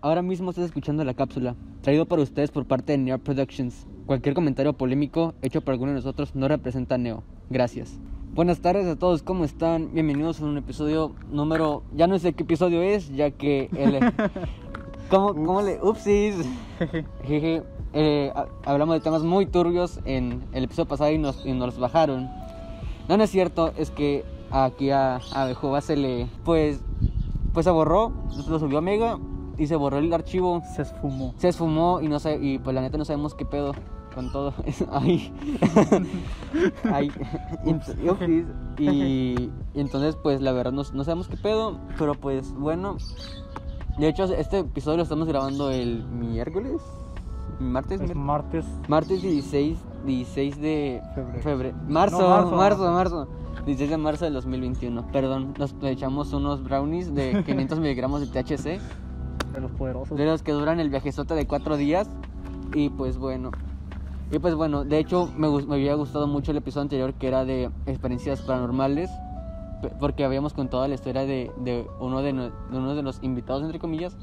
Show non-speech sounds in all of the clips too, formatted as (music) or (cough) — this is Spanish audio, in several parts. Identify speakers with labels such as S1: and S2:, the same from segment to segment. S1: Ahora mismo estás escuchando la cápsula, traído para ustedes por parte de Neo Productions. Cualquier comentario polémico hecho por alguno de nosotros no representa a Neo. Gracias. Buenas tardes a todos, ¿cómo están? Bienvenidos a un episodio número. Ya no sé qué episodio es, ya que. El... ¿Cómo, cómo le.? Upsis. Jeje. Eh, ha- hablamos de temas muy turbios en el episodio pasado y nos, y nos los bajaron. No, no es cierto, es que aquí a, a Bejuba se le. Pues. Pues se borró, lo subió a Mega y se borró el archivo.
S2: Se esfumó.
S1: Se esfumó y no sé. Y pues la neta no sabemos qué pedo con todo. (laughs)
S2: (laughs)
S1: Ay. Ay. Y ent- y upsis. Y, y entonces, pues la verdad, no, no sabemos qué pedo, pero pues bueno. De hecho, este episodio lo estamos grabando el miércoles, martes,
S2: Es
S1: miércoles.
S2: martes.
S1: Martes 16, 16 de
S2: Febrero.
S1: febrero. Marzo,
S2: No, marzo.
S1: marzo, marzo, 16 de marzo del 2021. Perdón, nos echamos unos brownies de 500 miligramos de THC,
S2: De los poderosos.
S1: de los que duran el viajezote de 4 días. Y pues bueno. Y pues bueno, de hecho me, gus- me había gustado mucho el episodio anterior que era de experiencias paranormales. pe- Porque habíamos contado la historia de, de uno de, no- de uno de los invitados, entre comillas,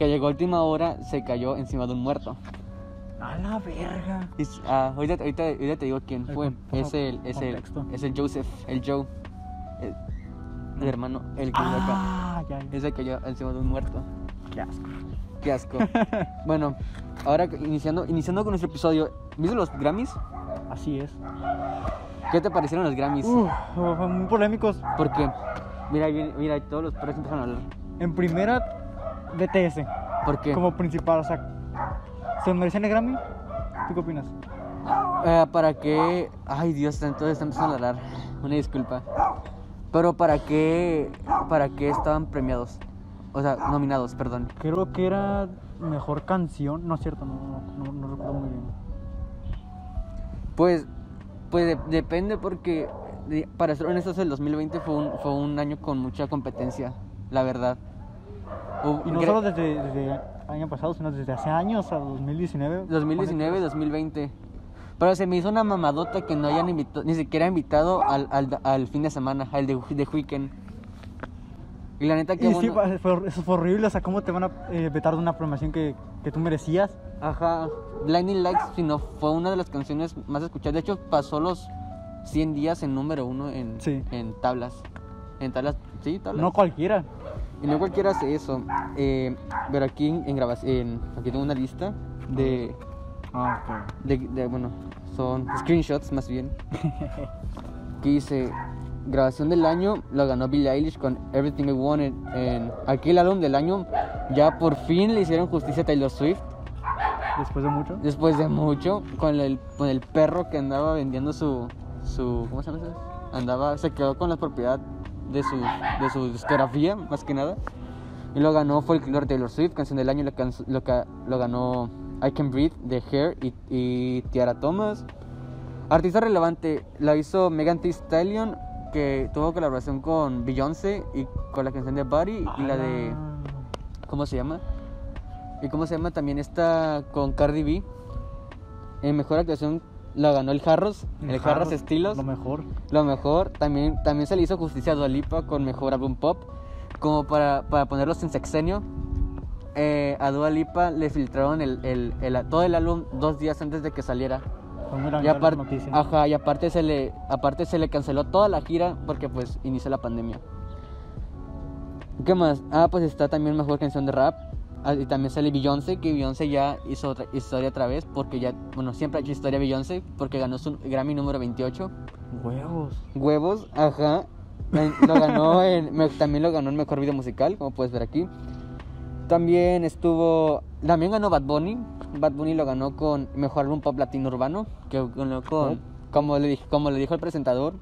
S1: que llegó a última hora, se cayó encima de un muerto.
S2: A la verga.
S1: Es- ah, ahorita, ahorita- ahorita te digo quién
S2: El
S1: fue.
S2: con- por
S1: Es
S2: favor,
S1: el, es el,
S2: contexto.
S1: es el Joseph, el Joe, el, el hermano, el que vive acá.
S2: Ah, ya, ya.
S1: Ese que cayó encima de un muerto.
S2: Qué asco.
S1: Qué
S2: (laughs)
S1: asco. bueno, ahora que- iniciando, iniciando con nuestro episodio, ¿viste los Grammys?
S2: Así es.
S1: ¿Qué te parecieron los Grammys?
S2: Uf, fueron muy polémicos.
S1: Porque, mira, ahí viene- mira, todos los perros empezaron a hablar.
S2: En primera, BTS.
S1: ¿Por qué?
S2: Como principal. O sea, ¿se merecen el Grammy? ¿Tú qué opinas?
S1: Eh, ¿Para qué? Ay, Dios, entonces están empezando a hablar. Una disculpa. Pero ¿para qué? ¿Para qué estaban premiados? O sea, nominados, perdón.
S2: Creo que era mejor canción. No es cierto, no, no, no, no recuerdo muy bien.
S1: Pues, pues de- depende porque, de- para ser honestos, el 2020 fue un, fue un año con mucha competencia, la verdad. Hubo-
S2: Y no
S1: cre-
S2: solo desde, desde año pasado, sino desde hace años, a 2019.
S1: 2019, 2020. Pero se me hizo una mamadota que no hayan invitado, ni siquiera invitado al, al, al fin de semana, al de, de weekend. Y la neta que
S2: Y sí, pa- fue- eso fue horrible, o sea, ¿cómo te van a eh, vetar de una promoción que, que tú merecías?
S1: Ajá, Blinding Lights, si no, fue una de las canciones más escuchadas. De hecho, pasó los 100 días en número uno en,
S2: Sí.
S1: en tablas. En tablas, sí, tablas.
S2: No cualquiera.
S1: Y no cualquiera hace eso. Eh, pero aquí en, en grabas- en- aquí tengo una lista de,
S2: Ah,
S1: de- de- bueno, son screenshots más bien. Que dice grabación del año lo ganó Billie Eilish con Everything I Wanted. En, aquí el álbum del año ya por fin le hicieron justicia a Taylor Swift
S2: Después de mucho.
S1: después de mucho con el con el perro que andaba vendiendo su su ¿cómo se llama eso? Andaba se quedó con la propiedad de su de su discografía más que nada. Y lo ganó Folklore Taylor Swift, canción del año, lo, canso- lo, ca- lo ganó I Can Breathe de Hair y, y Tiara Thomas. Artista relevante, la hizo Megan Thee Stallion, que tuvo colaboración con Beyoncé y con la canción de Buddy y la de...
S2: Ah.
S1: ¿Cómo se llama? ¿Y cómo se llama también esta con Cardi B? En mejor actuación la ganó el Jarros, el, Jarros, Estilos.
S2: Lo
S1: Lo,
S2: mejor.
S1: mejor. También, también se le hizo justicia a Dualipa con mejor álbum pop. Como para, para ponerlos en sexenio. Eh, a Dualipa le filtraron el, el- el- todo el álbum dos días antes de que saliera.
S2: Fue muy
S1: Y, ah.
S2: lamentable
S1: aparte,
S2: la noticia.
S1: ajá, y aparte, se le, aparte se le canceló toda la gira porque pues inició la pandemia. ¿Qué más? Ah, pues está también mejor canción de rap. Ah, y también sale Beyoncé, que Beyoncé ya hizo otra historia otra vez porque ya, bueno, siempre ha hecho historia Beyoncé porque ganó su Grammy número 28.
S2: Huevos.
S1: Huevos, ajá. En- Lo ganó en, me- también lo ganó en mejor video musical, como puedes ver aquí. También estuvo. También ganó Bad Bunny. Bad Bunny lo ganó con mejor álbum pop latino urbano. Que ganó con.
S2: Oh.
S1: Como, le, dij- como le dijo el presentador,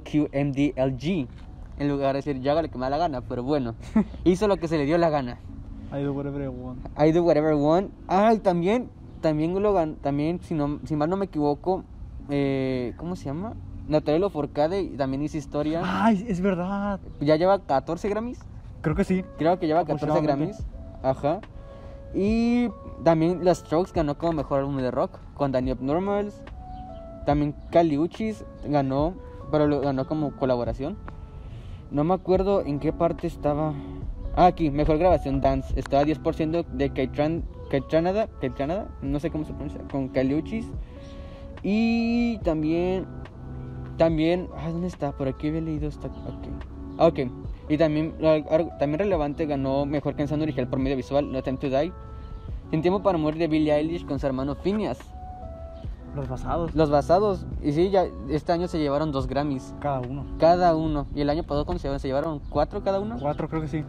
S1: JHLQMDLG. En lugar de decir, yo hago lo que me da la gana, pero bueno, hizo lo que se le dio la gana.
S2: I do whatever I want.
S1: I do whatever I want. Ay, también, también lo gan- también, si, no, si mal no me equivoco, eh, ¿cómo se llama? Natalia Lafourcade también hizo historia.
S2: Ay, es verdad.
S1: Ya lleva 14 Grammys.
S2: Creo que sí.
S1: Creo que lleva 14
S2: Aproximadamente.
S1: Grammys. Ajá. Y también las Strokes ganó como mejor álbum de rock con Danny Abnormals. También Cali Uchis ganó, pero lo ganó como colaboración. No me acuerdo en qué parte estaba. Ah, aquí, mejor grabación dance. Estaba 10% de Keitran, Keitranada, Keitranada, no sé cómo se pronuncia, con Caliuchis. Y también, también, ah, ¿dónde está? Por aquí había leído esta. Ok. Ah, ok. Y también, al- al- también relevante, ganó mejor canción original por medio visual, No Time to Die. Sin tiempo para morir de Billie Eilish con su hermano Phineas.
S2: Los basados,
S1: Los basados, y sí, ya este año se llevaron dos Grammys.
S2: cada uno.
S1: Cada uno. Y el año pasado, ¿cómo se llevaron? ¿Se llevaron cuatro cada uno?
S2: Cuatro creo que sí.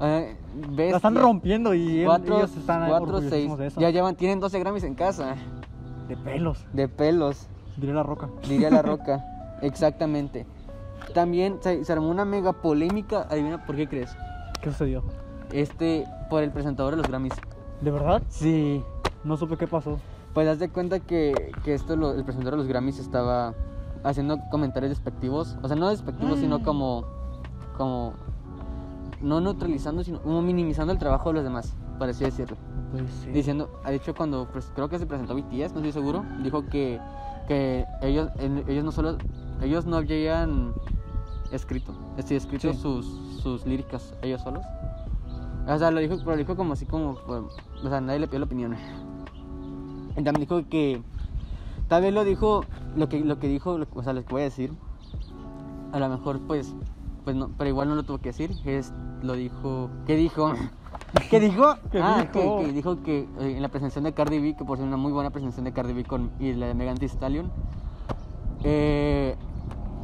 S1: Eh,
S2: La están
S1: bestia.
S2: rompiendo y él-
S1: Cuatro,
S2: ellos están
S1: cuatro,
S2: orgullosísimos
S1: seis.
S2: de eso.
S1: Ya llevan, tienen 12 Grammys en casa.
S2: De pelos,
S1: De pelos,
S2: diría la roca.
S1: diría la roca. Exactamente. También se, se armó una mega polémica. Adivina por qué crees.
S2: ¿Qué sucedió?
S1: Este, por el presentador de los Grammys.
S2: ¿De verdad?
S1: Sí.
S2: No supe qué pasó.
S1: Pues haz de cuenta que, que esto, lo- el presentador de los Grammys estaba haciendo comentarios despectivos. O sea, no despectivos, sino como. como. No neutralizando, sino como minimizando el trabajo de los demás, por así decirlo.
S2: Pues sí.
S1: diciendo, de hecho cuando pres- creo que se presentó BTS, no estoy seguro, dijo que, que ellos, en- ellos no solo, ellos no habían escrito, es decir, escrito
S2: Sí.
S1: sus, sus líricas ellos solos. O sea, lo dijo, pero lo dijo como así como, por- o sea, nadie le pidió la opinión. (laughs) Y también dijo que, tal vez lo dijo, lo que, lo que dijo, lo- o sea, les voy a decir, a lo mejor pues, pues no, pero igual no lo tuvo que decir, es, lo dijo, ¿qué dijo? ¿Qué dijo?
S2: (laughs) ¿Qué
S1: ah,
S2: dijo?
S1: Que, que dijo que eh, en la presentación de Cardi B, que por ser una muy buena presentación de Cardi B con, y la de Megan Thee Stallion, eh,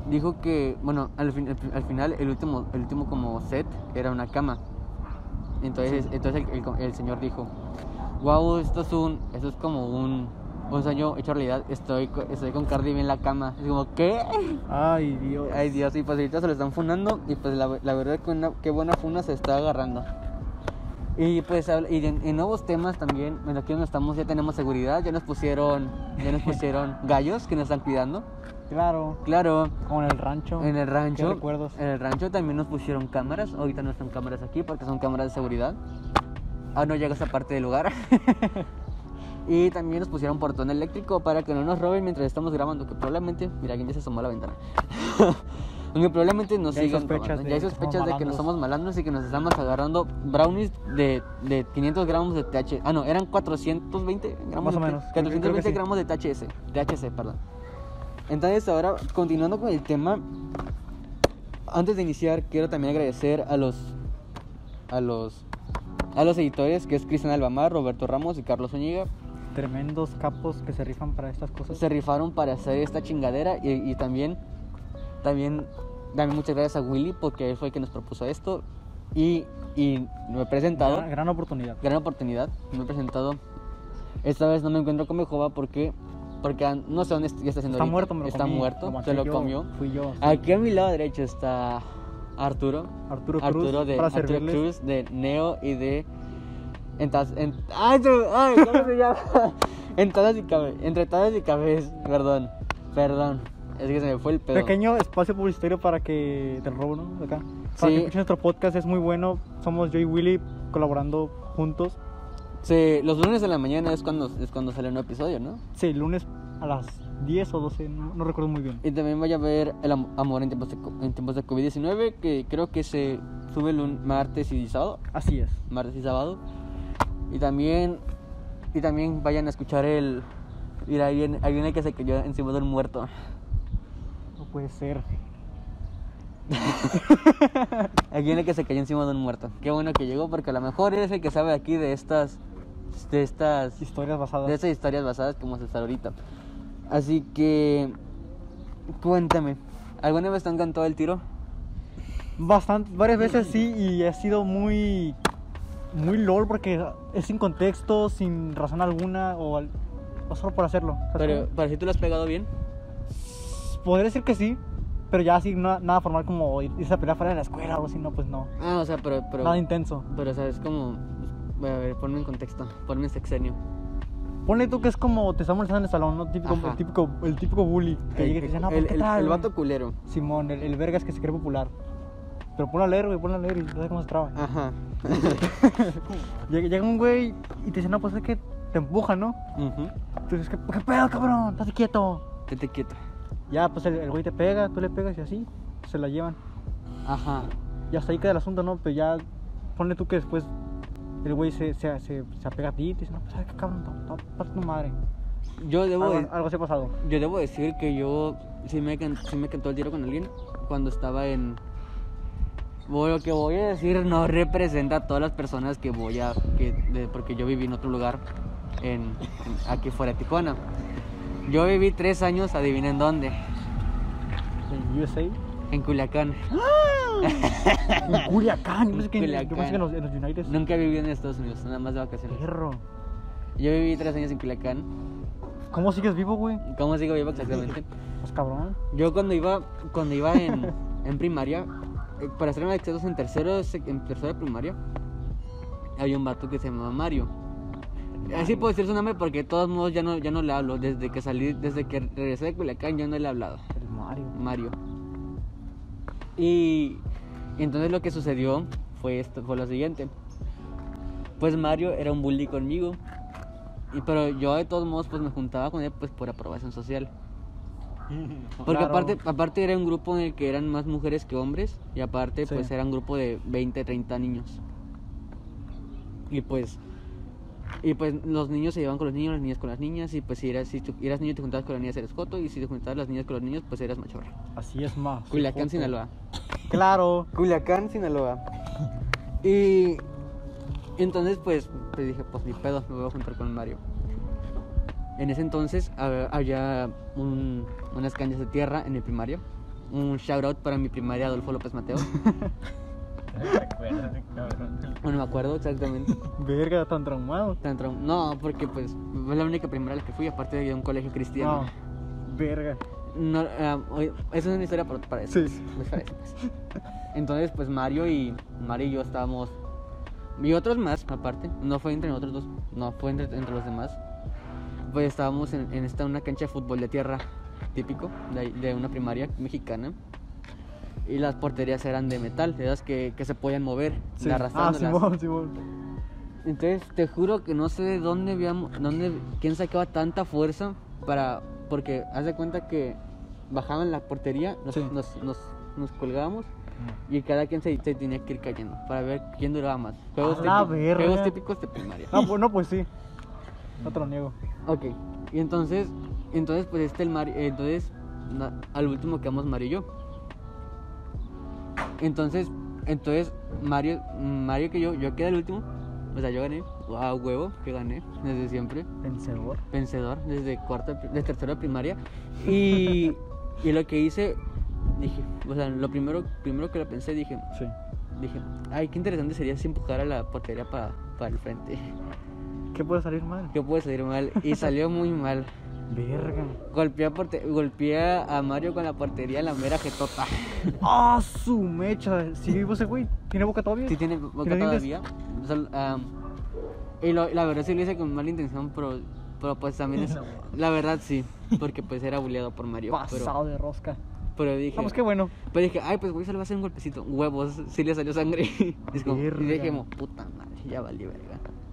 S1: dijo que, bueno, al, fin- al fin- al final el último, el último como set era una cama. Entonces, entonces el, el- el señor dijo, wow, esto es un, esto es como un, un sueño hecho realidad, estoy, co- estoy con Cardi B en la cama. Es como, ¿qué?
S2: Ay, Dios.
S1: Ay Dios, y pues ahorita se lo están funando y pues la, la verdad que una, qué buena funa se está agarrando. Y pues habla- y en, en nuevos temas también, bueno, aquí donde estamos ya tenemos seguridad, ya nos pusieron, ya nos pusieron gallos que nos están cuidando.
S2: Claro.
S1: Claro,
S2: Con el rancho.
S1: en el
S2: ¿Qué
S1: rancho,
S2: recuerdos?
S1: en el rancho también nos pusieron cámaras, ahorita no están cámaras aquí porque son cámaras de seguridad. Ah, no llega esa parte del lugar. (laughs) y también nos pusieron portón eléctrico para que no nos roben mientras estamos grabando, que probablemente, mira, alguien ya se asomó a la ventana. (laughs) Aunque probablemente nos
S2: Ya hay
S1: sigan
S2: sospechas
S1: robando.
S2: de
S1: ya hay
S2: que
S1: sospechas
S2: somos
S1: de que no
S2: malandros.
S1: somos malandros y que nos estamos agarrando brownies de, de 500 gramos de TH. Ah, no, eran 420 gramos.
S2: Más o
S1: de-
S2: menos, creo que- creo
S1: 420
S2: que sí.
S1: gramos de THS. THC, perdón. Entonces, ahora, continuando con el tema, antes de iniciar, quiero también agradecer a los a los a los editores que es Cristian Albamar, Roberto Ramos y Carlos Zúñiga.
S2: Tremendos capos que se rifan para estas cosas.
S1: Se rifaron para hacer esta chingadera y, y también también también muchas gracias a Willy porque él fue el que nos propuso esto y, y me he presentado.
S2: Gran, gran oportunidad.
S1: Gran oportunidad, me he presentado. Esta vez no me encuentro con Mejova porque porque ah, no sé dónde est- ya está haciendo
S2: Está
S1: ahorita.
S2: muerto, me lo
S1: Está
S2: comí,
S1: muerto,
S2: manché
S1: se lo
S2: yo,
S1: comió.
S2: Fui yo.
S1: Aquí a mi lado derecho está Arturo,
S2: Arturo Cruz.
S1: Ah, Arturo de
S2: para
S1: Arturo
S2: servirles.
S1: Cruz de Neo y de Entas- en, ay, se- ay, ¿cómo se llama? (laughs) Entradas y cabe- entre tadas y cabez, perdón, perdón, es que se me fue el pedo.
S2: Pequeño espacio publicitario para que del robo, ¿no? Acá. Para
S1: Sí.
S2: que escuchen nuestro podcast, es muy bueno. Somos yo y Willy colaborando juntos.
S1: Sí, los lunes de la mañana es cuando es cuando sale un nuevo episodio, ¿no?
S2: Sí, lunes a las 10 o 12, no, no recuerdo muy bien.
S1: Y también vaya a ver el am- amor en tiempos de, co- en tiempos de COVID-19 que creo que se sube el lun- martes y sábado,
S2: Así es.
S1: martes y sábado. Y también y también vayan a escuchar el mira, ahí viene, ahí viene el que se cayó encima del muerto.
S2: No puede ser.
S1: Aquí viene el que se cayó encima de un muerto. Qué bueno que llegó porque a lo mejor eres el que sabe aquí de estas de estas
S2: Historias basadas.
S1: de estas historias basadas como se está ahorita. Así que cuéntame, ¿alguna vez te han cantado el tiro?
S2: Bastante, varias veces sí, y ha sido muy. Muy lol porque es sin contexto, sin razón alguna o, al- o solo por hacerlo. ¿sabes
S1: Pero
S2: cómo?
S1: para si tú lo has pegado bien.
S2: Podría decir que sí, pero ya así na- nada formal como ir- irse a pelear fuera de la escuela o así, no, pues no.
S1: Ah, o sea, pero pero
S2: Nada intenso.
S1: pero sabes como voy a ver, ponme en contexto, ponme en sexenio.
S2: Ponle tú que es como te está molestando en el salón, ¿no? Típico,
S1: Ajá.
S2: el, típico, el típico bully que llega y te dice, no, pues,
S1: el,
S2: ¿qué
S1: el-
S2: tal,
S1: el
S2: güey?"
S1: vato culero.
S2: Simón, el, el vergas que se cree popular. Pero ponlo a leer, güey, ponlo a leer y no sé cómo se traba.
S1: Ajá.
S2: Llega, llega un güey y te dice, no, pues es que te empuja, ¿no?
S1: Ujú.
S2: Tú dices, ¿qué, qué pedo, cabrón? Estás quieto.
S1: Te te quieto.
S2: Ya, pues el, el güey te pega, tú le pegas y así, se la llevan.
S1: Ajá.
S2: Y hasta ahí queda el asunto, ¿no? Pero ya ponle tú que después el güey se, se, se, se apega a ti y te dice, no, pues, ¿sabes qué cabrón? No, para tu madre.
S1: Yo debo,
S2: Algo,
S1: de-
S2: algo así ha pasado.
S1: yo debo decir que yo sí me, can- sí me cantó el tiro con alguien cuando estaba en... Bueno, lo que voy a decir no representa a todas las personas que voy a... que- de- porque yo viví en otro lugar, en, en- aquí fuera de Tijuana. Yo viví tres años, adivinen dónde,
S2: En USA.
S1: en Culiacán.
S2: (laughs) En Culiacán. Yo pensé que en, yo
S1: Culiacán.
S2: pensé que en los, en los United.
S1: Nunca he vivido en Estados Unidos, nada más de vacaciones.
S2: Perro.
S1: Yo viví tres años en Culiacán.
S2: ¿Cómo sigues vivo, güey?
S1: ¿Cómo sigo vivo exactamente?
S2: Pues cabrón.
S1: Yo cuando iba, cuando iba en, en primaria, eh, para hacerme excesos en tercero, de sec- en tercero de primaria, había un vato que se llamaba Mario. Así puedo decir su nombre porque de todos modos ya no, ya no le hablo. Desde que salí, desde que regresé de Culiacán yo no le he hablado.
S2: El Mario.
S1: Mario. Y entonces lo que sucedió fue esto, fue lo siguiente. Pues Mario era un bully conmigo. Y pero yo de todos modos pues me juntaba con él pues por aprobación social. Porque
S2: Claro.
S1: aparte, aparte era un grupo en el que eran más mujeres que hombres y aparte
S2: Sí.
S1: pues era un grupo de 20, 30 niños. Y pues y pues los niños se llevaban con los niños, las niñas con las niñas y pues si eras, si tú eras niño y te juntabas con las niñas eres coto y si te juntabas las niñas con los niños pues eras machorra.
S2: Así es más.
S1: Culiacán, Sinaloa.
S2: Claro.
S1: Culiacán, Sinaloa. Y entonces pues, pues dije, pues ni pedo, me voy a juntar con Mario. En ese entonces ha- había un- unas canchas de tierra en mi primaria. Un shout out para mi primaria Adolfo López Mateo.
S3: Recuérdate, cabrón.
S1: No me acuerdo exactamente.
S2: Verga, tan traumado.
S1: Tan traum- No, porque pues fue la única primaria a la que fui, aparte de un colegio cristiano.
S2: No. Ah, Verga.
S1: No, ah, oye, esa es una historia para, para eso.
S2: Sí. sí.
S1: Pues, para eso, pues. Entonces, pues Mario y Mario y yo estábamos. Y otros más, aparte. No fue entre nosotros dos. No, fue entre, entre los demás. Pues estábamos en, en esta una cancha de fútbol de tierra, típico, de, ahí- de una primaria mexicana. Y las porterías eran de metal, de esas que, que se podían mover,
S2: Sí.
S1: de
S2: Ah,
S1: arrastrándolas.
S2: Simón, Simón.
S1: Entonces, te juro que no sé de dónde habíamos, dónde, quién sacaba tanta fuerza para, porque haz de cuenta que bajaban la portería, nos,
S2: Sí.
S1: nos, nos, nos colgábamos y cada quien se, se tenía que ir cayendo para ver quién duraba más. Juegos,
S2: A la
S1: típi-
S2: verga.
S1: juegos típicos de primaria.
S2: No, pues, no, pues sí. No te lo niego.
S1: Ok, y entonces, entonces pues este el mar, entonces na- al último quedamos Mario y yo. Entonces, entonces Mario, Mario que yo, yo quedé el último, o sea yo gané, a huevo que gané desde siempre,
S2: Vencedor.
S1: vencedor desde cuarto, de pri- desde tercero de primaria y, y lo que hice dije, o sea lo primero, primero que lo pensé dije,
S2: Sí.
S1: dije, ay qué interesante sería si empujara la portería para, para el frente,
S2: ¿Qué puede salir mal?
S1: que puede salir mal y salió muy mal.
S2: Verga.
S1: Golpeé a, porte- golpeé a Mario con la portería en la mera jetota.
S2: (laughs) (laughs) ¡Ah, su mecha! ¿Sí vivo ese güey? ¿Tiene boca todavía?
S1: Si tiene boca
S2: ¿Tiene
S1: todavía. Sol- am, y lo- la verdad sí lo hice con mala intención, pero, pero pues también
S2: (laughs)
S1: es... La verdad sí, porque pues era buleado por Mario. Pero,
S2: Pasado de rosca.
S1: pero dije...
S2: Vamos, qué bueno.
S1: Pero dije, ay, pues güey, se le va a hacer un golpecito. Huevos, sí le salió sangre. (laughs) Es como- y
S2: Verga.
S1: dije, como, puta madre, ya valí verga.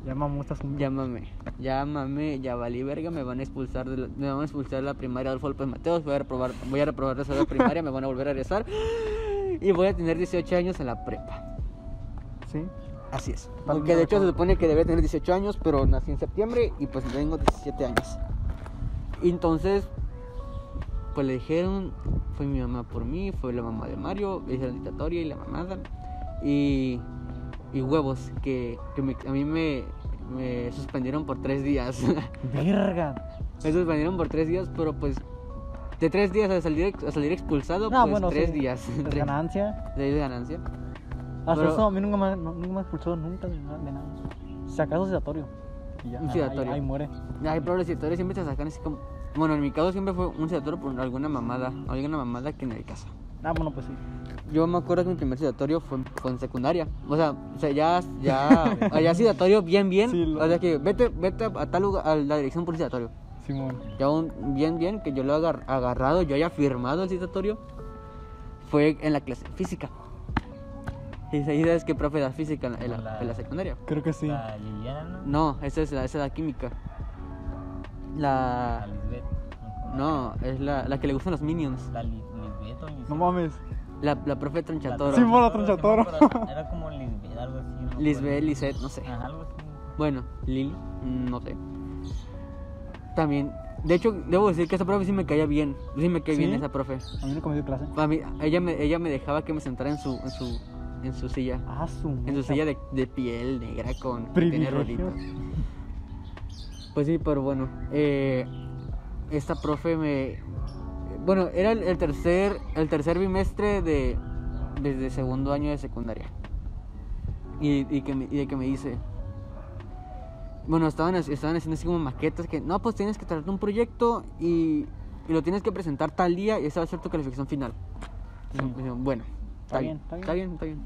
S2: Ya mamó, estás un...
S1: Llámame, llámame, ya valí verga, me van a expulsar de la, me van a expulsar de la primaria Adolfo López Mateos, voy a reprobar, voy a reprobar de la primaria, me van a volver a regresar y voy a tener 18 años en la prepa.
S2: Sí.
S1: Así es.
S2: Tan
S1: Aunque de hecho se
S2: loco.
S1: supone que debe tener 18 años, pero nací en septiembre y pues tengo 17 años. Y entonces, pues le dijeron, fue mi mamá por mí, fue la mamá de Mario, le hicieron dictatoria y la mamada. Y, y huevos, que, que me- a mí me, me suspendieron por tres días. (laughs)
S2: Verga.
S1: me suspendieron por tres días, pero pues de tres días a salir, a salir expulsado,
S2: Ah,
S1: pues
S2: bueno,
S1: tres
S2: sí.
S1: días. (laughs)
S2: Es
S1: Tres
S2: ganancia.
S1: días de ganancia.
S2: Hasta
S1: Pero-
S2: eso a mí nunca me, no- nunca me expulsó nunca de, na- de nada. Si acaso sedatorio. Y ya.
S1: Un
S2: ahí-
S1: sedatorio.
S2: Ahí, muere.
S1: Hay problemas situatorios siempre te sacan así como. Bueno, en mi caso siempre fue un sedatorio por alguna mamada, alguna mamada que en el caso.
S2: Ah, bueno, pues sí.
S1: Yo me acuerdo que mi primer sedatorio fue, en- fue en secundaria. O sea, o sea, ya,
S2: (laughs)
S1: ya, ya sedatorio bien, bien.
S2: Sí, lo-
S1: O sea que vete, vete a tal lugar, a la dirección por sedatorio.
S2: Simón.
S1: Ya un bien, bien, que yo lo he agar- agarrado, yo haya firmado el citatorio, fue en la clase de física. Y ahí sabes qué profe da física en la, en la- en la secundaria.
S2: Creo que sí.
S1: Ah.
S3: La Liliana,
S1: No, esa es la, esa es la química. La.
S3: La Lisbeth.
S1: No, es la, la que le gustan los minions.
S3: La Li- Lisbeth o Lisbeth.
S2: No mames.
S1: La, la profe Tronchatoro.
S2: Sí, mo- mola tronchatoro.
S3: pero Era como Lisbeth, algo así. no me
S1: Lisbeth, Lisette, no sé.
S3: acuerdo. Ajá, algo así.
S1: Bueno, Lili, mm, no sé. También, de hecho, debo decir que esa profe sí me caía bien. Sí me caía bien
S2: ¿Sí?
S1: esa profe.
S2: A mí nunca me dio clase.
S1: A mí- ella, me, ella me dejaba que me sentara en su, en su, en su silla.
S2: Ah, su.
S1: En su
S2: mecha.
S1: silla de, de piel negra con que tiene
S2: Privilegio.
S1: rulitos. Pues sí, pero bueno. eh, esta profe me. Bueno, era el, el tercer el tercer bimestre de desde segundo año de secundaria. Y, y que me, y de que me dice. Bueno, estaban, haci- estaban haciendo así como maquetas que no, pues tienes que tratar un proyecto y, y lo tienes que presentar tal día y esa va a ser tu calificación final. Y yo-
S2: Sí.
S1: y yo, bueno,
S2: Está bien, está
S1: Está bien, está bien.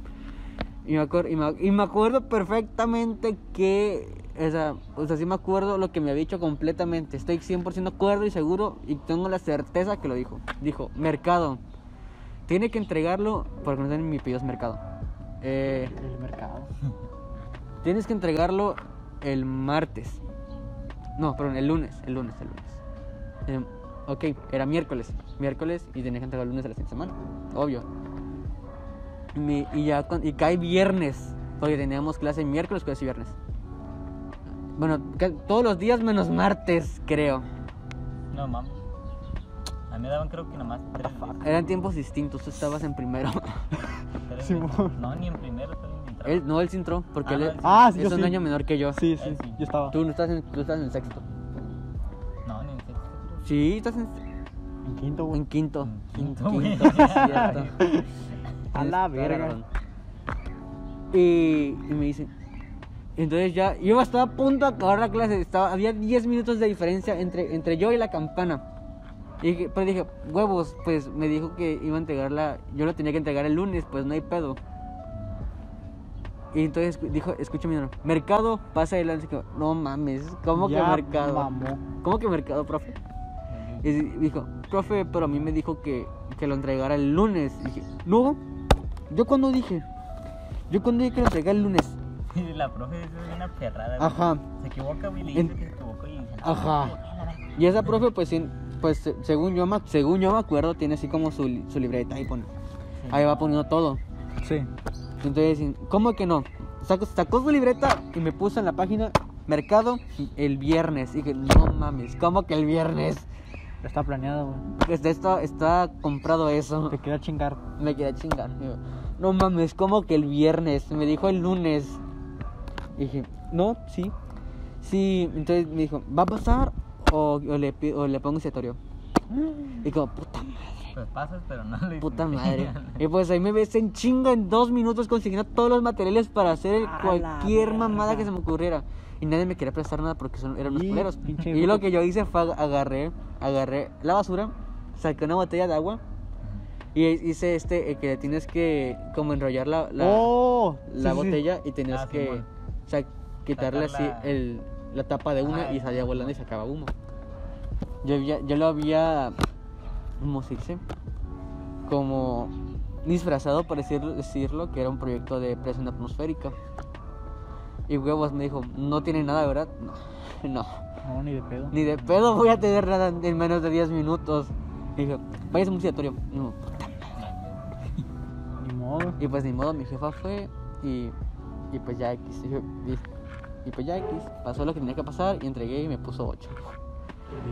S1: Y me, acuer- y me- y me acuerdo perfectamente que. O sea, o sea, sí me acuerdo lo que me había dicho completamente. Estoy 100% acuerdo y seguro y tengo la certeza que lo dijo. Dijo: Mercado. Tiene que entregarlo. Porque no tienen mi apellido es Mercado. Eh,
S2: El mercado.
S1: tienes que entregarlo el martes. No, perdón, el lunes. El lunes, el lunes. Em, ok, era miércoles. Miércoles y tenía que entregarlo el lunes de la siguiente semana. Obvio. Mi- y ya cuan- y cae viernes. Porque teníamos clase miércoles, jueves y viernes. Bueno, ca- todos los días menos martes, creo.
S3: No mames. A mí me daban creo que nomás tres veces.
S1: Eran tiempos distintos. Tú estabas en primero. (laughs)
S3: tres
S2: Simón.
S3: veces. No, ni en primero, pero ni en
S1: él, no, él sí entró. Porque
S3: Ah,
S1: él
S3: no,
S1: es-
S3: él sí.
S2: Ah, sí,
S1: es
S2: yo
S1: un
S2: sí.
S1: año menor que yo.
S2: Sí,
S3: Él
S2: sí,
S3: sí.
S2: yo estaba.
S1: Tú no estás en, tú estás en sexto.
S3: No, ni en sexto. creo.
S1: Sí, estás en,
S2: En quinto, güey.
S1: En quinto. En
S3: Quinto, güey.
S1: quinto, sí es cierto.
S2: A
S1: Tienes
S2: la
S1: toda
S2: verga.
S1: razón. Y, y me dice. Entonces ya, yo estaba a punto de acabar la clase. Estaba, había 10 minutos de diferencia entre, entre yo y la campana. Y dije, pues dije, huevos, pues me dijo que iba a entregarla. Yo la tenía que entregar el lunes, pues no hay pedo. Y entonces dijo, escúchame, no, mercado, pasa adelante. Y yo, No mames, ¿cómo
S2: Ya
S1: que mercado?
S2: mamó.
S1: ¿Cómo que mercado, profe? Y di- dijo, profe, pero a mí me dijo que, que lo entregara el lunes. Y dije, no, yo cuando dije, yo cuando dije que lo entregara el lunes.
S3: Y (laughs) la profe es una perrada. güey.
S1: Ajá.
S3: Se equivoca, güey, le dice
S1: En-
S3: que se equivocó y dice, no,
S1: Ajá. Y esa profe, pues, sin- pues se- según, yo, me- según yo me acuerdo, tiene así como su, li- su libreta y pone, ahí va poniendo todo.
S2: Sí.
S1: Entonces, ¿cómo que no? Sacó, sacó su libreta y me puso en la página mercado el viernes. Y dije, no mames, ¿cómo que el viernes?
S2: Está planeado, güey.
S1: Desde esto está comprado eso.
S2: Te quería chingar.
S1: Me quedé chingando. No mames, como que el viernes. Me dijo el lunes. Y dije, no, sí. Sí, entonces me dijo, ¿va a pasar? O, o le, pi- o le pongo citatorio. Y como, puta madre,
S3: Pues pasas, pero no le
S1: puta
S2: (laughs)
S1: madre.
S3: enseñan.
S1: Y pues ahí me ves en chinga en dos minutos consiguiendo todos los materiales para hacer el-
S2: A la
S1: cualquier
S2: verga.
S1: mamada que se me ocurriera. Y nadie me quería prestar nada porque son, eran unos
S2: Y
S1: culeros.
S2: pinche
S1: Y lo
S2: grupo.
S1: que yo hice fue ag- agarré, agarré la basura, saqué una botella de agua. Y hice este, eh, que tienes que como enrollar la, la,
S2: oh,
S1: la
S2: sí, sí, sí.
S1: botella y tenías
S3: Ah,
S1: que
S3: Simón.
S1: o sea, quitarle así
S3: Sacarla.
S1: el, la tapa de una
S3: Ah,
S1: y
S3: ya.
S1: salía volando y sacaba humo. Yo, había- yo lo había, ¿cómo se dice? Como disfrazado, por decir- decirlo, que era un proyecto de presión atmosférica. Y huevos me dijo, no tiene nada, ¿verdad? (laughs) No, no.
S2: No, ni de pedo.
S1: Ni de pedo voy a tener nada en menos de 10 minutos. Y dije, váyase a un citatorio. Y yo,
S2: Ni modo.
S1: Y pues ni modo, mi jefa fue y, y pues ya X. Y, yo- y- y pues ya X. Pasó lo que tenía que pasar y entregué y me puso 8.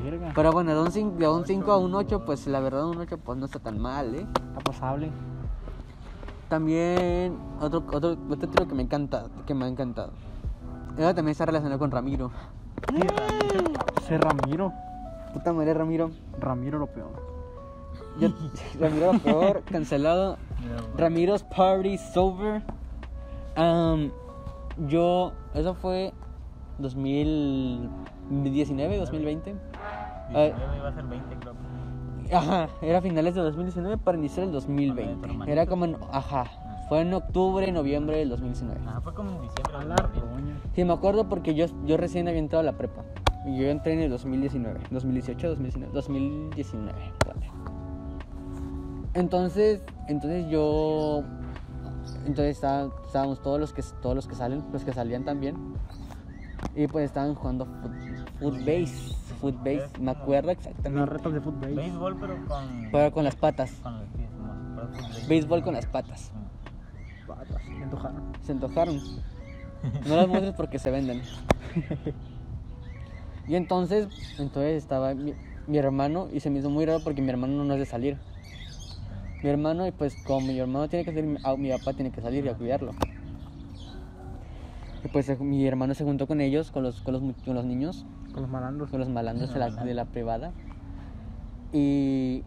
S2: Verga.
S1: Pero bueno, de un, cin- de un 5 a un 8, pues la verdad un 8 pues no está tan mal, ¿eh?
S2: Está pasable.
S1: También otro, otro, otro tiro que me encanta, que me ha encantado. Ahora también está relacionado con Ramiro.
S2: ¡Ah! Ese Ramiro.
S1: Puta madre, Ramiro.
S2: Ramiro lo peor.
S1: Yo, (laughs) Ramiro, por favor, cancelado.
S3: (laughs) Pero, güey,
S1: Ramiro's Party Sober. Am, yo, eso fue 2019, 2020. Ay.
S3: 19 iba a ser 20, creo.
S1: Ajá, era finales de 2019 para iniciar el 2020. Era como en, ajá, fue en octubre, noviembre del 2019.
S3: Ajá, fue como en diciembre.
S2: A
S3: güey,
S2: la
S3: bien.
S2: roña.
S1: Sí, me acuerdo porque yo, yo recién había entrado a la prepa. Y yo entré en el 2019, 2018, 2019, 2019. ponle. Entonces, entonces yo entonces estaba- estábamos todos los que todos los que salen, los que salían también. Y pues estaban jugando footbase, footbase, me acuerdo
S2: Las
S1: exactamente.
S2: retas de fútbol.
S3: Béisbol, pero con.
S1: Pero con las patas.
S3: Con los pies, Simón. Pero jugar fútbol.
S1: Béisbol con las patas.
S2: Patas, me antojaron.
S1: Se antojaron. No las muestres porque se venden. Y entonces, entonces estaba mi, mi hermano y se me hizo muy raro porque mi hermano no es de salir. Mi hermano, y pues como mi hermano tiene que salir, mi, ah, mi papá tiene que salir y a cuidarlo. Y pues se- mi hermano se juntó con ellos, con los, con los, mu- con los niños,
S2: Con los malandros.
S1: con los malandros de la, de la privada. Y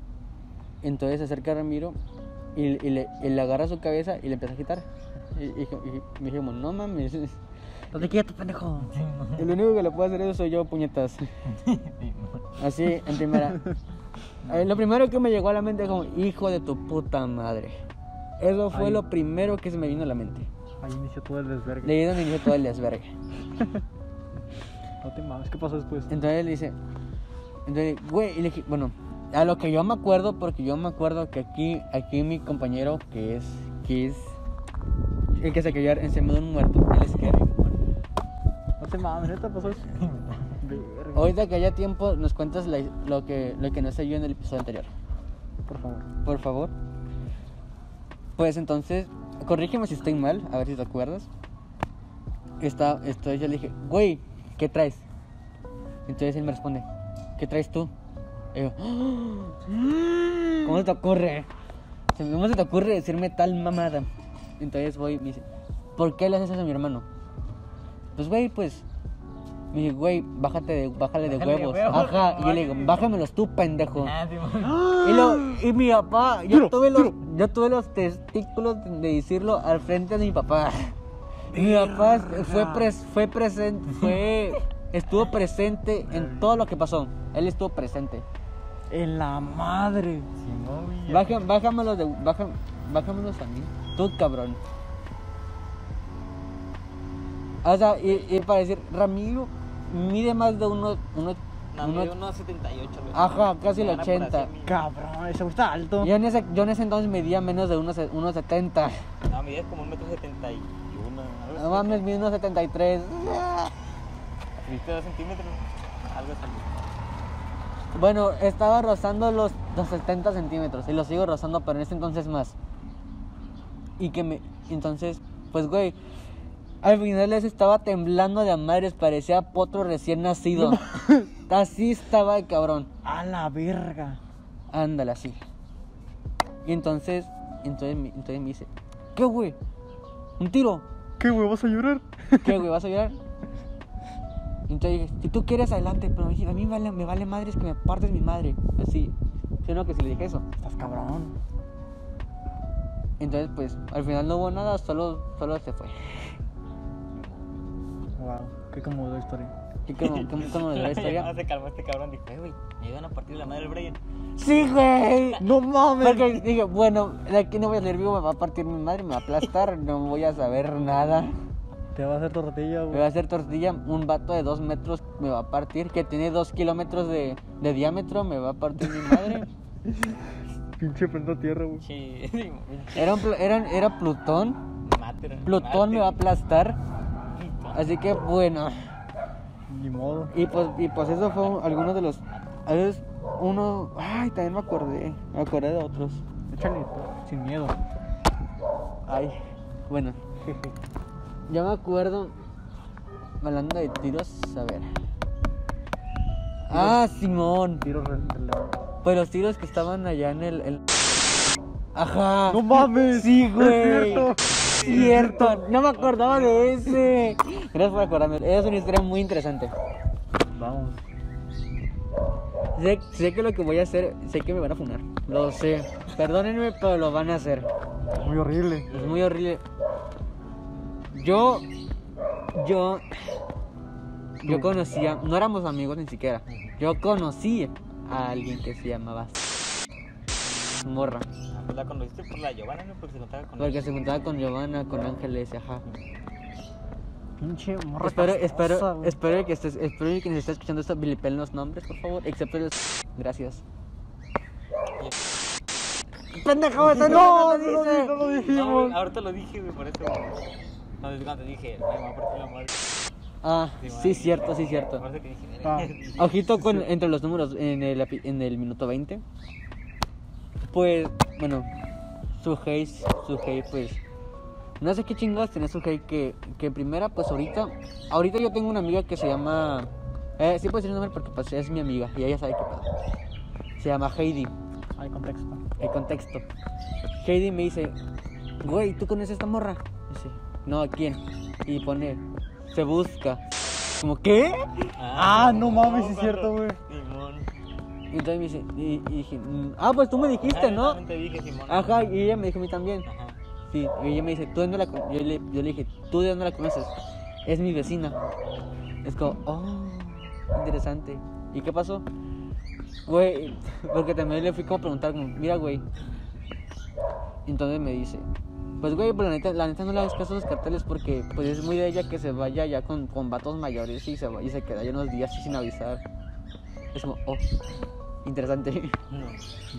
S1: entonces se acerca Ramiro y, y le, y le agarra su cabeza y le empieza a agitar. Y, y- y me dijimos, no mames. El
S2: No te quieto, pendejo.
S3: Sí, mo-
S1: único que le puede hacer eso soy yo, puñetas.
S3: sí, mo-
S1: Así, en
S2: (laughs)
S1: primera. Eh, lo primero que me llegó a la mente como, hijo de tu puta madre. Eso fue
S2: Ay.
S1: lo primero que se me vino a la mente.
S2: Ahí inició todo el desvergue.
S1: Le dieron inicio todo el desvergue.
S2: No te mames, ¿qué pasó después?
S1: Entonces le dice, entonces, güey, y le dije, bueno, a lo que yo me acuerdo, porque yo me acuerdo que aquí, aquí mi compañero, que es, que es el que se cayó encima de un muerto, él es que,
S2: No te mames, neta pasó (laughs) eso. Verga.
S1: ahorita que haya tiempo, nos cuentas la- lo que, lo que no sé yo en el episodio anterior,
S2: Por favor.
S1: por favor. Pues entonces, corrígeme si estoy mal, a ver si te acuerdas. Está, esto, yo le dije, güey, ¿qué traes? Entonces él me responde, ¿qué traes tú? Y yo, (gasps) ¿Cómo se te ocurre? Se me- ¿Cómo se te ocurre decirme tal mamada? Entonces voy y me dice, ¿por qué le haces eso a mi hermano? Pues, güey, pues. Me dice, güey, bájate de, bájale de
S3: Bájale de
S1: huevos.
S3: huevos,
S1: Ajá. Y yo le digo,
S3: vale.
S1: bájamelos tú, pendejo.
S3: Ah, sí, mo-
S1: Y, lo- y mi papá, yo
S2: Duro,
S1: tuve, los,
S2: duro.
S1: yo tuve los testículos de decirlo al frente de mi papá. (laughs) Mi papá fue, pres- fue
S2: (laughs)
S1: presente, fue, estuvo presente en todo lo que pasó. Él estuvo presente.
S2: En la madre.
S3: sí, mo, güey.
S1: Baja, bájamelos, de, baja, bájamelos a mí. Tú, cabrón. O sea, y, y para decir, Ramiro mide más de uno... uno,
S4: No,
S1: uno-
S4: mide 1.78. güey.
S1: Ajá, casi el
S4: Ahora por
S1: 80.
S4: así mide-
S2: Cabrón, ese güey está alto.
S1: yo, en ese, yo en ese entonces medía menos de unos se- unos 70.
S4: No, mide Ah, como 1.71. algo
S1: No
S4: así.
S1: mames, mide unos 73.
S4: ¿Viste 2 centímetros? Algo así.
S1: Bueno, estaba rozando los, los 70 centímetros y lo sigo rozando, pero en ese entonces más. Y que me. Entonces, pues güey, al final les estaba temblando de a madres, parecía potro recién nacido. así estaba el cabrón.
S2: A la verga.
S1: Ándale así. Y entonces, entonces, me- entonces me dice: ¿Qué güey? ¿Un tiro?
S2: ¿Qué güey, vas a llorar?
S1: ¿Qué, güey? ¿Vas a llorar? Entonces dije, si tú quieres, adelante, pero a mí, a mí vale- me vale madre, es que me partes mi madre. Así, yo no que si le dije eso.
S2: Estás cabrón.
S1: Entonces, pues, al final no hubo nada, solo, solo se fue.
S2: Wow, qué conmovedora historia.
S1: ¿Qué, cómo, cómo, cómo la
S4: (laughs)
S2: (laughs)
S4: No
S1: historia?
S4: se calmó este cabrón. Dijo, eh, güey, me iban a partir la madre del Brian.
S1: ¡Sí, güey!
S2: No mames.
S1: Porque dije, bueno, de aquí no voy a salir vivo, me va a partir mi madre, me va a aplastar, no voy a saber nada.
S2: Te va a hacer tortilla,
S1: Me va a
S2: güey.
S1: hacer tortilla, un vato de dos metros me va a partir, que tiene dos kilómetros de, de diámetro, me va a partir mi madre.
S2: Pinche prendo tierra, güey.
S4: (laughs) Che, digo,
S1: Era, un pl- era, era Plutón.
S4: mátelo,
S1: Plutón me va a
S4: mátelo.
S1: aplastar. Así que bueno.
S2: Ni modo.
S1: Y pues, y pues eso fue un- algunos de los. A veces uno. Ay, también me acordé. Me acordé de otros.
S2: Échale, sin miedo.
S1: Ay.
S2: (laughs)
S1: Bueno. Yo me acuerdo. Hablando de tiros, a ver. Ah, Simón.
S2: Tiro re- relevo.
S1: Pues los tiros que estaban allá en el. el- Ajá.
S2: No mames.
S1: Sí, güey.
S2: cierto.
S1: Cierto. No me acordaba de ese. Gracias por acordarme. Es una historia muy interesante.
S2: Vamos.
S1: Sé, sé que lo que voy a hacer, sé que me van a funar. Lo sé. Perdónenme, pero lo van a hacer.
S2: Muy horrible.
S1: Es muy horrible. Yo. Yo. Yo conocía. No éramos amigos ni siquiera. Yo conocí a alguien que se llamaba. Morra.
S4: Ah, pues La conociste por la Giovanna, ¿no? Porque se contaba con
S1: Porque se juntaba con Giovanna, con Ángeles, ajá.
S2: Pinche morra.
S1: Espero,
S2: castrosa,
S1: espero,
S2: güey.
S1: espero que estés, espero que nos estés escuchando esto, vilipen los nombres, por favor, excepto los... Gracias. ¡Pendejo, eso no!
S2: No, no, no, no lo
S4: No, güey,
S2: dijimos.
S4: ahorita lo dije, güey, por eso. No, es cuando dije, me va a partir la madre.
S1: Ah, sí,
S4: madre.
S1: cierto, sí, cierto.
S4: Por eso que dije,
S2: Ah.
S4: (laughs)
S1: Ojito con, entre los números en el, api- en el minuto 20. Pues, bueno, Sugei, Sugei, pues. No sé qué chingados tenía Sugei que, que en primera, pues ahorita. Ahorita yo tengo una amiga que se llama. Eh, sí puedo decir el nombre porque pues, es mi amiga y ella sabe qué pasa. Se llama Heidi,
S2: Hay contexto.
S1: el contexto. Heidi me dice, güey, ¿tú conoces esta morra? Dice, no, ¿a quién? Y pone, se busca. Como, ¿qué?
S2: Ah, no mames, sí es cierto, güey.
S4: Simón.
S1: Y entonces me dice, y, y dije, "Mm, ah, pues tú me dijiste,
S4: Ah,
S1: ¿no?
S4: Te dije, Simón.
S1: Ajá, y ella me dijo a mí también.
S4: Ajá.
S1: Sí, y ella me dice, ¿tú de dónde la con-?" yo, le, yo le dije, ¿tú de dónde la conoces? Es mi vecina. Es como, oh, interesante. ¿Y qué pasó? Güey, (laughs) porque también le fui como a preguntar, como, mira, güey. Entonces me dice, pues, güey, pues la neta, la neta no le hagas caso a los carteles porque pues es muy de ella que se vaya ya con, con vatos mayores y se, va- y se queda ya unos días sin avisar. Es como, oh, interesante. (laughs)
S4: No.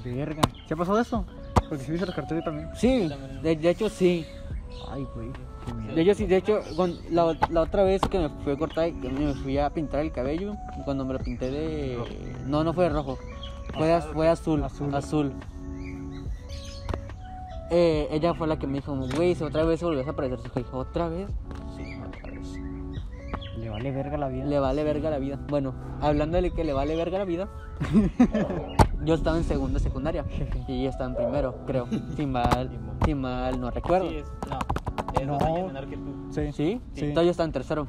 S2: Verga. ¿Se ha pasado eso? Porque si viste los carteles también.
S1: Sí, de- de hecho sí.
S2: Ay, güey. qué miedo.
S1: De hecho, sí, de hecho, con- la, ot- la otra vez que me fui a cortar, que me fui a pintar el cabello, cuando me lo pinté de... No, no fue de rojo, fue, az- fue azul, azul.
S2: Azul.
S1: Eh, ella fue la que me dijo, güey, si otra vez volvió a aparecer su hija, ¿otra vez?
S2: Le vale verga la vida.
S1: Le vale verga la vida. Bueno, hablando de que le vale verga la vida, (laughs) yo estaba en segundo de secundaria y ella estaba en primero, creo, sin mal, sin mal, no recuerdo.
S4: Sí, es. No. Es
S2: No.
S4: dos años menor que tú.
S2: Sí.
S1: ¿Sí?
S2: Sí.
S1: Entonces yo estaba en tercero.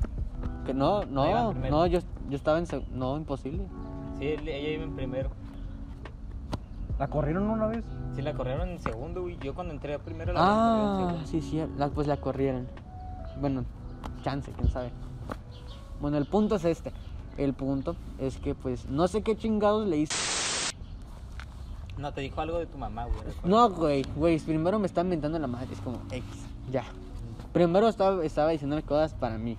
S1: Que no,
S4: No, iba
S1: no,
S4: en primero.
S1: no, yo, yo estaba en seg- No, imposible.
S4: Sí, él- ella iba en primero.
S2: ¿La corrieron una vez?
S4: Sí, la corrieron en segundo, güey. Yo cuando entré a primero la corrieron
S1: Ah,
S4: en segundo.
S1: sí, sí, la- pues la corrieron. Bueno, chance, quién sabe. Bueno, el punto es este. El punto es que, pues, no sé qué chingados le hice.
S4: No, te dijo algo de tu mamá, güey. recuerdo.
S1: No, güey, güey, primero me están inventando la madre. Es como, X, ya. Primero estaba, estaba diciéndome cosas para mí.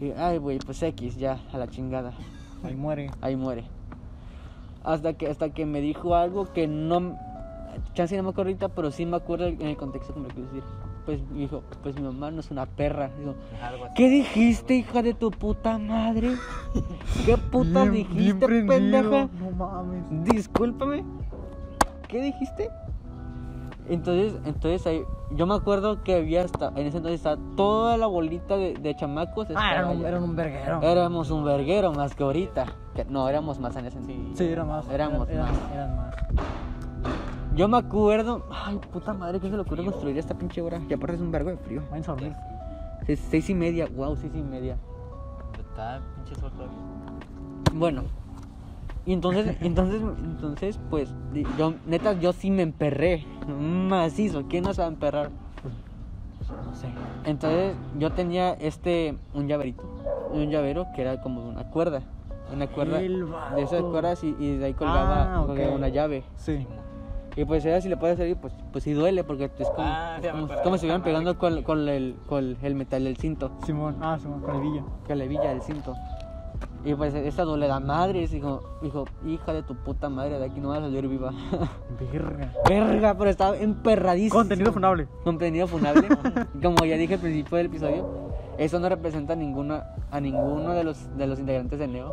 S1: Y, ay, güey, pues X, ya, a la chingada.
S2: Ahí muere.
S1: ahí muere. Hasta que, hasta que me dijo algo que no. Chance no me acuerdo ahorita, pero sí me acuerdo en el contexto que me lo quiso decir. Pues me dijo, pues mi mamá no es una perra. Digo,
S4: Algo así.
S1: ¿qué dijiste, hija de tu puta madre? ¿Qué puta
S2: Bien- bien
S1: dijiste,
S2: prendido.
S1: pendeja?
S2: No mames.
S1: Discúlpame. ¿Qué dijiste? Entonces, entonces ahí, yo me acuerdo que había hasta, en ese entonces estaba toda la bolita de, de chamacos.
S2: Ah,
S1: estaba
S2: eran un,
S1: allá.
S2: eran un verguero.
S1: Éramos un verguero más que ahorita. Que- no, éramos más en ese sentido.
S2: Sí, era más.
S1: Éramos
S2: eran,
S1: más.
S2: Eran más.
S1: Yo me acuerdo. Ay, puta madre, ¿quién se le ocurre construir esta pinche hora? Y aparte es un vergo de frío.
S2: Vayan a dormir.
S1: Seis, seis y media, wow, seis y media.
S4: Está pinche sol todavía.
S1: Bueno. Y entonces, (laughs) entonces, entonces, pues, di- yo, neta, yo sí me emperré. Macizo, ¿quién no se va a emperrar?
S2: No sé.
S1: Entonces, yo tenía este, un llaverito, un llavero que era como de una cuerda. Una cuerda.
S2: El
S1: De esas
S2: vato.
S1: cuerdas y, y de ahí colgaba,
S2: Ah, ok.
S1: colgaba una llave.
S2: Sí.
S1: Y pues era si le puede salir, pues, pues sí duele, porque es como,
S4: Ah, ya me
S1: como,
S4: acuerdo.
S1: como si estuvieran
S4: Ah,
S1: pegando con, con el, con el metal del cinto,
S2: Simón. Ah, Simón, con el villa.
S1: con la hebilla del cinto. Y pues esa duele la madre, y dijo, dijo, hija de tu puta madre, de aquí no vas a salir viva. (laughs)
S2: Verga.
S1: Verga, pero estaba emperradísimo.
S2: Contenido funable.
S1: Contenido funable. (laughs) como ya dije al principio del episodio, eso no representa a ninguno, a ninguno de los, de los integrantes de Neo,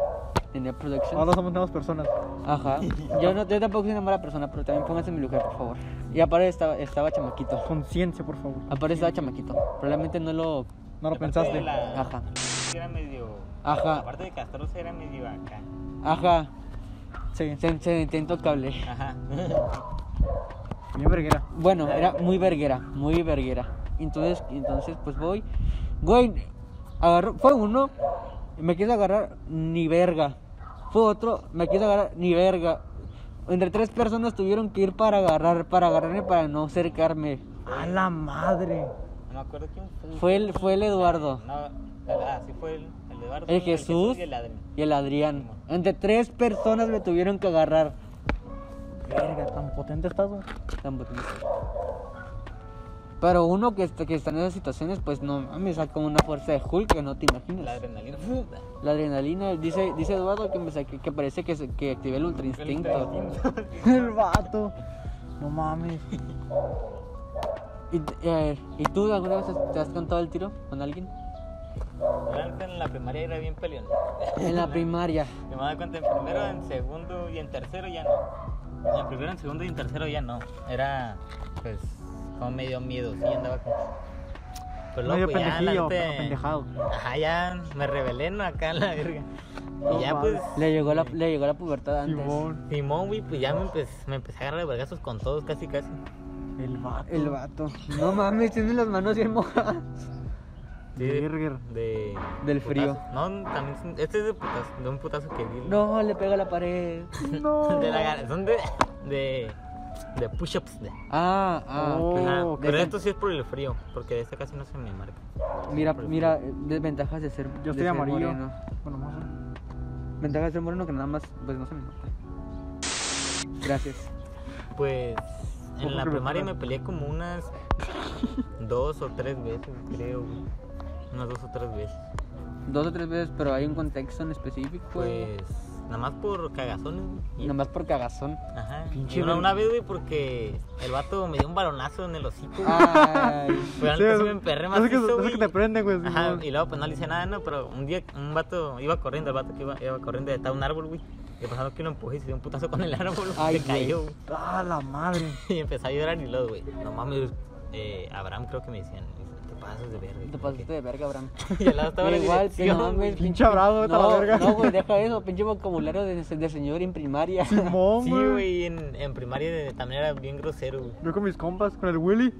S1: de Neo Productions.
S2: Ahora somos nuevas personas.
S1: Ajá. Yo, no, yo tampoco soy una mala persona, pero también pónganse en mi lugar, por favor. Y aparte estaba, estaba chamaquito.
S2: Conciencia, por favor.
S1: Aparte estaba chamaquito. Probablemente no lo.
S2: No lo
S4: Aparte de
S2: pensaste.
S4: la-
S1: Ajá. Ah.
S4: Era medio.
S1: Ajá.
S4: Aparte de Castro, era medio acá.
S1: Ajá.
S2: Sí.
S1: Se, se intentó cable.
S4: Ajá.
S2: Bien verguera.
S1: Bueno, era muy verguera. Muy verguera. Entonces, entonces pues voy. Güey, agarró. Fue uno. Me quiso agarrar ni verga. Fue otro. Me quiso agarrar ni verga. Entre tres personas tuvieron que ir para agarrar, para agarrarme, para no cercarme.
S2: A la madre.
S4: No me acuerdo quién fue.
S1: Fue el, fue el Eduardo.
S4: No, ah, sí fue el, el Eduardo.
S1: El ¿Eh, Jesús
S4: y el Adrián.
S1: y el Adrián. Entre tres personas me tuvieron que agarrar.
S2: Verga, tan potente estás, güey.
S1: Tan bonito. Pero uno que, está- que está en esas situaciones, pues no mames, saca una fuerza de Hulk que no te
S4: La
S1: imaginas.
S4: adrenalina.
S1: La adrenalina, dice, dice Eduardo que, me saqué- que parece que, se- que activé el ultra instinto.
S2: El vato. No mames.
S1: (laughs) Y, eh, ¿y tú alguna vez te has cantado el tiro con alguien?
S4: La neta, en la primaria era bien peleón.
S1: En la primaria.
S4: Me daba cuenta en primero, en segundo y en tercero ya no. En primero, en segundo y en tercero ya no. Era, pues, como medio miedo. Sí, andaba como. Pues
S2: Medio
S4: loco, ya, la
S2: pendejillo,
S4: neta-
S2: pero pendejado.
S4: Ajá, ya me rebelé, ¿no? Acá la verga.
S2: No
S4: y ya,
S2: mames.
S4: pues.
S1: Le llegó la, le llegó la pubertad antes.
S2: Simón,
S4: Simón, güey, pues ya me empecé, me empecé a agarrar de vergazos con todos, casi, casi.
S2: el vato.
S1: El vato. No mames, tiene las manos bien mojadas.
S4: Sí,
S2: Verga.
S4: de
S1: Del frío.
S4: putazo. No, también son- este es de, putazo, de un putazo que di.
S1: No, le pega a la pared.
S2: No.
S4: De la gar- son de de de push-ups. De,
S1: Ah, ah.
S2: Oh.
S1: ok.
S4: Ajá,
S2: ok.
S4: Pero esto sí es por el frío, porque de esta casi no se me marca.
S1: Mira, mira, eh, desventajas de ser.
S2: Yo
S1: de
S2: estoy
S1: ser
S2: amarillo.
S1: moreno.
S2: Bueno, vamos a ver.
S1: Ventajas de ser moreno que nada más, pues no se me nota. Gracias.
S4: Pues
S2: Ojo
S4: en la
S2: que me
S4: primaria
S2: pega.
S4: me peleé como unas (laughs) dos o tres veces, creo. güey. Unas dos o tres veces.
S1: Dos o tres veces, pero hay un contexto en específico.
S4: Pues nada más por cagazones. güey.
S1: Nomás por cagazón.
S4: Ajá.
S2: Pinche
S4: Y una,
S2: ver-
S4: una vez, güey, porque el vato me dio un balonazo en el hocico. güey.
S1: Ay.
S4: Pero
S2: Ah, Sí,
S4: antes sí
S2: es-
S4: me emperré
S2: es que-
S4: macizo,
S2: es
S4: güey.
S2: que te prenden, güey.
S4: Ajá,
S2: Simón.
S4: y luego pues no le hice nada, no, pero un día un vato iba corriendo, el vato que iba, iba corriendo estaba un árbol, güey. Y pasando que lo empujé y se dio un putazo con el árbol, güey,
S1: Ay,
S4: se
S1: güey.
S4: cayó. güey.
S2: Ah, la madre.
S4: (laughs) Y empecé a llorar y luego, güey, no mames, eh, Abraham creo que me decían, te pasas de verga.
S1: Te pasaste de verga, Abraham.
S4: (laughs) Y al lado estaba la
S1: Igual,
S4: dirección,
S1: no,
S4: güey.
S1: güey,
S2: Pinche bravo, vete a la
S1: no,
S2: verga.
S1: No, güey, deja eso, pinche vocabulario de, de señor en primaria.
S2: Simón,
S4: Sí,
S2: güey.
S4: güey, en, en primaria de- también era bien grosero, güey.
S2: Yo con mis compas, con el Willy.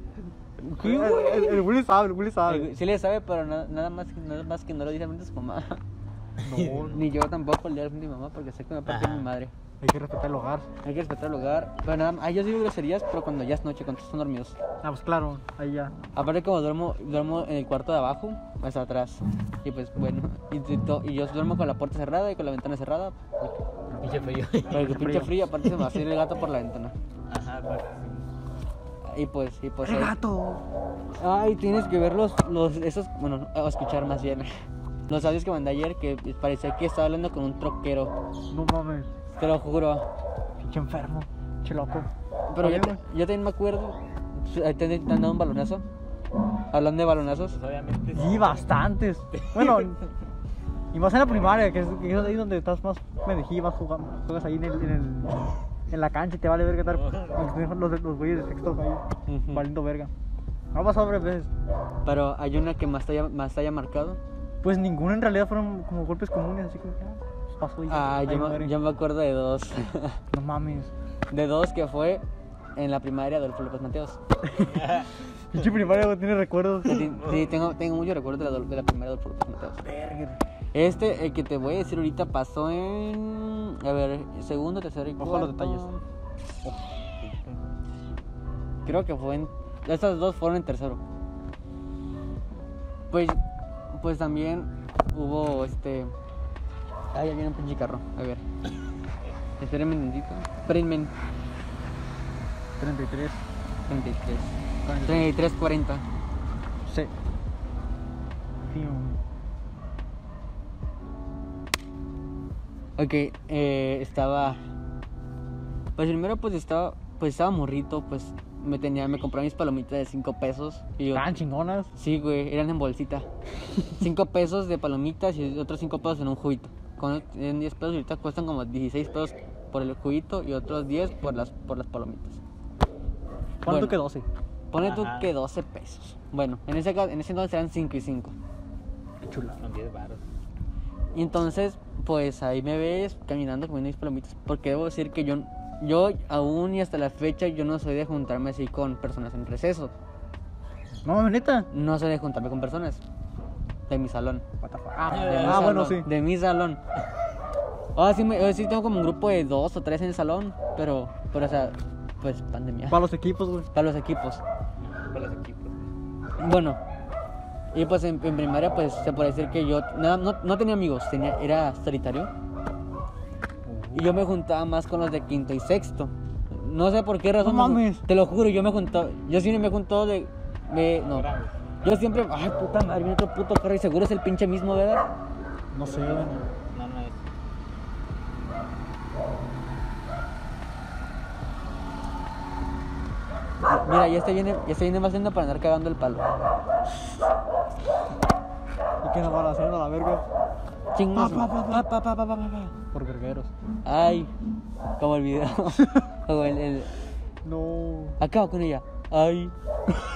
S1: Sí,
S2: El,
S1: güey.
S2: el- el Willy sabe, el Willy sabe.
S1: Sí le sabe, pero na- nada, más, nada más que no lo dice frente a su mamá. (laughs)
S2: No,
S1: Ni yo tampoco le digo al frente a mi mamá porque sé que me parte
S4: Ajá.
S1: mi madre.
S2: hay que respetar el hogar.
S1: Hay que respetar el hogar. Pero nada, ah, yo digo groserías, pero cuando ya es noche, cuando están dormidos.
S2: Ah, pues claro, ahí ya.
S1: Aparte como duermo, duermo en el cuarto de abajo, hasta atrás. Y pues bueno, y, y to- y yo duermo con la puerta cerrada y con la ventana cerrada.
S4: Pinche frío. (laughs)
S1: Porque pinche frío, aparte se me va a salir el gato por la ventana.
S4: Ajá, pues.
S1: Y pues, y pues...
S2: ¡El
S1: ahí-
S2: gato!
S1: Ay, tienes que ver los, los, esos, bueno, o escuchar más bien. Los audios que mandé ayer que parecía que estaba hablando con un troquero.
S2: No mames,
S1: Te lo juro.
S2: pinche enfermo, pinche loco.
S1: Pero yo,
S2: Oye,
S1: te- yo también me acuerdo. eh, Te, te han dado un balonazo. Hablando de balonazos.
S4: Pues obviamente.
S2: Sí, bastantes. Bueno, y más en la primaria, que es, que es ahí donde estás más pendejillo, más jugando. Juegas ahí en, el, en, el- en la cancha y te vale verga estar los, los, los güeyes de sexto ahí,
S1: Ujú.
S2: valiendo verga. No ha pasado varias veces.
S1: Pero hay una que más te haya, más te haya marcado.
S2: Pues ninguno en realidad fueron como golpes comunes, así como que ah, pasó y ya,
S1: Ah,
S2: ahí
S1: yo me,
S2: muere.
S1: yo me acuerdo de dos. (laughs)
S2: No mames.
S1: de dos que fue en la primaria de Adolfo López Mateos.
S2: Pinche primaria güey, tiene recuerdos.
S1: Que ti- Sí, tengo, tengo muchos recuerdos de la, Adol- de la primaria de Adolfo López Mateos.
S2: Verga.
S1: Este, el que te voy a decir ahorita, pasó en. A ver, segundo, tercero y
S2: Ojo
S1: cuarto.
S2: a los detalles.
S1: Creo que fue en. Estas dos fueron en tercero. Pues. Pues también hubo este. Ay, ahí viene un pinche carro. A ver. Espérenme un momentito. Espérenme.
S2: 33.
S1: 33. 33, 40.
S2: Sí. Fium.
S1: Ok, eh, estaba. Pues primero, pues estaba. Pues estaba morrito, pues me tenía. Me compré mis palomitas de 5 pesos. Y yo.
S2: Tan Ah, chingonas.
S1: Sí, güey, eran en bolsita. 5 pesos de palomitas y otros 5 pesos en un juguito. Con en 10 pesos y ahorita cuestan como 16 pesos por el juguito y otros 10 por las, por las palomitas.
S2: ¿Cuánto
S1: Bueno.
S2: que 12?
S1: Pone tú
S4: Ajá.
S1: que 12 pesos. Bueno, en ese, ca- en ese entonces eran 5 y 5.
S2: Chula.
S4: Con 10 baros.
S1: Y entonces, pues ahí me ves caminando comiendo mis palomitas. Porque debo decir que yo, yo aún y hasta la fecha, yo no soy de juntarme así con personas en receso.
S2: No mames, neta.
S1: No soy de juntarme con personas de mi salón.
S2: What the
S1: De
S2: fuck.
S1: mi
S2: Ah,
S1: salón,
S2: bueno, sí.
S1: De mi salón. Ahora sí, me- ahora sí tengo como un grupo de dos o tres en el salón, pero, pero o sea, pues pandemia.
S2: Para los equipos, güey.
S1: Para los equipos.
S4: Con los equipos.
S1: Bueno, y pues en, en primaria pues se puede decir que yo nada- no, no tenía amigos, tenía, era solitario. Y yo me juntaba más con los de quinto y sexto. No sé por qué razón.
S2: No
S1: me jun-
S2: mames.
S1: Te lo juro, yo me juntaba. Yo siempre me he juntado de. me- no. Yo siempre. Ay, puta madre, viene otro puto carro y seguro es el pinche mismo, ¿verdad?
S2: No sé, güey.
S4: No, no (laughs) es.
S1: Mira, ya este viene, ya este viene más lento para andar cagando el palo.
S2: ¿Y qué nos van a hacer a la verga?
S1: Chingos.
S2: Pa, pa, pa, pa, pa, pa, pa, pa, pa. Por vergueros.
S1: Ay, como el video. (laughs) Luego el- el-
S2: No.
S1: acabo con ella. Ay.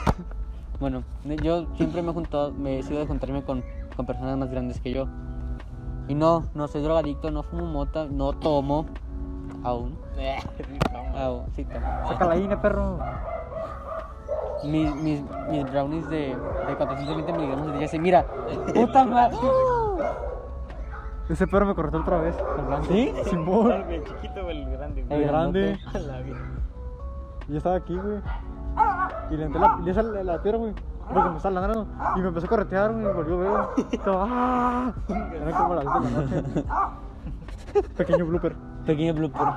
S1: (laughs) bueno, ne- yo siempre me he juntado, me he sido de juntarme con, con personas más grandes que yo. Y no, no soy drogadicto, no fumo mota, no tomo. Aún. Aún, sí tomo.
S2: Saca la INE, perro.
S1: Mis, mis, mis brownies de, de 420 miligramos de dice, mira, puta madre.
S2: Ese perro me cortó otra vez. el blanco.
S1: ¿Sí?
S2: Simón.
S3: El chiquito o el grande,
S2: El
S1: El
S2: grande.
S1: grandote.
S3: A la vida.
S2: Yo estaba aquí, güey. Y le entré la, le hice la, la piedra, güey. Porque me estaba ladrando. Y me empezó a corretear, güey. Y volvió a ver. güey. Y Estaba. ¡Ah! Era como las 10 de la noche. Pequeño blooper.
S1: Pequeño blooper.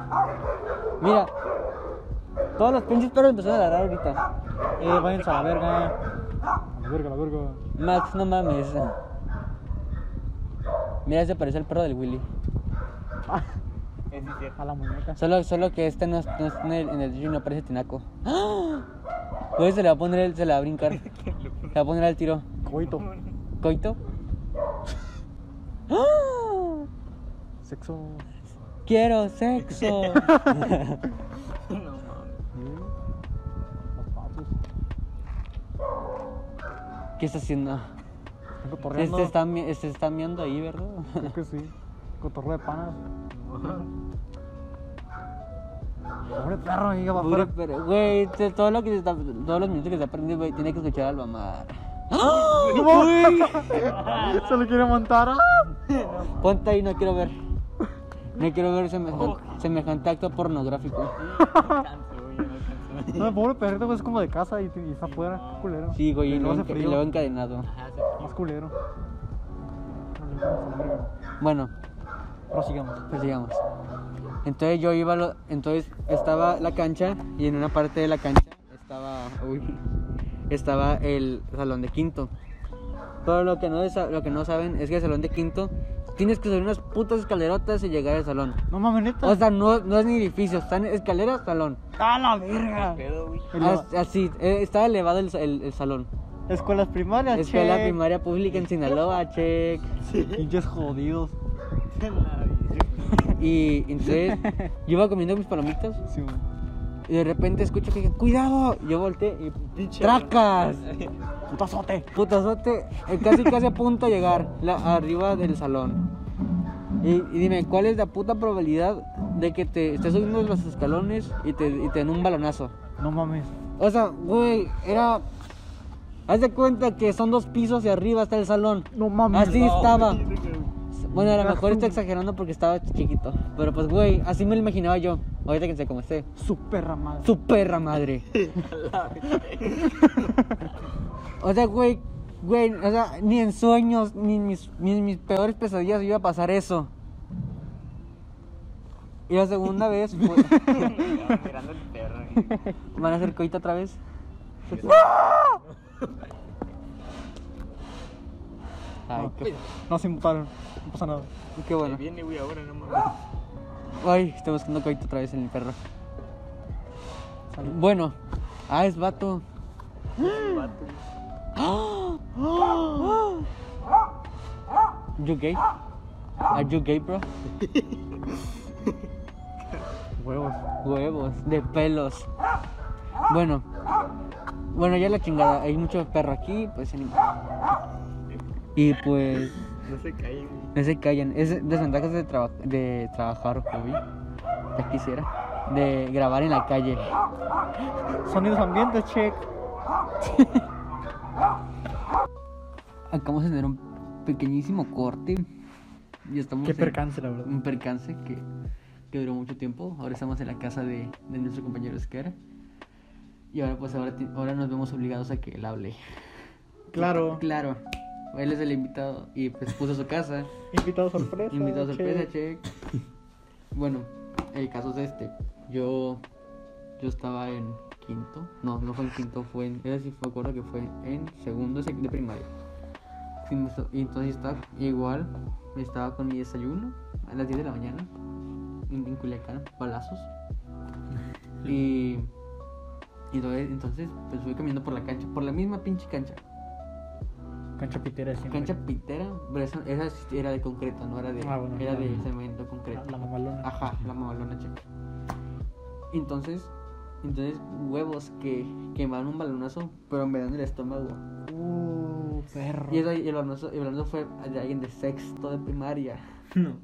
S1: Mira, todos los pinches perros empezaron a ladrar ahorita.
S2: Eh, váyanse a la verga. A la verga, a la verga.
S1: Max, no mames. Mira, se parece al perro del Willy.
S2: Ah,
S3: Es cierto.
S2: a la muñeca.
S1: Solo, solo que este no, es- no está en el, en el tiro y no parece tinaco. ¡Ah! Güey, se le va a poner, el- se le va a brincar. Se le va a poner al tiro.
S2: Coito.
S1: ¿Coito? ¡Ah!
S2: Sexo.
S1: Quiero sexo.
S3: No mames.
S2: ¿Eh? Los papus.
S1: ¿Qué está haciendo?
S2: Están cotorreando.
S1: Este está, mi- este está miando ahí, ¿verdad?
S2: Creo que sí. Cotorreo de panas. Pobre perro, ahí va
S1: Pobre
S2: afuera.
S1: perro. Güey, te- todo lo que se está, todos los minutos que se aprende, güey, tiene que escuchar al ¡Ah! mamar.
S2: Se le quiere montar. ¡ah!
S1: Ponte ahí, no quiero ver. No quiero ver semejante, semejante acto pornográfico.
S3: Canso, güey, ya no canso.
S2: No, el pobre perrito güey, es como de casa y, y está afuera. Qué culero.
S1: Sí, güey, y
S2: lo
S1: luego,
S2: hace
S1: enca- y
S2: frío.
S1: luego encadenado.
S3: Ajá, sí.
S2: Más culero. No, le vamos a la verga.
S1: Bueno,
S2: Prosigamos.
S1: pues digamos. Entonces yo iba, a lo- entonces estaba la cancha y en una parte de la cancha estaba, uy, estaba el salón de quinto. Pero lo que no, desa- lo que no saben es que el salón de quinto tienes que subir unas putas escalerotas y llegar al salón.
S2: No mames, neta.
S1: O sea, no, no es ni edificio, están escaleras, salón.
S2: ¡A la verga!
S4: Pedo, güey.
S2: Y luego,
S1: As- Así, eh, está elevado el, el- el salón.
S2: Escuelas primarias,
S1: Escuela
S2: che.
S1: primaria pública en Sinaloa, check.
S2: Pinches jodidos.
S1: Y entonces yo iba comiendo mis palomitas
S2: Sí, güey.
S1: y de repente escucho que dicen, ¡cuidado! Yo volteé y ¡tracas!
S2: Putazote.
S1: Putazote, eh, casi casi a punto de llegar la- arriba del salón. Y, y dime, ¿cuál es la puta probabilidad de que te estés subiendo los escalones y te, y te den un balonazo?
S2: No mames.
S1: O sea, güey, era. Haz de cuenta que son dos pisos y arriba está el salón.
S2: No mames.
S1: Así estaba. Bueno, a lo
S2: Carajo.
S1: mejor estoy exagerando porque estaba chiquito. Pero pues, güey, así me lo imaginaba yo. Ahorita que sé cómo esté.
S2: Su perra madre.
S1: Su perra madre. o sea, güey, güey, o sea, ni en sueños, ni en mis, ni en mis peores pesadillas iba a pasar eso. Y la segunda vez, fue-
S4: (laughs) Mirando el perro, güey.
S1: ¿van a hacer coito otra vez?
S4: ¡Ah!
S1: Ay, qué,
S2: No se mutaron. No pasa nada.
S1: qué bueno.
S4: Viene, güey, ahora, no mames.
S1: Ay, estoy buscando coito otra vez en el perro.
S2: Salud.
S1: Bueno, ah, es vato. (gasps) You gay? Are you gay, bro?
S2: Huevos.
S1: Huevos, de pelos. Bueno, bueno, ya la chingada. Hay mucho perro aquí, pues se anima. Y pues,
S4: No se cae, güey.
S1: no se callan. Es desventajas de, traba- de trabajar, hoy. Ya quisiera. De grabar en la calle.
S2: Sonidos ambientes, check.
S1: Acabamos de tener un pequeñísimo corte. Y estamos
S2: Qué
S1: en
S2: percance, la verdad.
S1: un percance que, que duró mucho tiempo. Ahora estamos en la casa de, de nuestro compañero Esquer. Y ahora pues ahora, ti- ahora nos vemos obligados a que él hable.
S2: Claro.
S1: Claro. Él es el invitado y pues puso su casa.
S2: Invitado sorpresa.
S1: Invitado
S2: check.
S1: sorpresa, check. Bueno, el caso es este. Yo yo estaba en quinto. No, no fue en quinto, fue en. Era sí, me acuerdo que fue en segundo sec- de primaria. Fuimos a- Y entonces estaba igual. Estaba con mi desayuno a las 10 de la mañana. En, en Culiacán, balazos. Y. Y entonces, entonces, pues fui caminando por la cancha, por la misma pinche cancha.
S2: Cancha pitera siempre.
S1: Cancha pitera, pero esa, esa sí era de concreto, no era de,
S2: Ah, bueno,
S1: era
S2: claro.
S1: de cemento
S2: La,
S1: concreto.
S2: la mamalona.
S1: Ajá, la mamalona checa. Entonces, entonces huevos que quemaron un balonazo, pero en verdad en el estómago.
S2: Uh, perro.
S1: Y, eso, y el, balonazo, el balonazo fue de alguien de sexto de primaria.
S2: No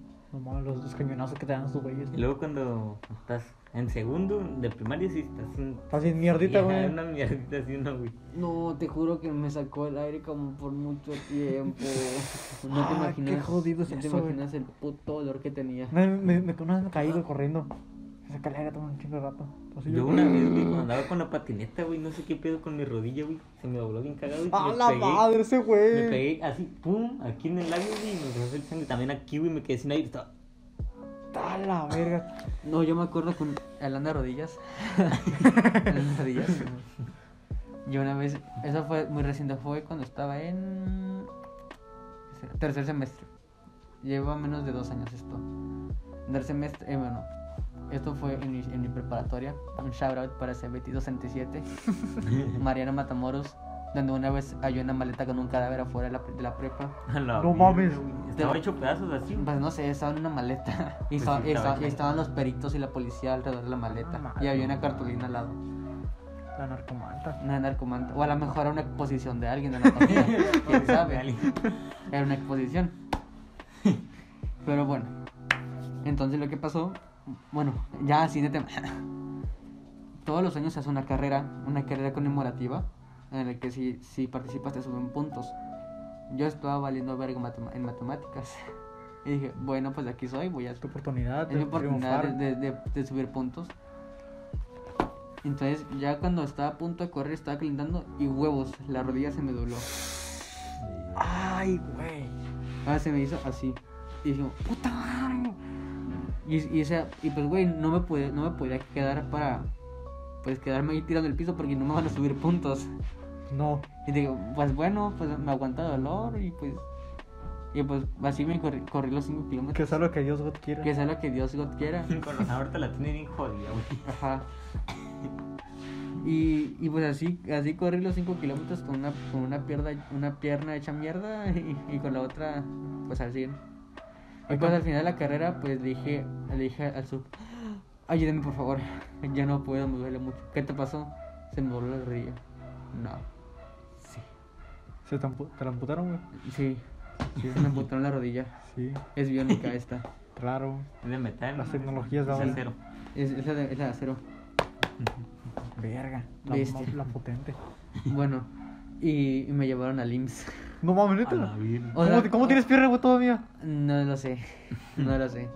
S2: mames, los, los cañonazos que te dan esos güeyes.
S4: Y luego cuando estás en segundo de primaria, sí estás un...
S2: Estás bien mierdita,
S4: Ajá,
S2: güey.
S4: Una mierdita así, una, güey.
S1: No, te juro que me sacó el aire como por mucho
S2: (laughs)
S1: tiempo. No te
S2: Ah,
S1: imaginas.
S2: qué jodido es
S1: No te
S2: eso, güey.
S1: imaginas el puto dolor que tenía.
S2: Una vez Me, me, una vez me caí, güey, corriendo. Se saca el aire, toma un chingo de rato. Así
S4: Yo una vez, güey, cuando andaba con la patineta, güey, no sé qué pedo con mi rodilla, güey. Se me dobló bien cagado y
S2: ¡A
S4: me
S2: la
S4: pegué.
S2: madre ese
S4: Me
S2: güey!
S4: pegué así, pum, aquí en el labio, güey, y me rozó el sangre. También aquí, güey, me quedé sin aire. Estaba... (laughs)
S2: ¡A la verga!
S1: No, yo me acuerdo con Alan de Rodillas. Alan de Rodillas. Yo una vez, eso fue muy reciente, fue cuando estaba en tercer semestre. Lleva menos de dos años esto. En tercer semestre, eh, bueno, esto fue en mi, en mi preparatoria. Un shout out para CBT267, Mariana Matamoros, donde una vez halló una maleta con un cadáver afuera de la, de la prepa.
S4: A la
S2: No
S4: verga,
S2: mames.
S4: güey. Estaba hecho pedazos así.
S1: Pues no sé, estaba en una maleta. (laughs) Y,
S4: Pues
S1: estaba-
S4: sí, estaba
S1: estaba-
S4: hecho.
S1: estaban los peritos y la policía alrededor de la maleta.
S2: Ah,
S1: y había una cartulina al lado.
S2: La narcomanta.
S1: Una narcomanta. O a lo mejor era una exposición de alguien de la partida. ¿Quién
S4: (laughs)
S1: sabe? Era una exposición. (laughs) Pero bueno. Entonces lo que pasó. Bueno, ya así de tema. (laughs) Todos los años se hace una carrera, una carrera conmemorativa, en la que si, si participas te suben puntos. Yo estaba valiendo verga en matema- en matemáticas. (laughs) Y dije, bueno, pues de aquí soy, voy a
S2: Tu oportunidad
S1: es mi
S2: de
S1: oportunidad
S2: triunfar.
S1: de, de- de subir puntos. Entonces, ya cuando estaba a punto de correr, estaba calentando y huevos, la rodilla se me dobló.
S2: ¡Ay, güey!
S1: Ahora Ah, se me hizo así. Y dije, puta madre. Y, y, esa- y pues, güey, no me, podía, no me podía quedar para. Pues quedarme ahí tirando el piso porque no me van a subir puntos.
S2: No.
S1: Y digo, pues bueno, pues me aguanta dolor y pues. Y pues así me corrí, corrí los 5
S2: Que
S1: kilómetros.
S2: sea lo que Dios God quiera.
S1: Que sea lo que Dios God quiera.
S4: Con razón, ahorita la tiene bien jodida, güey.
S1: Ajá. Y, y pues así, así corrí los 5 kilómetros con una, con una pierna, una pierna hecha mierda y, y con la otra, pues al 100. Y pues al final de la carrera, pues le dije, le dije al sub, ayúdame por favor, (laughs) ya no puedo, me duele mucho. ¿Qué te pasó? Se me voló la rodilla. No. Sí.
S2: Se te, ampu- te la amputaron, güey.
S1: Sí. Se me amputaron la rodilla.
S2: Sí,
S1: Es biónica esta.
S2: claro.
S4: Es de metal.
S2: Las tecnologías de
S4: de
S2: ahora.
S4: acero.
S1: Es, es la de- es la de acero.
S2: Verga. La,
S1: Bestia.
S2: la potente.
S1: Bueno, y, y me llevaron al IMSS.
S2: No mames,
S4: A la
S2: neta.
S4: virgen.
S1: O
S2: ¿Cómo,
S1: sea,
S2: te- cómo tienes pierna, güey, todavía?
S1: No lo sé, no lo sé.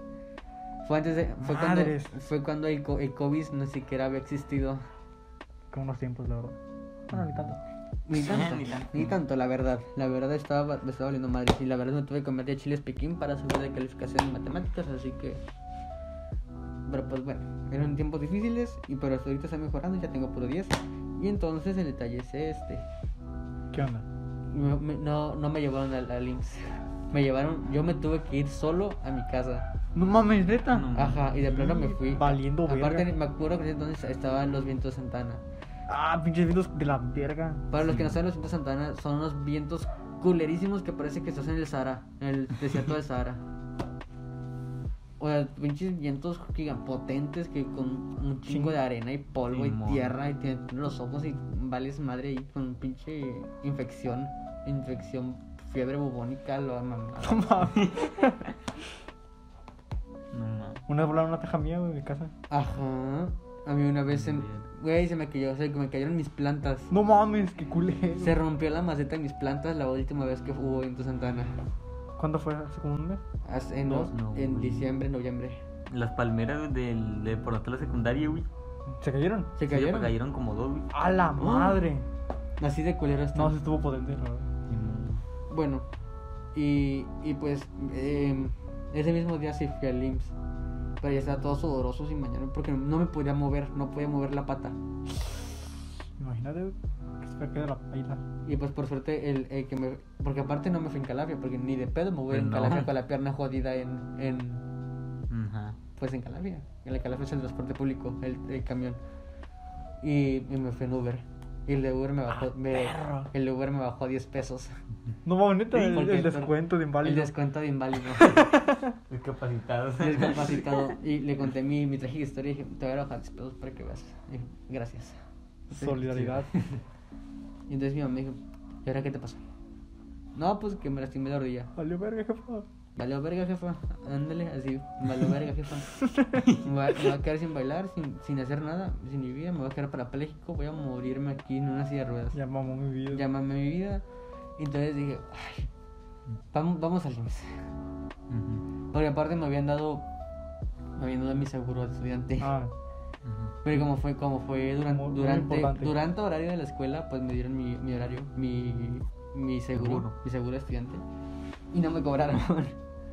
S1: Fue antes de. Fue cuando,
S2: Madres.
S1: fue cuando el, co- el COVID no siquiera había existido.
S2: Con unos tiempos, la verdad. Bueno, ni tanto.
S1: Ni
S4: Sí,
S1: tanto,
S4: ni tanto.
S1: ni tanto, la verdad. La verdad estaba, me estaba valiendo madre. Y la verdad me tuve que comer de chiles piquín para subir de calificación en matemáticas, así que. Pero pues bueno, eran tiempos difíciles, y pero hasta ahorita está mejorando, ya tengo puro 10. Y entonces el detalle es este.
S2: ¿Qué onda?
S1: Me- me- no, no me llevaron al, al IMSS. Me llevaron, yo me tuve que ir solo a mi casa.
S2: No mames, neta.
S4: No.
S1: Ajá, y de plano me fui.
S2: Valiendo
S1: Aparte,
S2: verga.
S1: me acuerdo que entonces estaban los vientos de Santana.
S2: Ah, pinches vientos de la
S1: (laughs)
S2: verga.
S1: Para los que no saben, los vientos de Santana son unos vientos culerísimos que parece que estás en el Sahara, en el desierto del Sahara. O sea, pinches vientos gigapotentes que con un chingo de arena y polvo
S4: Simón.
S1: y tierra y tienen los ojos y vales madre y con pinche infección, infección, fiebre bubónica, lo mamada.
S2: No mames.
S4: No mames.
S2: Una vez volaron una teja mía, güey, de mi casa.
S1: Ajá. A mí una vez se,
S4: Bien.
S1: güey, se me cayó, se me cayeron mis plantas.
S2: No mames, qué culero.
S1: Se rompió la maceta de mis plantas la última vez que hubo viento Santana.
S2: ¿Cuándo fue? ¿Hace como un mes?
S1: Hace en,
S4: No, no,
S1: en
S4: güey.
S1: diciembre, noviembre.
S4: Las palmeras del, de por atrás de la secundaria, güey.
S2: ¿Se cayeron?
S1: ¿Se
S4: Sí,
S1: cayeron?
S4: cayeron como dos, güey.
S2: A
S1: Ah.
S2: la madre.
S1: Así de culero está.
S2: No, se estuvo potente, la verdad.
S1: Bueno, y, y pues eh, ese mismo día sí fui al IMSS. Pero ya estaba todo sudoroso sin mañana porque no me podía mover, no podía mover la pata.
S2: Imagínate, güey. Que se quede la paila.
S1: Y pues por suerte, el, el que me. Porque aparte no me fui en Calafia, porque ni de pedo me voy
S4: Pues
S1: en
S4: no.
S1: Calafia con la pierna jodida en. en
S4: Ajá.
S1: pues en Calafia. En la Calafia es el transporte público, el, el camión. Y, y me fui en Uber. Y el de Uber me bajó. me- el Uber me bajó 10 pesos.
S2: No mames, neta, el,
S1: Porque
S2: el
S1: esto-
S2: descuento de
S1: El
S2: inválido.
S1: descuento de inválido.
S4: Discapacitados. (laughs)
S1: Discapacitado. Y le conté mi, mi trágica historia y dije, te voy a bajar 10 pesos para que veas. Y dijo, gracias.
S2: Solidaridad.
S1: (laughs) Y entonces mi mamá me dijo, ¿y ahora qué te pasó? No, pues que me lastimé la rodilla.
S2: Valió verga, jefa.
S1: Valió verga, jefa. Ándale, así.
S2: (laughs)
S1: Valió verga, jefa. Me voy, a, me voy a quedar sin bailar, sin, sin hacer nada, sin mi vida. Me voy a quedar parapléjico. Voy a morirme aquí en una silla de ruedas.
S2: Ya mamó mi vida.
S1: Llámame mi vida. Y entonces dije, ay, vamos, vamos al IMSS. Porque aparte me habían dado, me habían dado mi seguro de estudiante.
S2: Ah,
S1: Pero como fue, como fue duran-
S2: Muy- muy
S1: durante,
S2: importante.
S1: durante horario de la escuela, pues me dieron mi, mi horario, mi, mi seguro,
S4: Seguro.
S1: mi seguro de estudiante. Y no me cobraron.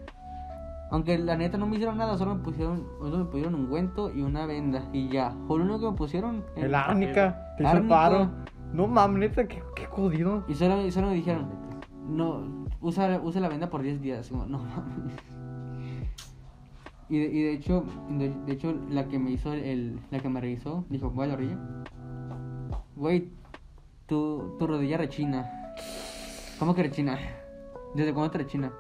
S1: (laughs) Aunque la neta no me hicieron nada, solo me pusieron, solo me pusieron un cuento y una venda. Y ya. Fue lo único que me pusieron. en-
S2: el árnica. Te hizo el
S1: Árnica.
S2: paro. No mames, neta, qué, qué jodido.
S1: Y solo, y solo me dijeron, no, usa, usa la venda por 10 días. Como, no mames. Y de, y de hecho, de, de hecho, la que me hizo el, la que me revisó, dijo, voy a la orilla. Güey, tu, tu rodilla rechina. ¿Cómo que rechina? ¿Desde cuándo te rechina?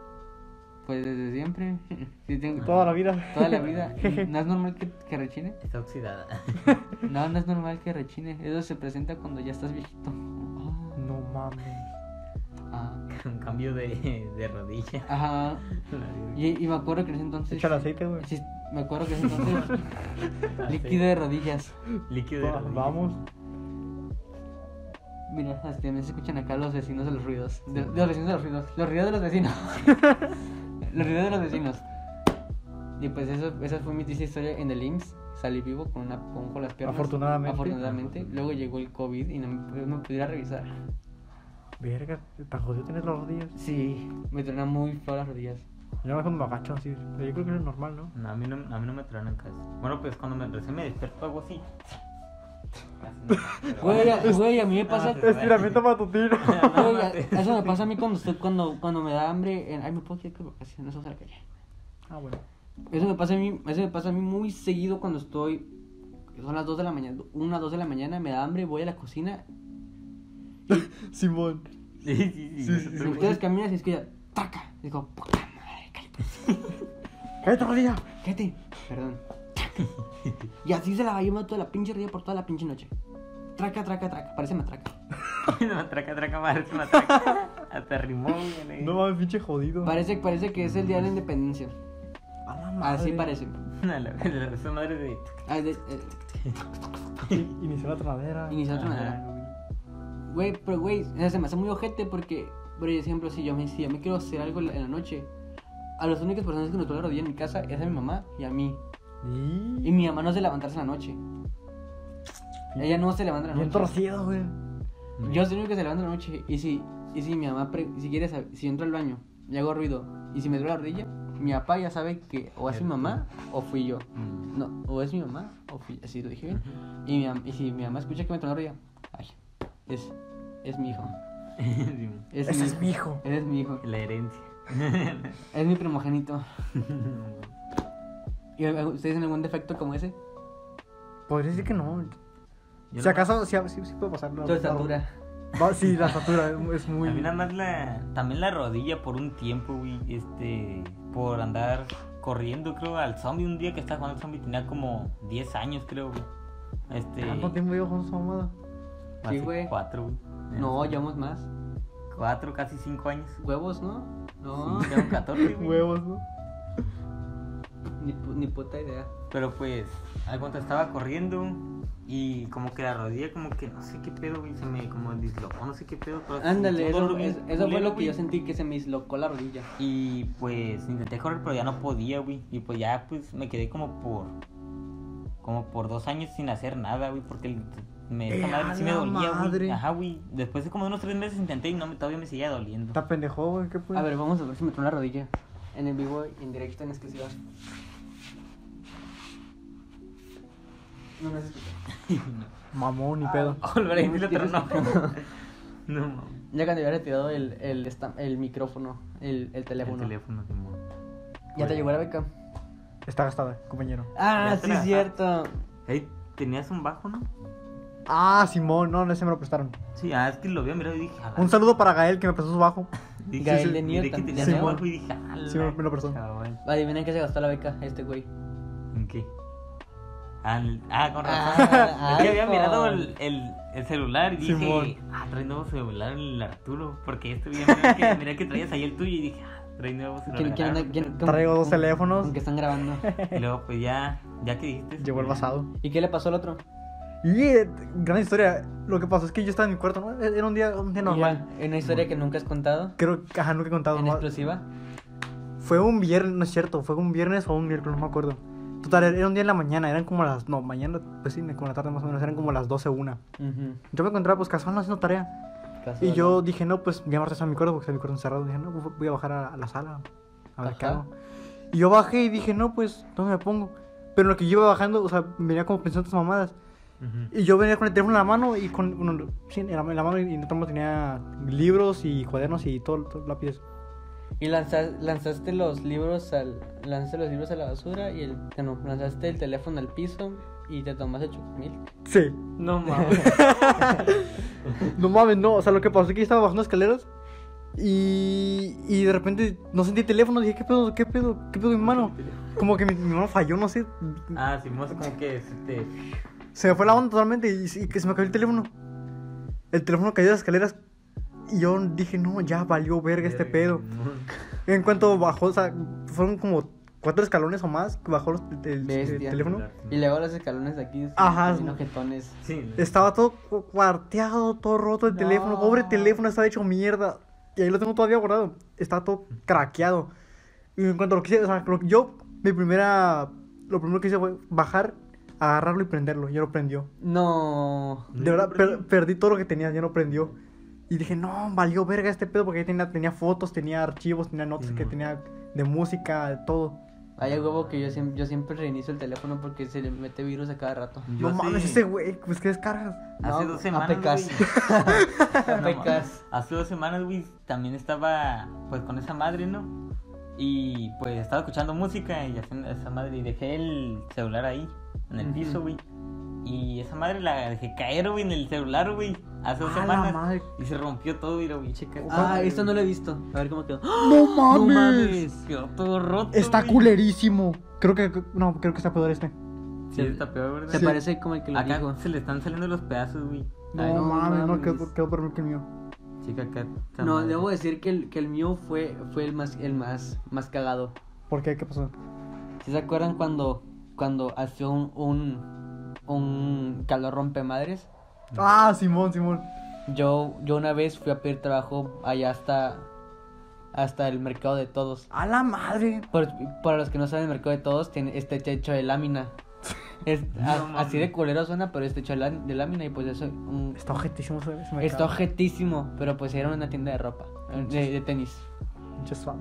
S1: Pues desde siempre. (laughs) Sí, tengo-
S2: Toda la vida.
S1: Toda la
S2: (laughs)
S1: vida. ¿No es normal que, que rechine?
S4: Está oxidada. (laughs)
S1: No, no es normal que rechine. Eso se presenta cuando ya estás viejito. Ah,
S2: No mames.
S1: ah.
S4: Un cambio de,
S2: (laughs)
S4: de rodilla.
S1: Ajá. Y, y me acuerdo que en ese entonces.
S2: Echa el aceite, güey.
S1: Sí, me acuerdo que en ese
S2: (laughs)
S1: entonces. líquido de rodillas.
S4: Líquido de
S2: Va-
S4: rodilla.
S2: Vamos.
S1: Mira, hasta también se escuchan acá los vecinos de los ruidos. De, de los vecinos de los ruidos. Los ruidos de los vecinos. (laughs) los ruidos de los vecinos. Y pues eso, esa fue mi triste historia en el IMSS. Salí vivo con, una, con, con las piernas.
S2: Afortunadamente.
S1: Afortunadamente. Luego llegó el COVID y no me, no me pudiera revisar.
S2: Verga, tan jodido tienes las rodillas.
S1: Sí, me tronan muy feo las rodillas.
S2: Yo mejor me agacho así. Pero yo creo que eso es normal, ¿no?
S4: No, a mí no, a mí no me traen en casa. Bueno, pues cuando me, recién me desperto hago
S2: (laughs)
S4: así.
S1: Güey, a- güey, a mí me pasa.
S2: Ah, Estiramiento matutino.
S1: Oye, eso me pasa a mí cuando, estoy, cuando, cuando me da hambre. En, ay, me puedo quedar con así, no se va a la calle.
S2: (laughs) ah, bueno.
S1: Eso me, pasa a mí, eso me pasa a mí muy seguido cuando estoy. Son las 2 de la mañana, 1 2 de la mañana, me da hambre, voy a la cocina.
S2: Simón.
S4: (laughs) Sí, sí, sí.
S2: Sí, sí,
S1: Y
S4: nosotros-
S1: ustedes caminan y escuchan, ¡taca! Y digo, ¡puta madre, cállate!
S2: ¡Cállate, rodilla!
S1: cállate". Perdón. ¡Taca! Y así se la va llevando toda la pinche ría por toda la pinche noche. Traca, traca, traca, parece matraca.
S4: (laughs) No, atraca, atraca, madre, me atraca. (laughs) Hasta rimó, güey.
S2: No mames, pinche jodido.
S1: Parece, parece que es el día de la independencia.
S2: A la madre.
S1: Así parece.
S4: (laughs) A la verga, Esa madre de.
S1: Ah, de- eh,
S2: In- Inició la tronadera.
S1: Inició la tronadera. Güey, pero güey, o sea, se me hace muy ojete porque, por ejemplo, si yo me, si yo me quiero hacer algo en la- en la noche, a las únicas personas que nos duele la rodilla en mi casa es a mi mamá y a mí.
S2: Y...
S1: Y mi mamá no se levantarse en la noche. Ella no se levanta en la
S2: Bien
S1: noche.
S2: torcido, güey.
S1: Yo soy el único que se levanta en la noche. Y si, y si mi mamá, pre- si quiere, sab- si entro al baño y hago ruido y si me duele la rodilla, mi papá ya sabe que o es mi mamá o fui yo.
S4: Mm.
S1: No, o es mi mamá o fui Así lo dije bien. Y, mi mam- y si mi mamá escucha que me tronó la rodilla, ay, es, es mi hijo.
S4: (laughs) Sí,
S1: Es
S2: Ese
S1: mi
S2: es mi hijo.
S1: Ese es mi hijo.
S4: La herencia. (laughs)
S1: Es mi primogénito. ¿Y al- ustedes tienen algún defecto como ese?
S2: Podría decir que no.
S4: Yo
S2: si
S4: nomás-
S2: acaso, sí, sí, sí puede pasar. la-
S1: Tu estatura.
S2: la- Va, sí, la estatura es muy.
S4: A mí nada más la. También la rodilla por un tiempo, güey. Este. Por andar corriendo, creo, al zombie. Un día que estaba jugando al zombie tenía como 10 años, creo, güey. Este.
S1: Ah,
S2: ¿Cuánto tiempo llevo con su mamada?
S1: Sí,
S4: hace
S1: güey.
S4: Cuatro, güey.
S1: No, llevamos más.
S4: Cuatro, casi cinco años.
S1: Huevos, ¿no? No,
S4: Sí, tengo
S1: (laughs)
S4: 14, güey.
S2: Huevos, ¿no?
S1: ni, pu- ni puta idea.
S4: Pero pues, al cuando estaba corriendo y como que la rodilla, como que no sé qué pedo, güey, se me como dislocó, no sé qué pedo. pero
S1: Ándale,
S4: sentí un
S1: eso,
S4: dolor bien
S1: es- eso fue
S4: culero,
S1: lo que yo
S4: güey.
S1: sentí que se me dislocó la rodilla.
S4: Y pues intenté correr, pero ya no podía, güey. Y pues ya pues me quedé como por. Como por dos años sin hacer nada, güey, porque el- me, esa
S2: ¡Eh, a
S4: madre sí me
S2: la
S4: dolía,
S2: madre!
S4: güey. Ajá, güey. Después de como unos tres meses intenté y no, me- todavía me seguía (laughs) doliendo.
S2: Está pendejo, güey. ¿Qué pues?
S1: A ver, vamos a ver si me tronó la rodilla. En el vivo, en directo, en exclusiva. No me has escuchado.
S2: Mamón,
S1: Ah.
S2: ni pedo.
S4: Volver a decirle, pero
S1: tienes
S4: no. (laughs) No, mames.
S1: (laughs) Ya cuando había retirado el, el, esta- el micrófono, el, el
S4: El
S1: teléfono.
S4: teléfono, Simón.
S1: ya te llegó la beca.
S2: Está gastada, compañero.
S1: Ah,
S4: Ya te
S1: sí,
S4: la
S1: es
S4: dejaste.
S1: cierto.
S4: Ey, tenías un bajo, ¿no?
S2: Ah, Simón, no, no, ese me lo prestaron.
S4: Sí, ah, es que lo veo, mira, y dije, "Ala".
S2: Un saludo para Gael que me prestó su bajo.
S4: Dije,
S1: Gael
S4: sí,
S1: de
S4: miré
S1: Newton,
S4: que tenía
S1: ya
S4: su
S1: sé.
S4: bajo y dije, "Ah, "Ala,
S2: Sí, me lo prestó.
S4: chaval".
S1: Adivinen en qué se gastó la beca este güey.
S4: ¿En qué? Al- ah, con
S1: Ah,
S4: razón. Es que había
S1: iPhone.
S4: mirado el, el, el celular y dije,
S2: Simón.
S4: ah, trae nuevo celular el Arturo. Porque este video, mira que, mira que traías ahí el tuyo y dije, ah, trae nuevo
S1: ¿Quién-
S4: celular.
S1: quién anda- quién- con-
S2: Traigo dos
S1: con-
S2: teléfonos.
S1: Con que están grabando.
S4: Y luego, pues ya, ya que dijiste. pues,
S2: Llegó el basado.
S1: ¿Y qué le pasó al otro?
S2: Y eh, gran historia. Lo que pasó es que yo estaba en mi cuarto, ¿no? Era un día, un día normal.
S1: Mira, una historia que nunca has contado.
S2: Creo que ajá, nunca he contado.
S1: En
S2: ¿no?
S1: exclusiva.
S2: Fue un viernes, no es cierto, fue un viernes o un miércoles, no me acuerdo. Total, era un día en la mañana, eran como las. No, mañana, pues sí, como la tarde más o menos, eran como las 12, una.
S1: Ujú.
S2: Yo me encontraba pues casual no, haciendo tarea.
S1: Casual,
S2: Y
S1: ¿no?
S2: yo dije, no, pues voy a marchar a mi cuarto porque está mi cuarto encerrado. Dije, no, pues, voy a bajar a, a la sala a ver qué
S1: Ajá.
S2: hago. Y yo bajé y dije, no, pues, ¿dónde me pongo? Pero en lo que yo iba bajando, o sea, venía como pensando estas mamadas. Y yo venía con el teléfono en la mano y con. Bueno, sí, en la, en la mano y en la otra mano tenía libros y cuadernos y todo, todo lápices.
S1: Y lanza- lanzaste los libros al lanzaste los libros a la basura y el ah, no, lanzaste el teléfono al piso y te tomaste chocomil.
S2: Sí. (laughs)
S4: No mames.
S2: No mames, no. O sea, lo que pasó es que yo estaba bajando escaleras y, y de repente no sentí el teléfono. Dije, ¿qué pedo? ¿Qué pedo? ¿Qué pedo en mi mano? Como que mi, mi mano falló, no sé.
S4: Ah, sí, más como que este.
S2: Se me fue la onda totalmente y, y que se me cayó el teléfono. El teléfono cayó de las escaleras y yo dije, no, ya valió verga este pedo. En cuanto bajó, o sea, fueron como cuatro escalones o más que bajó los- el- el, el
S1: Bestia.
S2: teléfono.
S1: Y luego los escalones de aquí
S2: Ajá.
S1: son jetones.
S4: (laughs) Sí,
S2: Estaba todo cu- cuarteado, todo roto el teléfono. Pobre
S1: No.
S2: teléfono, estaba hecho mierda. Y ahí lo tengo todavía guardado. Está todo craqueado. Y en cuanto lo quise, o sea, lo- yo, mi primera. Lo primero que hice fue bajar, agarrarlo y prenderlo. Y ya lo prendió.
S1: No.
S2: De verdad, per- perdí todo lo que tenía, ya no prendió. Y dije, no, valió verga este pedo porque ahí tenía, tenía fotos, tenía archivos, tenía notas que
S4: Simón.
S2: tenía de música, de todo.
S1: Hay huevo que yo siempre, yo siempre reinicio el teléfono porque se le mete virus a cada rato.
S4: Yo
S2: no
S4: hace-
S2: mames, ese güey, pues qué descargas.
S4: Hace
S1: No,
S4: dos semanas.
S1: apecas. (laughs)
S4: (laughs) güey. No,
S1: Apecas.
S4: Hace dos semanas, güey, también estaba pues con esa madre, ¿no? Y pues estaba escuchando música y haciendo esa madre y dejé el celular ahí, en el
S1: Ujú.
S4: piso, güey. Y esa madre la dejé caer, güey, en el celular, güey. Hace dos
S2: A la
S4: semanas.
S2: madre.
S4: Y se rompió todo, mira, güey, checa.
S1: Ah,
S4: Ay,
S1: esto no lo he visto. A ver cómo quedó.
S2: ¡No mames!
S4: No mames, quedó todo roto.
S2: Está
S4: güey.
S2: culerísimo. Creo que, no, creo que está peor este.
S4: Sí, está peor, ¿verdad?
S1: Se
S2: Sí.
S1: parece como el que lo
S4: Acá
S1: dijo.
S4: se le están saliendo los pedazos, güey.
S2: No,
S1: Ay, no
S2: mames, no,
S1: mames.
S2: quedó, quedó peor que el mío.
S4: Chica, acá. esta
S1: No,
S4: madre.
S1: debo
S4: (laughs)
S1: decir que el, que el mío fue, fue el más, el más, más cagado.
S2: ¿Por qué? ¿Qué pasó?
S1: ¿Sí se acuerdan cuando, cuando hacía un, un, un calor rompemadres?
S2: Ah, Simón, Simón.
S1: Yo, yo una vez fui a pedir trabajo allá hasta, hasta el mercado de todos.
S2: A la madre.
S1: Por- para los que no saben, el mercado de todos tiene este techo de (laughs) lámina. Es- a-
S4: No mames.
S1: así de culero suena, pero es techo de, la- de lámina y pues eso... Un,
S2: Está objetísimo ese ese mercado.
S1: está objetísimo, pero pues era una tienda de ropa, de- de tenis.
S2: Pinche suave.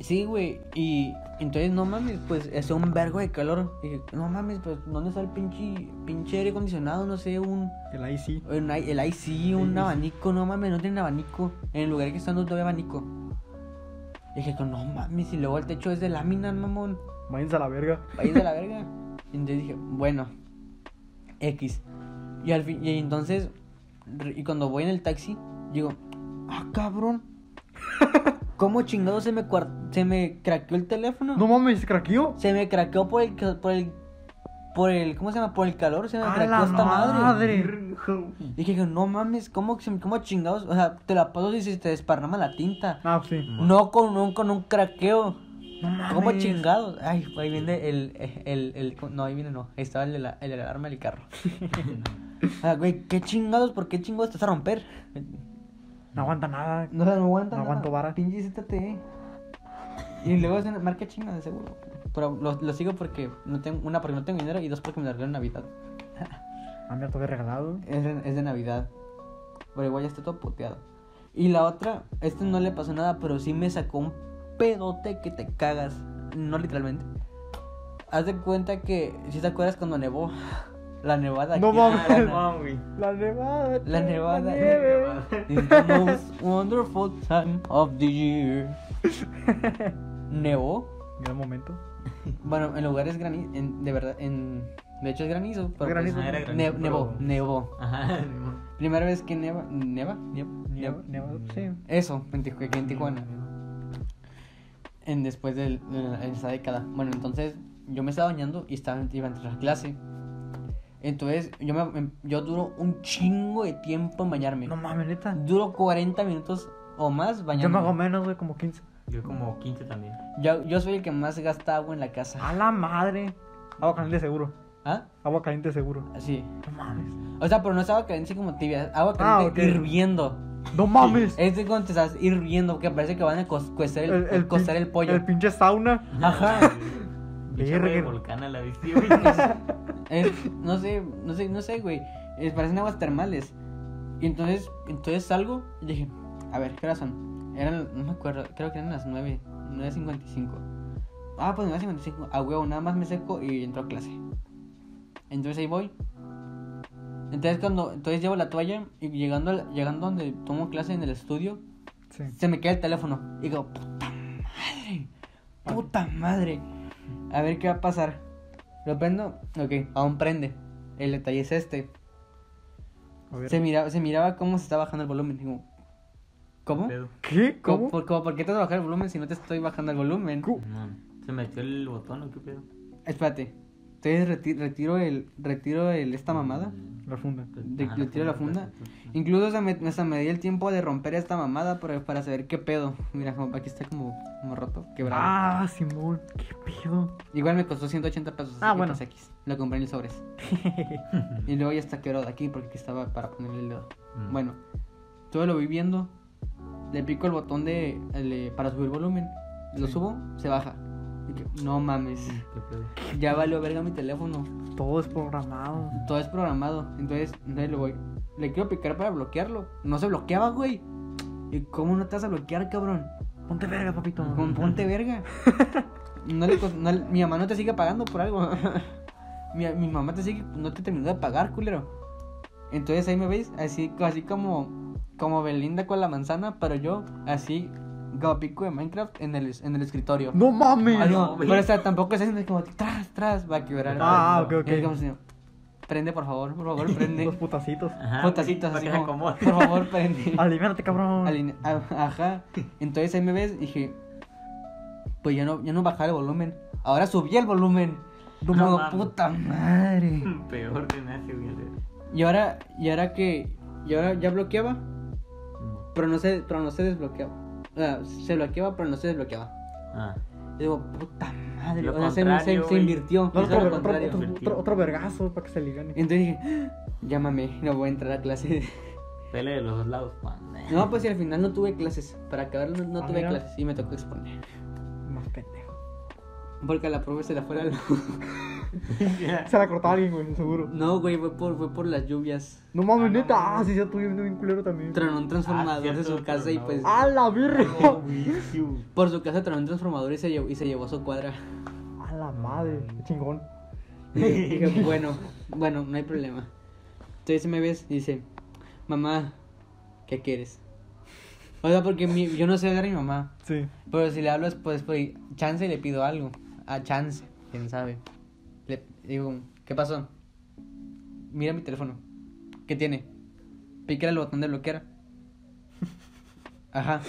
S1: Sí, güey, y entonces no mames, pues hace un vergo de calor. Dije, no mames, pues ¿dónde está el pinche, pinche aire acondicionado? No sé, un,
S2: El ahí sí.
S1: un ai- el IC, un abanico, no mames, no tienen abanico. En el lugar que están no había abanico. Dije, no mames, y luego el techo es de lámina, mamón.
S2: Váyanse a la verga.
S1: País de la verga. Y entonces dije, bueno, X. Y al fin, y entonces, re- y cuando voy en el taxi, digo, ah, cabrón. (laughs) ¿Cómo chingado se me, cuar- se me craqueó el teléfono?
S2: No mames, ¿se craqueó?
S1: Se me craqueó por el, ca- por el, por el, ¿cómo se llama? Por el calor, se me
S2: A
S1: craqueó
S2: la
S1: esta madre.
S2: madre.
S1: Dije, no mames, ¿cómo, se- cómo chingados? O sea, te la paso y se te desparrama la tinta.
S2: Ah, sí.
S1: No con un, con un craqueo.
S2: No mames.
S1: ¿Cómo chingados? Ay, ahí viene el, el, el, No, ahí viene no. Ahí estaba el, de la- el, de la alarma del (laughs) carro. ah, güey, ¿qué chingados? ¿Por qué chingados te vas a romper?
S2: No aguanta nada.
S1: No, no aguanta.
S2: No aguanto
S1: nada.
S2: vara.
S1: Pinche ZTE. Y luego es una marca china, de seguro. Pero lo, lo sigo porque no tengo, una, porque no tengo dinero y dos, porque me largaron en Navidad.
S2: A mí te había regalado.
S1: Es de, es de Navidad. Pero igual ya está todo puteado. Y la otra, este no le pasó nada, pero sí me sacó un pedote que te cagas. No literalmente. Haz de cuenta que, si te acuerdas cuando nevó, (laughs) la nevada.
S2: No
S1: aquí en
S2: mames.
S1: Tijuana.
S4: Ah, No, güey.
S2: La nevada.
S1: La nevada.
S2: nieve.
S1: It's the most wonderful time of the year. Nevó.
S2: Mira un momento.
S1: Bueno, en lugares granizo, en, de verdad, en De hecho es granizo. pero pues,
S2: Granizo.
S4: Ah, era
S1: ne-
S4: granizo,
S1: nevó,
S4: pero-
S1: nevó.
S4: Ajá, (laughs) ni modo.
S1: Primera vez que neva, neva, nieva, nieva.
S2: Nevado, sí.
S1: Eso, en Tiju- aquí en Tijuana. En después del- de, la- esa década. Bueno, entonces yo me estaba bañando y estaba, iba a entrar a clase. Entonces yo, me, em- yo duro un chingo de tiempo en bañarme.
S2: No mames, neta.
S1: Duro 40 minutos o más
S2: Yo me
S1: bañándome.
S2: hago menos, güey, como 15.
S4: Yo como 15 también.
S1: Yo, yo soy el que más gasta agua en la casa.
S2: A la madre. Agua caliente seguro.
S1: ¿Ah?
S2: Agua caliente seguro.
S1: Así.
S2: No mames.
S1: O sea, pero no es agua caliente así como tibia, es agua caliente
S2: Ah, ok.
S1: hirviendo.
S2: No mames.
S1: Es de cuando te estás hirviendo, que parece que van a cos- cocer el, cocer el
S2: pin-
S1: pollo.
S2: El pinche sauna.
S1: Ajá.
S4: (laughs) Pinche agua de
S2: Verga.
S4: volcán a la
S1: (laughs)
S4: vez, tío, güey.
S1: Es- no sé, no sé, no sé, güey. Es- parecen aguas termales. Y entonces, entonces salgo y dije, a ver, ¿qué razón? Eran, no me acuerdo, creo que eran las 9, 9.55. Ah, pues 9.55, a huevo, nada más me seco y entro a clase. Entonces ahí voy. Entonces cuando, entonces llevo la toalla y llegando, al- llegando donde tomo clase en el estudio,
S2: Sí.
S1: se me queda el teléfono. Y digo, puta madre, puta madre. A ver qué va a pasar. ¿Lo prendo? Ok, aún prende. El detalle es este.
S2: A ver.
S1: Se miraba, se miraba cómo se está bajando el volumen. Digo, ¿cómo?
S4: Pedo.
S2: ¿Qué?
S1: ¿Cómo?
S2: ¿Cómo?
S1: ¿Por, cómo- por qué te vas a bajar el volumen si no te estoy bajando el volumen?
S2: ¿Cómo?
S4: No, ¿Se metió el botón o qué pedo?
S1: Espérate. Entonces reti- retiro el, retiro el, esta mamada.
S4: Mm,
S2: La funda.
S4: pues,
S1: De- le tiro la funda. Incluso hasta me, hasta me di el tiempo de romper esta mamada para, para saber qué pedo. Mira, como- aquí está como, como roto, quebrado.
S2: Ah, Simón. ¿Qué pedo?
S1: Igual me costó 180 pesos.
S2: Ah,
S1: así que,
S2: bueno.
S1: pues, X. Lo compré en el sobres.
S4: (laughs)
S1: y luego ya está quebrado de aquí porque aquí estaba para ponerle el dedo.
S4: Mm.
S1: Bueno, todo lo voy viendo. Le pico el botón de el, eh, para subir volumen. Lo
S2: Sí.
S1: subo, se baja. Y que, no mames.
S4: ¿Qué pedo?
S1: Ya valió verga mi teléfono.
S2: Todo es programado.
S1: Todo es programado. Entonces, entonces le voy. Le quiero picar para bloquearlo. No se bloqueaba, güey. ¿Y cómo no te vas a bloquear, cabrón?
S2: Ponte verga, papito.
S1: Pon- ponte verga. No le cos- no le- mi mamá no te sigue pagando por algo. (laughs) mi, mi mamá te sigue, no te terminó de pagar, culero. Entonces ahí me veis, así, así como, como Belinda con la manzana, pero yo así, como pico de Minecraft en el, en el escritorio.
S2: No
S1: Ah,
S2: mames.
S1: no,
S4: no,
S1: pero o sea, tampoco es así, es como tras, tras, va a quebrar.
S2: Ah, ah, ok, ok.
S1: Y es como así, prende, por favor, por
S2: (laughs)
S1: favor,
S2: Los
S1: prende.
S2: putacitos.
S4: Ajá,
S1: Fotacitos,
S4: para
S1: así
S4: que se
S1: como,
S4: acomode.
S1: por favor,
S2: (laughs)
S1: prende.
S2: Aliviánate, cabrón.
S1: Aline- a- Ajá. Entonces ahí me ves, dije, pues ya no, ya no bajaba el volumen. Ahora subí el volumen.
S4: No
S1: Luego,
S4: mames.
S1: puta
S2: (laughs)
S1: madre.
S4: (laughs) Peor que nace, güey. la-
S1: Y ahora, y ahora que, y ahora ya bloqueaba,
S4: Mm,
S1: pero no se, pero no se desbloqueaba. O sea, se bloqueaba, pero no se desbloqueaba.
S4: Ah,
S1: Y digo, puta madre.
S4: Lo
S1: O sea, se- se,
S4: contrario,
S1: se
S4: güey.
S1: invirtió. hizo
S2: No, otro,
S1: lo
S2: otro,
S1: contrario.
S2: otro- otro- otro vergazo para que se ligane.
S1: Entonces dije, "Ah, llámame, no voy a entrar a clases.
S4: pele de los dos lados, (laughs) pan.
S1: (laughs) No, pues y al final no tuve clases. Para acabar no, no
S2: Ah,
S1: tuve
S2: mira.
S1: clases y me tocó exponer.
S2: Más pendejo.
S1: Porque a la profe se la fue la luz.
S2: Se la cortó alguien, güey, seguro.
S1: No, güey, fue por, fue por las lluvias.
S2: No mames, neta. Ah, sí, yo tuve un culero también.
S1: Tronó un transformador
S4: Ah, cierto,
S1: de su casa y
S4: tronó.
S1: pues.
S2: A la virre.
S1: Por su casa tronó un transformador y se llevó, y se llevó a su
S4: (laughs)
S1: cuadra.
S2: A la madre. Qué chingón.
S1: Y dije, bueno, bueno, no hay problema. Entonces me ves y dice, mamá, ¿qué quieres? O sea, porque mi- yo no sé hablar a mi mamá.
S2: Sí.
S1: Pero si le hablo después, pues, chance le pido algo. A chance, quién sabe. Le digo, ¿qué pasó? Mira mi teléfono. ¿Qué tiene? Pica el botón de bloquear. (laughs) Ajá.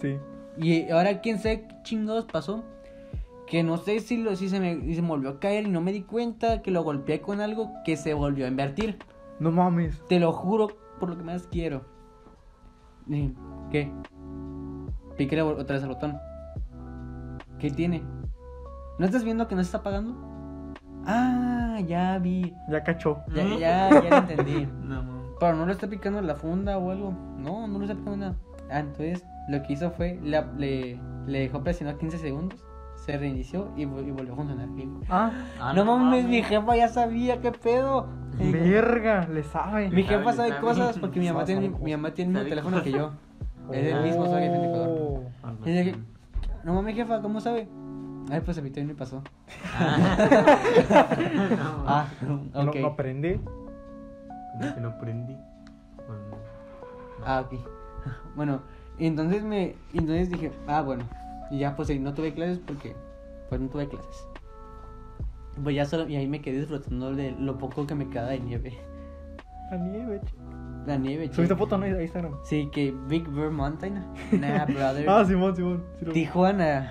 S2: Sí.
S1: Y ahora quién sabe qué chingados pasó. Que no sé si, lo, si se me si se me volvió a caer y no me di cuenta que lo golpeé con algo que se volvió a invertir.
S2: No mames.
S1: Te lo juro por lo que más quiero. Dije, ¿Qué? Piqué la- otra vez el botón. ¿Qué tiene? ¿No estás viendo que no se está apagando? Ah, ya vi.
S2: Ya cachó.
S1: (laughs) Ya, ya, ya lo entendí.
S4: No, mames.
S1: Pero no le está picando la funda o algo. No, no le está picando nada. Ah, entonces lo que hizo fue, la- le, le dejó presionado 15 segundos, se reinició y, vol- y volvió a funcionar. Y-
S2: Ah,
S4: Ah,
S1: no mames, mi jefa ya sabía qué pedo. Y dijo,
S2: verga. Le sabe.
S1: mi
S4: Sabe,
S1: jefa sabe
S4: sabe.
S1: cosas porque mi mamá
S2: Sabe,
S1: tiene,
S2: sabe
S1: mi mamá tiene el mismo
S4: Sabe
S1: teléfono que yo. Es el mismo, soy el identificador.
S2: Oh.
S4: Algo
S1: Y
S4: (laughs)
S1: dije,
S4: así.
S1: no mames, jefa, ¿cómo sabe? Ay, pues a mí también me pasó. Ah,
S2: No,
S1: ok.
S2: no aprende.
S4: Como que no prendí. Bueno,
S1: Ah, ok. (laughs) Bueno, y entonces me y entonces dije, ah, bueno. Y ya pues ahí no tuve clases porque pues no tuve clases. Pues ya solo, y ahí me quedé disfrutando de lo poco que me queda de nieve. (laughs)
S2: La nieve, che.
S1: La nieve, che.
S2: Subiste fotos, ¿no? A Instagram.
S1: Sí, que Big Bear
S2: (laughs)
S1: Mountain. Nah, brother.
S2: Ah, Simón, Simón. Sí, lo vi.
S1: Tijuana.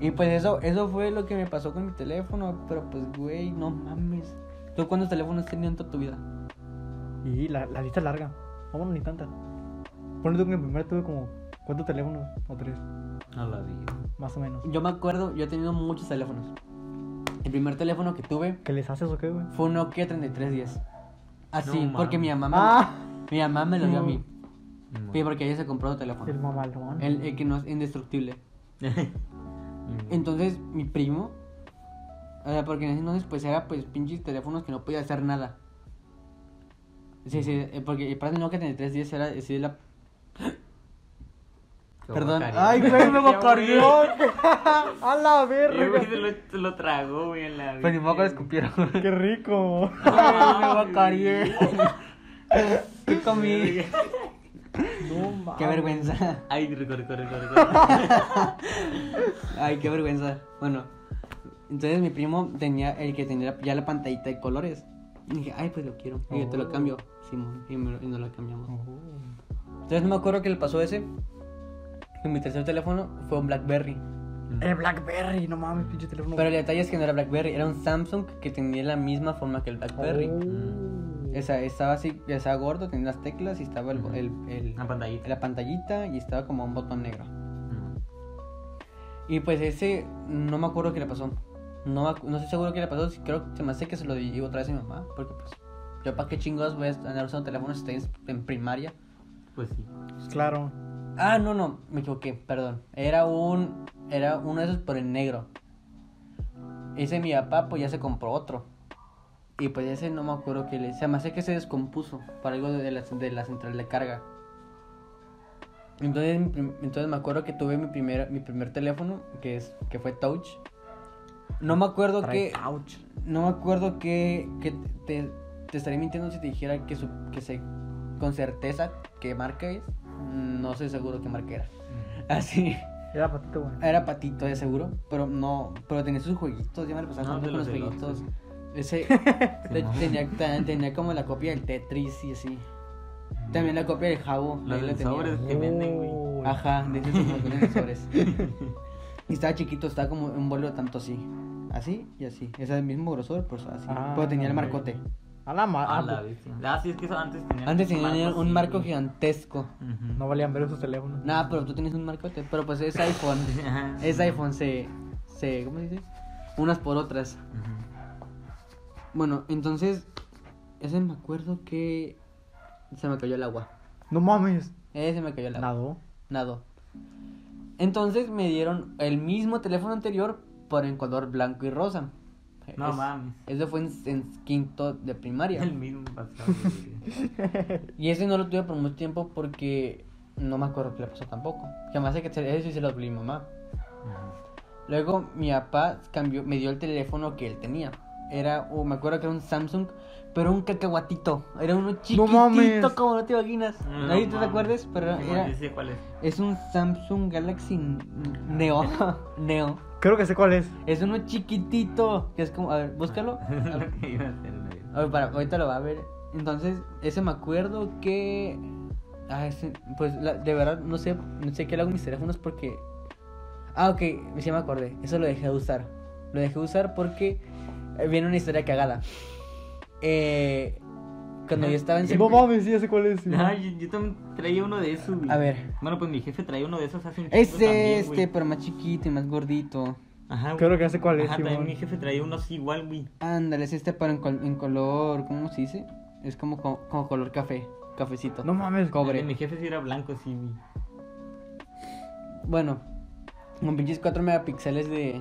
S1: Y pues eso, eso fue lo que me pasó con mi teléfono. Pero pues, güey, no mames. ¿Tú cuántos teléfonos has tenido en toda tu vida?
S2: Y la, la lista es larga. Vámonos, ni tanta. Ponle tú que en primero tuve como cuatro teléfonos o tres,
S4: No la vi.
S2: más o menos.
S1: Yo me acuerdo, yo he tenido muchos teléfonos. El primer teléfono que tuve
S2: ¿Qué les haces o qué, güey?
S1: fue un Nokia 3310. Así,
S4: No
S1: porque mi mamá, me,
S2: Ah,
S1: mi mamá me lo dio a mí.
S4: Ni (laughs)
S1: Sí, porque ella se compró otro teléfono.
S2: el mamalón.
S1: El, el que no es indestructible.
S4: modo.
S1: Entonces, mi primo, o sea, porque en ese entonces, pues era pues pinches teléfonos que no podía hacer nada. Sí, sí, eh, porque para el Nokia 3310 era así la.
S4: Qué
S1: Perdón.
S4: guacareo.
S1: (laughs)
S2: Ay,
S4: (laughs)
S2: güey, me
S4: Ya, güey.
S2: acordeón. (laughs) A la
S4: Eh,
S2: verga.
S4: güey, se lo, se lo tragó, güey, en la
S1: Pues ni modo que lo
S4: virgen.
S1: escupieron.
S2: (laughs) Qué rico.
S1: Ay, me guacareé. (laughs) ¿Qué
S4: (laughs)
S1: comí?
S2: No mames.
S1: Qué vergüenza.
S4: Ay, corre, corre, corre,
S1: (laughs)
S4: corre.
S1: Ay, qué vergüenza. Bueno, entonces mi primo tenía el que tenía ya la pantallita de colores. Y dije, ay, pues lo quiero. Y yo te lo
S2: Oh.
S1: cambio. Simón, y, me lo- y nos lo cambiamos.
S2: Oh.
S1: Entonces no me acuerdo qué le pasó a ese. Y mi tercer teléfono fue un Blackberry.
S2: El
S4: Mm.
S2: Blackberry, no mames, pinche teléfono.
S1: Pero el detalle es que no era Blackberry, era un Samsung que tenía la misma forma que el Blackberry. Mm.
S2: Oh.
S1: Esa, estaba así, ya estaba gordo, tenía las teclas y estaba el,
S4: Ujú.
S1: el- el-
S2: Ah.
S4: Una pantallita.
S1: la pantallita y estaba como un botón negro.
S4: Mm.
S1: Y pues ese, no me acuerdo qué le pasó. No, me acu- no estoy seguro qué le pasó, sí, creo que se me hace que se lo di otra vez a mi mamá, porque pues yo para qué chingados voy a andar usando teléfono si estoy en- en primaria.
S4: Pues sí.
S2: Pues claro.
S1: Ah, no, no, me equivoqué, perdón. Era un. Era uno de esos por el negro. Ese mi papá, pues ya se compró otro. Y pues ese no me acuerdo que le. Se me hace que se descompuso para algo de la, de la central de carga. Entonces, mi prim- entonces me acuerdo que tuve mi primer, mi primer teléfono, que, es, que fue Touch. No me acuerdo que.
S2: Ouch.
S1: No me acuerdo que, que te, te estaría mintiendo si te dijera que, su, que sé con certeza qué marca es. No estoy seguro qué marca era. (laughs)
S4: Mm.
S1: Así.
S2: Era patito, güey.
S1: Era patito de seguro, pero no, pero tenía sus jueguitos, yo me lo pasaba
S4: No,
S1: jugando
S4: de
S1: con los
S4: los elotes.
S1: jueguitos.
S4: (laughs)
S1: Ese de-
S4: Simón.
S1: tenía, ta- tenía como la copia del Tetris y así. También la copia del Jabo,
S4: Los
S1: ahí la
S4: del
S1: tenía.
S4: sobre que venden, güey.
S1: Ajá, de esos montones de
S4: (laughs)
S1: sobres. Y estaba chiquito, estaba como un vuelo tanto así. Así y así. Ese es el mismo grosor, pues así.
S2: Ah,
S1: Pero tenía el
S2: ok.
S1: marcote.
S2: A la ma-
S4: A
S2: ah,
S4: la
S2: pues,
S4: virgen. Ah, sí, es que eso antes tenían.
S1: Antes tenía
S4: marcos,
S1: un
S4: sí,
S1: marco
S4: güey.
S1: gigantesco.
S4: Ujú.
S2: No valían ver esos teléfonos.
S1: Nada, pero tú tienes un marcote. Pero pues es iPhone.
S4: (laughs) Ajá.
S1: es iPhone, se, se. ¿Cómo se dice? Unas por otras.
S4: Ujú.
S1: Bueno, entonces. Ese me acuerdo que. Se me cayó el agua.
S2: No mames.
S1: Ese se me cayó el agua.
S2: Nadó.
S1: Nado. Entonces me dieron el mismo teléfono anterior, pero en color blanco y rosa.
S4: No
S1: Es-
S4: mames.
S1: Eso fue en, en quinto de primaria.
S4: El mismo pasado.
S1: (laughs)
S4: güey.
S1: Y ese no lo tuve por mucho tiempo porque no me acuerdo qué le pasó tampoco. Que me hace que se- ese sí se lo di mamá.
S4: Ujú.
S1: Luego mi papá cambió, me dio el teléfono que él tenía. Era, o me acuerdo que era un Samsung, pero un cacahuatito. Era uno chiquitito,
S2: mames.
S1: como no te imaginas.
S4: No
S1: Nadie te
S4: mames.
S1: acuerdas, pero
S4: Sí,
S1: era,
S4: sí, sé cuál es.
S1: es un Samsung Galaxy Neo. (laughs) Neo.
S2: Creo que sé cuál es.
S1: Es uno chiquitito. Que es como. A ver, búscalo. A ver,
S4: Ah, (laughs) Lo que iba a hacer, güey.
S1: a ver, para, ahorita lo va a ver. Entonces, ese me acuerdo que. Ah, ese, pues la- de verdad no sé, no sé qué le hago a mis teléfonos porque. Ah, ok, sí me acordé. Eso lo dejé de usar. Lo dejé de usar porque eh, viene una historia cagada. Eh, cuando yo estaba en
S2: No
S1: secu-
S2: mames, sí, ya sé cuál es. sí.
S4: Ah, yo, yo también traía uno de esos, güey.
S1: A ver.
S4: Bueno, pues mi jefe traía uno de esos hace un chingo
S1: Este,
S4: también,
S1: este,
S4: güey.
S1: pero más chiquito y más gordito.
S4: Ajá,
S2: Creo que ya sé cuál es,
S4: Ajá, también
S2: Simón.
S4: mi jefe traía uno así igual, güey.
S1: Ándale, es este, pero en, col- en color, ¿cómo se dice? Es como, co- como, color café, cafecito.
S2: No mames.
S1: Cobre.
S4: El de Mi jefe sí era blanco, sí, güey.
S1: (laughs) Bueno, con pinches 4 megapíxeles de.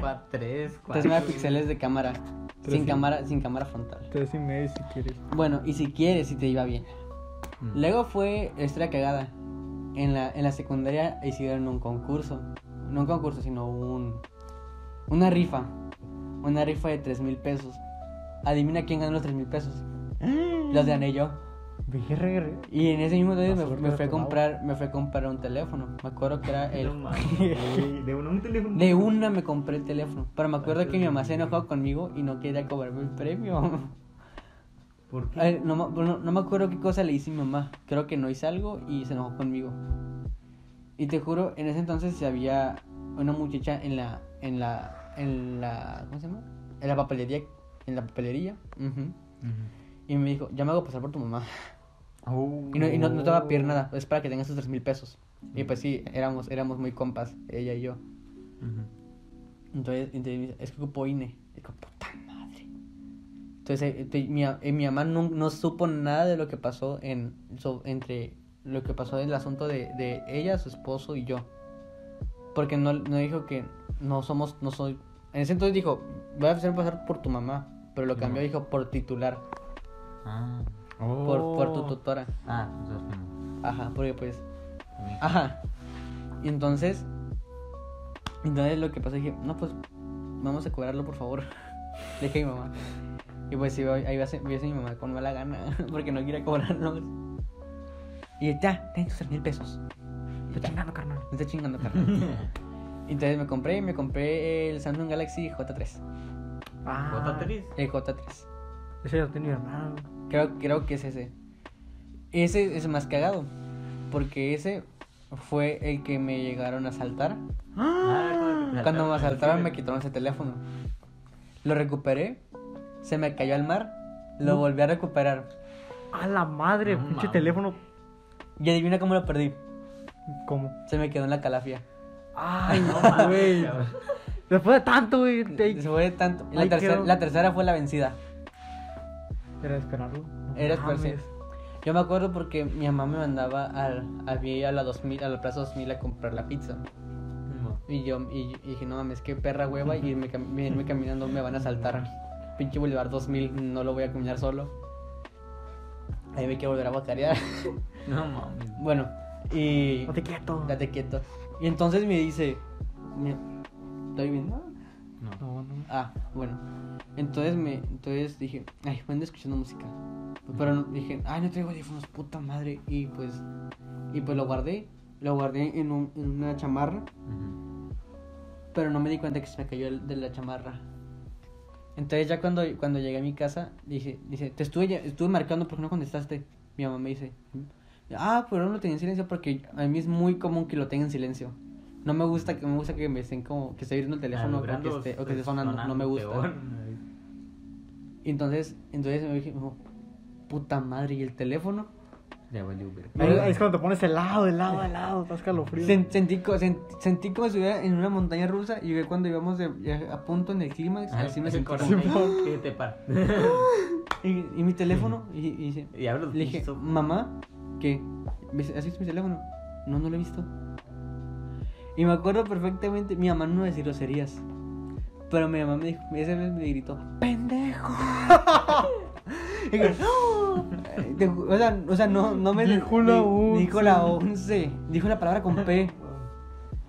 S4: Cuatro, tres, cuatro.
S1: 3 megapíxeles de cámara.
S2: Pero
S1: Sin
S2: sí.
S1: cámara, sin cámara frontal.
S2: Tres y medio si quieres.
S1: Bueno, y si quieres, si te iba bien.
S4: Mm.
S1: Luego fue extra cagada. En la, en la secundaria hicieron un concurso. No un concurso, sino un. Una rifa. Una rifa de 3 mil pesos. Adivina quién ganó los 3 mil pesos. Los gané yo.
S2: Verga.
S1: Y en ese mismo día me,
S2: Vas a
S1: me fui a
S2: superar tu
S1: comprar, me fui a comprar un teléfono. Me acuerdo que era
S4: Mm. No
S1: el (laughs)
S4: mames, güey, De uno a un teléfono.
S1: de una me compré el teléfono, pero me acuerdo que mi mamá se enojó conmigo y no quería cobrarme el premio. (laughs)
S4: ¿Por qué?
S1: Ay, no, ma- no- no me acuerdo qué cosa le hice a mi mamá. Creo que no hice algo y se enojó conmigo. Y te juro, en ese entonces se había una muchacha en la. en la. en la. ¿Cómo se llama? En la papelería. En la papelería. ujú, Y me dijo, ya me hago pasar por tu mamá.
S4: Oh.
S1: Y no, y no, no te va a pedir nada, es para que tengas tus tres mil pesos. Y pues sí, éramos, éramos muy compas, ella y yo.
S4: Ujú.
S1: Entonces, entonces me dice, E. es que ocupo INE. Y digo, puta madre. Entonces, eh, te- mi, a- eh, mi mamá no, no supo nada de lo que pasó en, so- entre lo que pasó en el asunto de, de ella, su esposo y yo. Porque no, no dijo que no somos, no soy. En ese entonces dijo, voy a hacer pasar por tu mamá. Pero lo cambió, dijo, por titular,
S4: Ah.
S1: por, por tu tutora.
S4: Ah, entonces, bueno,
S1: Ajá, porque pues
S4: también.
S1: Ajá. Y entonces. Entonces lo que pasó, dije, no, pues vamos a cobrarlo, por favor. (laughs) Le dije a mi mamá. Y pues sí, ahí va a ser, voy a ser mi mamá con mala gana, (laughs) porque no quiere cobrarlo. Y ya, ten tus 3 mil pesos. Me está chingando, carnal. Me está chingando, carnal. (laughs) Y entonces me compré, me compré el Samsung Galaxy J3.
S2: Ah,
S5: Bota Tris.
S1: El J3.
S2: Ese lo tiene mi hermano. güey.
S1: Creo, creo que es ese. Ese es más cagado, porque ese fue el que me llegaron a saltar.
S4: Ah,
S1: Cuando me asaltaron me quitaron ese teléfono. Lo recuperé, se me cayó al mar, lo volví a recuperar.
S2: A la madre,
S4: No
S2: pinche
S4: mames.
S2: teléfono.
S1: Y adivina cómo lo perdí.
S2: ¿Cómo?
S1: Se me quedó en la calafia.
S2: (laughs) Ay, no, güey. Después de tanto, güey. te-
S1: Se fue de tanto. Y La,
S2: Ay,
S1: tercera,
S2: qué-
S1: la tercera fue la vencida.
S2: Era de esperarlo. No
S1: Era
S2: mames.
S1: esfuerzo. Yo me acuerdo porque mi mamá me mandaba al, a, mí a la 2000, a la Plaza 2000 a comprar la pizza. Y yo y, y dije, no mames, qué perra hueva y irme, cam- irme caminando, me van a saltar. Pinche Boulevard 2000, no lo voy a caminar solo. Ahí me quiero volver a bacarear.
S4: No mames.
S1: (laughs) Bueno, y.
S2: No te quieto.
S1: Date quieto. Y entonces me dice. me- ¿Estoy bien?
S4: No.
S2: No, no.
S1: Ah, bueno. Entonces me. Entonces dije, ay, me ando escuchando música. Pero no- dije, ay, no traigo audífonos, puta madre. Y pues. Y pues lo guardé. Lo guardé en, un- en una chamarra.
S4: Ujú.
S1: Pero no me di cuenta que se me cayó el- de la chamarra. Entonces ya cuando, cuando llegué a mi casa, dije, dice, te estuve, ll- estuve marcando porque no contestaste. Mi mamá me dice, ah, pero no lo tenía en silencio porque a mí es muy común que lo tenga en silencio. No me gusta que me gusta que me estén como que esté viendo el teléfono este, o que
S4: Alumbrando, pues,
S1: esté, o que esté sonando, no me gusta.
S4: peor.
S1: Y entonces, entonces me dije, "Oh, puta madre, ¿y el teléfono?
S4: Ya valió, verga.
S2: Ahí, ahí es cuando te pones helado, helado, helado. Estás calofrío.
S1: Sen- sentí, co- sen- sentí como si estuviera en una montaña rusa y cuando íbamos de, ya a punto en el clímax,
S4: Ah,
S1: así me
S4: el
S1: sentí. como-
S4: corazón (laughs) que te para.
S1: Y, y mi teléfono, y, y dice,
S4: Y hablo
S2: Ah,
S1: Le dije, "Mm, mamá, ¿qué? Me dice, ¿Has visto mi teléfono? No, no lo he visto. Y me acuerdo perfectamente, mi mamá no decía groserías. Pero mi mamá me dijo, esa vez me gritó,
S2: (laughs)
S1: ¡pendejo! Y yo, "No". Eh, te ju- o sea, o sea, no, no me
S2: Dijo la
S1: di- Dijo
S2: once.
S1: la 11. Dijo la palabra con P.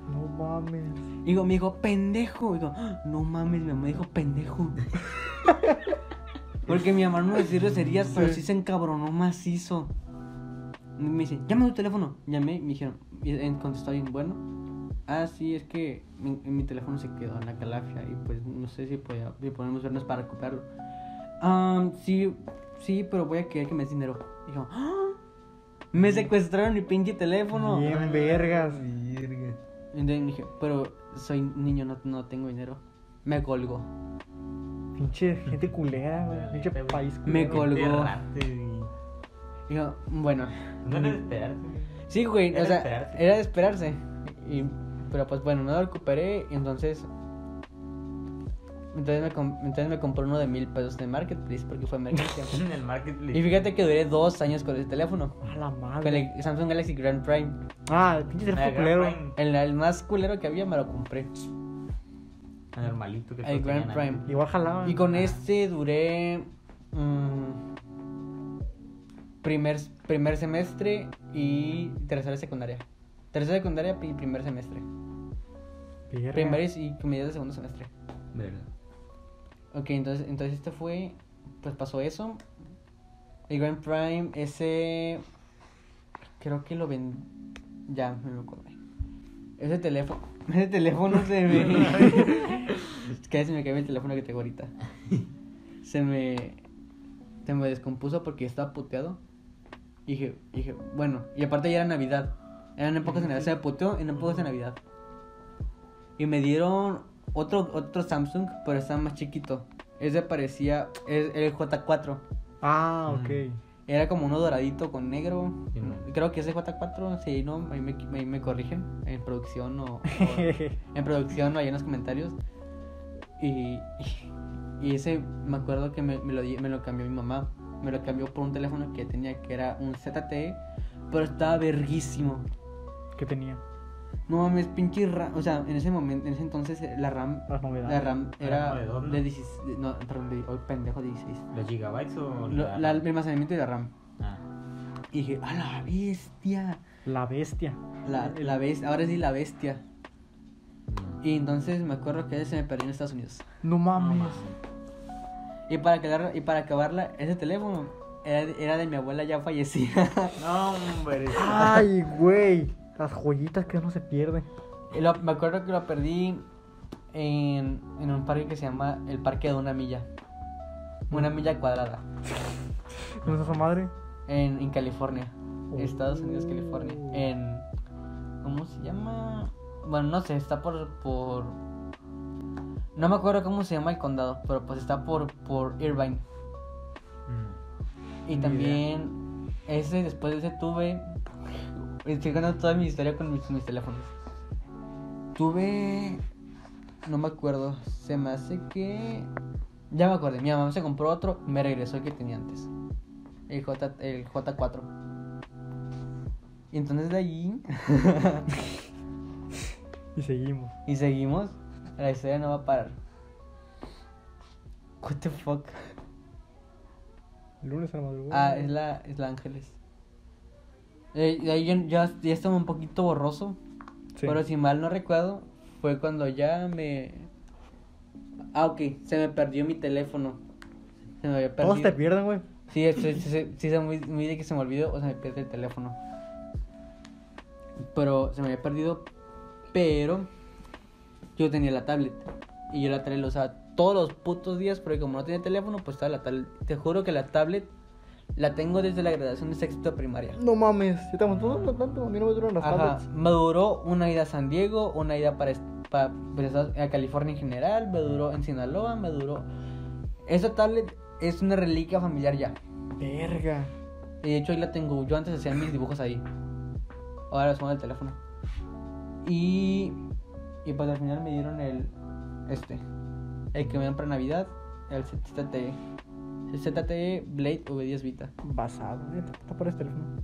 S2: No mames.
S1: Y digo, me dijo, pendejo. Y digo, "Ah, no mames, mi mamá dijo pendejo. Porque mi mamá no decía groserías, pero sí se encabronó macizo. Y Me dice, llama tu teléfono. Llamé y me dijeron, y eh, contestó bien, bueno. Ah, sí, es que mi, mi teléfono se quedó en la calafia y pues no sé si, podía, si podemos vernos para recuperarlo. Ah, sí, sí, pero voy a querer que me des dinero. Dijo, "Ah, me secuestraron mi pinche teléfono.
S2: Bien vergas.
S1: Entonces dije, pero soy niño, no, no tengo dinero. Me colgó.
S2: Pinche gente culera, güey. Pinche
S5: Dale,
S2: país
S1: Me
S2: culero.
S1: colgó.
S4: No
S1: Digo, bueno.
S4: era de esperarte. güey.
S1: Sí, güey,
S4: Era
S1: o
S4: de
S1: sea,
S4: esperarse.
S1: era de esperarse. Y, pero pues bueno, no lo recuperé y entonces... Entonces me, com- entonces me compré uno de mil pesos de Marketplace porque fue emergencia.
S4: (laughs) En el marketplace.
S1: y fíjate que duré dos años con ese teléfono.
S2: A la
S1: Con
S2: madre.
S1: el Samsung Galaxy Grand Prime.
S2: Ah, el pinche teléfono
S4: Ah, Grand
S2: culero.
S4: Prime.
S1: El, el más culero que había me lo compré.
S4: Tan normalito que
S1: El
S4: todos
S1: Grand
S4: tenían
S1: Prime.
S4: antes.
S2: Igual jalaba. Ah,
S1: Y con este duré. mm, primer, primer semestre y tercera secundaria. Tercera secundaria y primer semestre.
S2: Verga.
S1: Primer y- y mediados de segundo semestre.
S4: Verga.
S1: Ok, entonces, entonces este fue. Pues pasó eso. El Grand Prime, ese. Creo que lo ven. Ya, me lo acordé. Ese teléfono. (laughs) Ese teléfono se me. Es que se me cayó el teléfono que tengo ahorita. Se me. Se me descompuso porque estaba puteado. Y dije, y dije, bueno. Y aparte ya era Navidad. Eran épocas de Navidad. Se me puteó en épocas de Navidad. Y me dieron otro, otro Samsung, pero estaba más chiquito. Ese parecía. es- era el J4.
S2: Ah,
S4: Mm.
S2: ok.
S1: Era como uno doradito con negro.
S4: Sí, no.
S1: Creo que ese J4, si no, ahí me, ahí me corrigen. En producción o,
S4: (laughs)
S1: o- en producción o ahí en los comentarios. Y, y ese me acuerdo que me, me lo, di- me lo cambió mi mamá. Me lo cambió por un teléfono que tenía que era un ZTE, pero estaba verguísimo.
S2: (laughs) ¿Qué tenía?
S1: No mames, pinche RAM. O sea, en ese momento, en ese entonces, eh, la RAM,
S2: Las novedades.
S1: la RAM era
S4: como de dos, ¿no?
S1: de 16. de- No, perdón, de, oh, pendejo, de 16.
S4: ¿Los gigabytes o
S1: Lo-
S4: la-
S1: la- el almacenamiento de la RAM.
S4: Ah,
S1: Y dije, a la bestia.
S2: La bestia.
S1: La, la bes- ahora sí la bestia.
S4: no.
S1: Y entonces me acuerdo que ese se me perdió en Estados Unidos.
S2: No
S4: Ah,
S2: mames.
S1: Y para, quedar, y para acabarla, ese teléfono era, de- era de mi abuela ya fallecida. (laughs)
S4: No, hombre.
S1: Ah.
S2: Ay, güey. Las joyitas que no se pierden.
S1: Y lo- me acuerdo que lo perdí en, en un parque que se llama el Parque de una Milla. Una milla cuadrada.
S2: ¿No es esa madre?
S1: En, en California.
S2: Oh.
S1: Estados Unidos, California. En... ¿Cómo se llama? Bueno, no sé, está por... por... No me acuerdo cómo se llama el condado, pero pues está por, por Irvine. Y
S2: Ni
S1: también ese, después de ese tuve, estoy contando toda mi historia con mis, mis teléfonos. Tuve, no me acuerdo, se me hace que, ya me acordé, mi mamá se compró otro y me regresó el que tenía antes, el, J, el J4. Y entonces de allí,
S2: Y seguimos.
S1: y seguimos, la historia no va a parar. What the fuck.
S2: Lunes a la madrugada.
S1: Ah, es la, es la Ángeles. Eh, de ahí ya, ya, ya estaba un poquito borroso,
S2: Sí.
S1: pero si mal no recuerdo, fue cuando ya me... Ah, ok, se me perdió mi teléfono. Se me había perdido.
S2: Todos te pierden, güey.
S1: Sí, es- es- es- sí, se muy, muy de que se me olvidó o se me pierde el teléfono. Pero se me había perdido, pero yo tenía la tablet. Y yo la tablet la usaba todos los putos días, porque como no tenía teléfono, pues estaba la tablet. Te juro que la tablet la tengo desde la graduación de sexto de primaria.
S2: No mames. Ya estamos todos no tanto. A mí no me duran las
S1: Ajá,
S2: tablets.
S1: me duró una ida a San Diego, una ida para, est- pa- para Estados- a California en general, me duró en Sinaloa, me duró... Esa tablet es una reliquia familiar ya.
S2: Verga.
S1: Y de hecho ahí la tengo. Yo antes hacía mis dibujos ahí. Ahora los pongo en el teléfono. Y. Y pues al final me dieron el. Este. El que me dieron para Navidad. El ZTE. El ZTE Blade V10 Vita.
S2: Basado. eh, Está por este teléfono.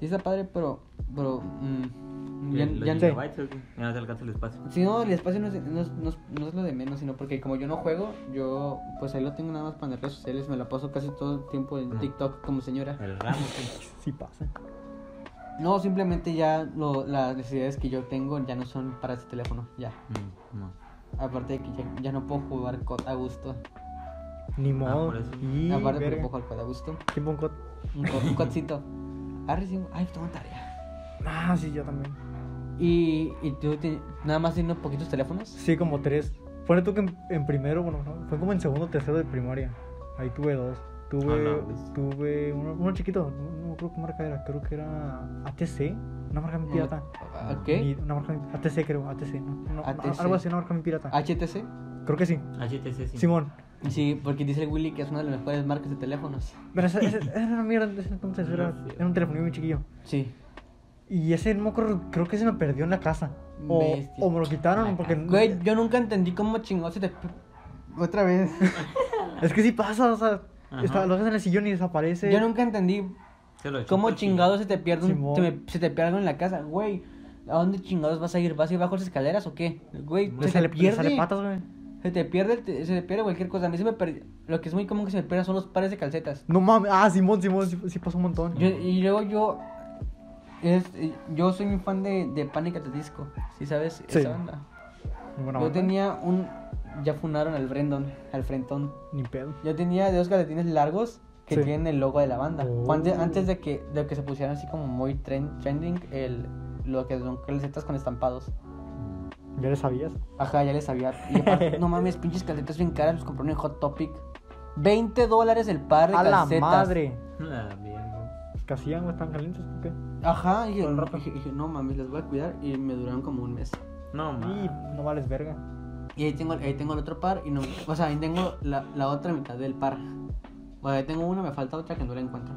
S1: Sí está padre, pero. Pero. mm,
S4: Mm. ¿Los
S1: ya, ya-
S4: gigabytes o qué? Ya no te alcanza el espacio.
S1: si no, el espacio no es, no es- no es- no es lo de menos, sino porque como yo no juego, yo pues ahí lo tengo nada más para las redes sociales, me la paso casi todo el tiempo en
S4: Ujú.
S1: TikTok como señora.
S4: El ramo, sí.
S2: Sí pasa.
S1: No, simplemente ya lo- las necesidades que yo tengo ya no son para este teléfono, ya.
S4: Mm, no.
S1: Aparte de que ya, ya no puedo jugar COD a gusto.
S2: Ni modo.
S4: por eso.
S2: Y
S1: Ah, Aparte de que
S2: verga.
S1: no puedo jugar COD a gusto.
S2: Tiempo un cot.
S1: Un, co- un CODcito. Arre, sí, Ay, tengo tarea.
S2: Ah, sí, yo también.
S1: Y, y tú te- nada más tienes poquitos teléfonos.
S2: Sí, como tres. Fue tú que en, en primero, bueno, no, fue como en segundo, tercero de primaria. Ahí tuve dos. Tuve,
S4: Ah, no, pues.
S2: tuve uno, uno chiquito, no, no me acuerdo qué marca era, creo que era ATC, una marca bien pirata.
S1: Ah,
S2: Y
S1: ¿Qué?
S2: una marca bien- ATC creo, ATC, no, no,
S1: ATC.
S2: algo así, una marca bien pirata.
S1: ¿HTC?
S2: Creo que sí.
S4: HTC, Ah, sí.
S2: Simón.
S1: Sí, porque dice el Willy que es una de las mejores marcas de teléfonos.
S2: Pero esa, esa- esa era una mierda en ese entonces, era,
S4: No sé.
S2: era un teléfono muy chiquillo.
S1: Sí.
S2: Y ese no me acuerdo, creo que se me perdió en la casa. O,
S1: Bestia.
S2: o me lo quitaron Ah, porque
S1: Güey, yo nunca entendí cómo chingó se te... Otra vez.
S2: es que sí pasa, o sea,
S4: Ajá.
S2: está- lo dejas en el sillón y desaparece.
S1: (laughs) Yo nunca entendí
S4: Se lo
S1: ¿Cómo
S4: chupa, sí.
S1: chingados se te pierde un,
S2: Simón.
S1: se, me- se te pierde algo en la casa? Güey, ¿a dónde chingados vas a ir? ¿Vas a ir bajo las escaleras o qué? Güey,
S2: Le
S1: se
S2: sale,
S1: te
S2: le
S1: pierde.
S2: sale patas, güey.
S1: Se te pierde, el te- se te pierde cualquier cosa. A mí se me perdió. Lo que es muy común que se me pierda son los pares de calcetas.
S2: No mames, ah, Simón, Simón, sí, sí pasó un montón.
S1: Yo- y luego yo. es- yo soy un fan de, de Panic! at the Disco. ¿Sí sabes?
S2: Sí.
S1: Esa banda.
S2: Muy buena
S1: yo
S2: banda.
S1: tenía un. Ya funaron al Brendon, al Frentón.
S2: Ni pedo.
S1: Yo tenía dos galetines largos que
S2: Sí.
S1: tienen el logo de la banda. Fue ante-
S2: Oh.
S1: Antes, de, que, de que se pusieran así como muy tren- trending, el, lo que son camisetas con estampados.
S2: ¿Ya le sabías?
S1: Ajá, ya les sabía. Y
S2: (laughs)
S1: aparte, no mames, pinches calcetas bien caras, los compré en Hot Topic. 20 dólares el par de
S2: ¡A la
S1: calcetas.
S2: madre!
S4: (laughs) Ah, bien.
S2: ¿Qué hacían? güey? ¿Estaban calientes o qué?
S1: Ajá, y dije,
S2: Con ropa.
S1: dije- dije, no mames, las voy a cuidar y me duraron como un mes.
S4: No,
S2: Y
S4: mames.
S2: no vales verga.
S1: Y ahí tengo, ahí tengo el otro par y no, o sea, ahí tengo la, la otra mitad del par. Bueno, ahí tengo una, me falta otra que no la encuentro.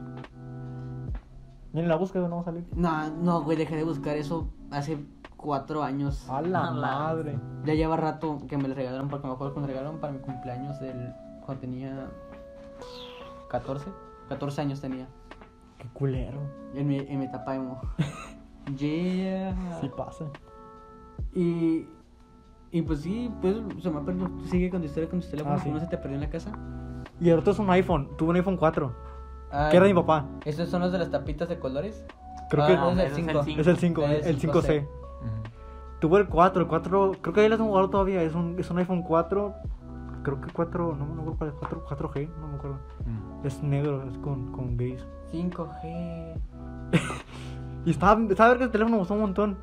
S2: Ni en la búsqueda no va a salir.
S1: No, no, güey, dejé de buscar eso hace cuatro años.
S2: ¡A la
S4: A la-
S2: madre!
S1: Ya lleva rato que me lo regalaron, porque me acuerdo que me regalaron para mi cumpleaños del, cuando tenía 14, 14 años tenía.
S2: ¡Qué culero!
S1: En mi, en mi etapa
S2: (laughs)
S1: emo. yeah.
S2: Sí pasa.
S1: Y, y pues sí, pues se me ha perdido. Sigue con tu historia, con tu teléfono,
S2: Ah, sí.
S1: no se te perdió en la casa.
S2: Y el otro es un iPhone. Tuve un iPhone 4.
S1: Ah,
S2: Que era de mi papá.
S1: ¿Esos son los de las tapitas de colores?
S2: Creo
S1: Ah,
S2: que
S1: no,
S4: ese
S1: es
S4: es
S1: el 5.
S4: el cinco.
S2: es el 5,
S1: es
S2: el
S1: 5C.
S2: 5C. Tuve el 4, el 4, creo que ahí lo tengo guardado todavía, es un, es un iPhone 4, creo que 4, no me acuerdo cuál es, 4, 4G, no me acuerdo. Es negro, es con, con gays.
S1: 5G.
S2: Y estaba, estaba ver que el teléfono me gustó un montón.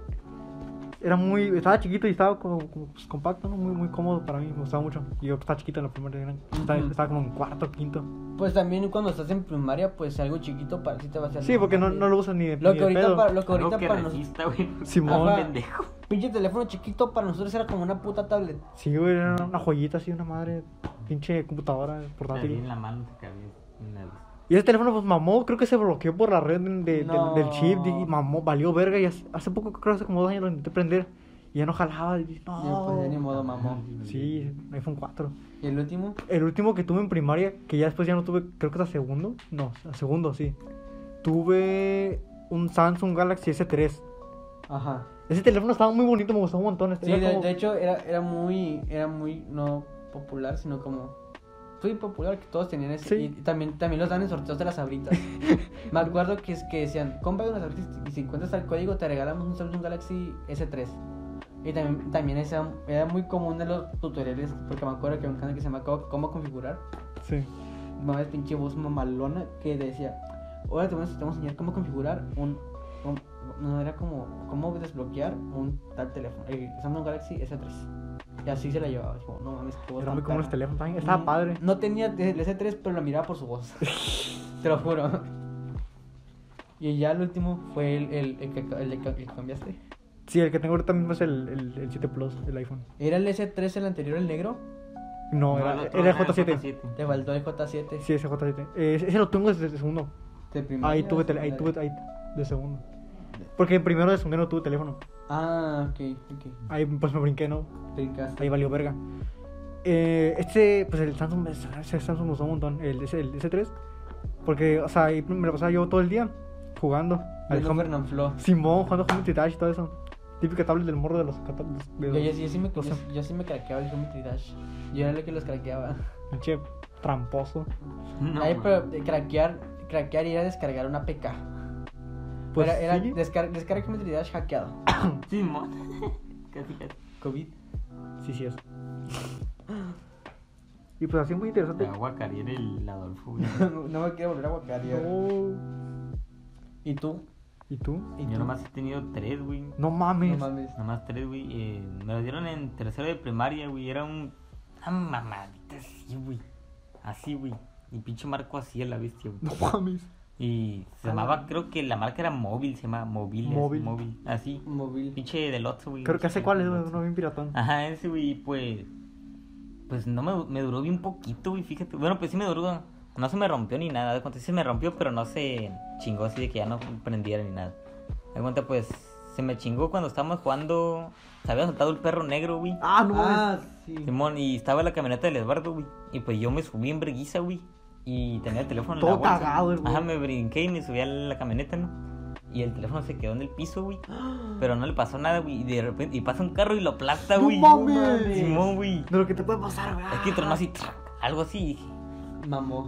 S2: Era muy, estaba chiquito y estaba como, como, pues, compacto, ¿no? muy, muy cómodo para mí, me gustaba mucho. Y yo estaba chiquito en la primera, era- estaba,
S1: Ujú.
S2: estaba como en cuarto, quinto.
S1: Pues también cuando estás en primaria, pues algo chiquito para ti te va a hacer.
S2: Sí, porque no, no lo usas ni de,
S1: Lo que
S2: ni de
S1: ahorita
S2: pedo.
S1: para, lo que
S4: Algo
S1: ahorita
S4: que
S1: para nos-
S4: resista, güey.
S2: Simón.
S1: Ajá.
S4: Pendejo.
S1: Pinche teléfono chiquito para nosotros era como una puta tablet.
S2: Sí, güey, era una joyita así, una madre, pinche computadora portátil.
S4: Ahí en la mano te cabía una vez.
S2: Y ese teléfono, pues mamó, creo que se bloqueó por la red de- de-
S1: No.
S2: del, del chip y mamó, valió verga. Y hace, hace poco, creo que hace como dos años lo intenté prender y ya no jalaba. Y dije, no,
S1: Ya, pues ya ni modo, mamón.
S2: Sí, iPhone 4.
S1: ¿Y el último?
S2: El último que tuve en primaria, que ya después ya no tuve, creo que hasta segundo, no, hasta segundo, sí. Tuve un Samsung Galaxy S3.
S1: Ajá.
S2: Ese teléfono estaba muy bonito, me gustó un montón. Este
S1: Sí,
S2: era
S1: de,
S2: como-
S1: de hecho era, era muy, era muy no popular, sino como muy popular que todos tenían ese.
S2: Sí.
S1: Y también, también los dan en sorteos de las abritas. Me acuerdo que es que decían, compra unas abritas y si encuentras el código te regalamos un Samsung Galaxy S3. Y también, también ese era muy común en los tutoriales, porque me acuerdo que había un canal que se llama Cómo, Cómo configurar.
S2: Sí.
S1: Mamá de pinche voz mamalona que decía, ahora te vamos te vamos a enseñar cómo configurar un, un- no era como cómo desbloquear un tal teléfono, el Samsung Galaxy S3. Y así se la llevaba, es como, no mames, qué voz
S2: Era
S1: tan
S2: muy común los
S1: perra".
S2: teléfonos también. Estaba
S1: Mm,
S2: padre.
S1: No tenía el S3, pero la miraba por su
S2: (laughs)
S1: voz. te lo juro. Y ya el último fue el, el, el que, el que- el que cambiaste.
S2: Sí, el que tengo ahorita mismo es el, el, el 7 Plus, el iPhone.
S1: ¿Era el S3 el anterior, el negro?
S2: No,
S4: No,
S2: era,
S4: el otro
S2: era el
S4: era el
S2: J7.
S1: Te faltó el J7.
S2: Sí, ese J7. Eh, ese ese lo tengo desde desde segundo.
S1: de primaria,
S2: Ahí tuve,
S1: de
S2: tele- ahí
S1: secundaria.
S2: tuve, ahí de segundo. Porque en primero de segundo no tuve teléfono.
S1: Ah, ok, ok.
S2: Ahí pues me brinqué, ¿no?
S1: Brincaste.
S2: Ahí valió verga. Eh, este, pues el Samsung, ese Samsung me gustó un montón, el, S- el S3. Porque, o sea, ahí me lo pasaba yo todo el día jugando. Al
S1: Viendo
S2: Homer-
S1: Fernand Flo.
S2: Simón, jugando Home Dash y todo eso. Típica tablet del morro de los católicos.
S1: Yo, yo, sí- yo sí me,
S2: O sea.
S1: yo, yo sí me craqueaba el Geometry Dash. Yo era el que los craqueaba.
S2: Pinche tramposo.
S4: No,
S1: Ay,
S4: mames.
S1: pero de craquear, craquear era descargar una PK.
S2: Pues
S1: era era
S2: sí.
S1: descar- descarga Geometry Dash hackeado.
S4: Simón. (laughs) Casi, casi.
S1: COVID.
S2: Sí, sí, eso. (laughs) y pues así muy interesante.
S4: La guacaría era el Adolfo, güey.
S1: no me quiero volver a guacarear.
S2: No.
S1: ¿Y tú?
S2: ¿Y tú?
S1: ¿Y
S4: Yo
S1: tú?
S4: nomás he tenido tres, güey.
S2: No mames.
S1: No mames.
S4: Nomás tres, güey. Eh, me lo dieron en tercero de primaria, güey. Era un. Una mamadita así, güey. Así, güey. Y pinche marco así a la bestia, güey.
S2: No mames.
S4: Y
S1: Ah,
S4: se llamaba, creo que la marca era móvil, se llama Móviles.
S2: Móvil.
S4: Móvil. Móvil. Así.
S1: Móvil.
S4: Pinche del otro, güey.
S2: Creo que hace cuál es
S4: Del Otso.
S2: uno bien piratón.
S4: Ajá, ese, güey, pues. Pues no me, me duró bien poquito, güey, fíjate. Bueno, pues sí me duró. No se me rompió ni nada. De cuenta, sí se me rompió, pero no se chingó así de que ya no prendiera ni nada. De cuenta, pues. Se me chingó cuando estábamos jugando. Se había soltado el perro negro, güey.
S2: Ah, no mames.
S1: Ah, sí.
S4: Simón, y estaba la camioneta del Eduardo, güey. Y pues yo me subí en breguiza, güey. Y tenía el teléfono en
S2: Todo
S4: la bolsa.
S2: cagado, el güey.
S4: Ajá, me brinqué y me subí a la camioneta, ¿no? Y el teléfono se quedó en el piso, güey. Pero no le pasó nada, güey. Y de repente, y pasa un carro y lo aplasta,
S2: ¡No
S4: güey.
S2: mames!
S4: Simón, güey.
S2: De lo que te puede pasar, güey.
S4: Es que tronó así, ¡trac! algo así. y dije,
S1: Mamó.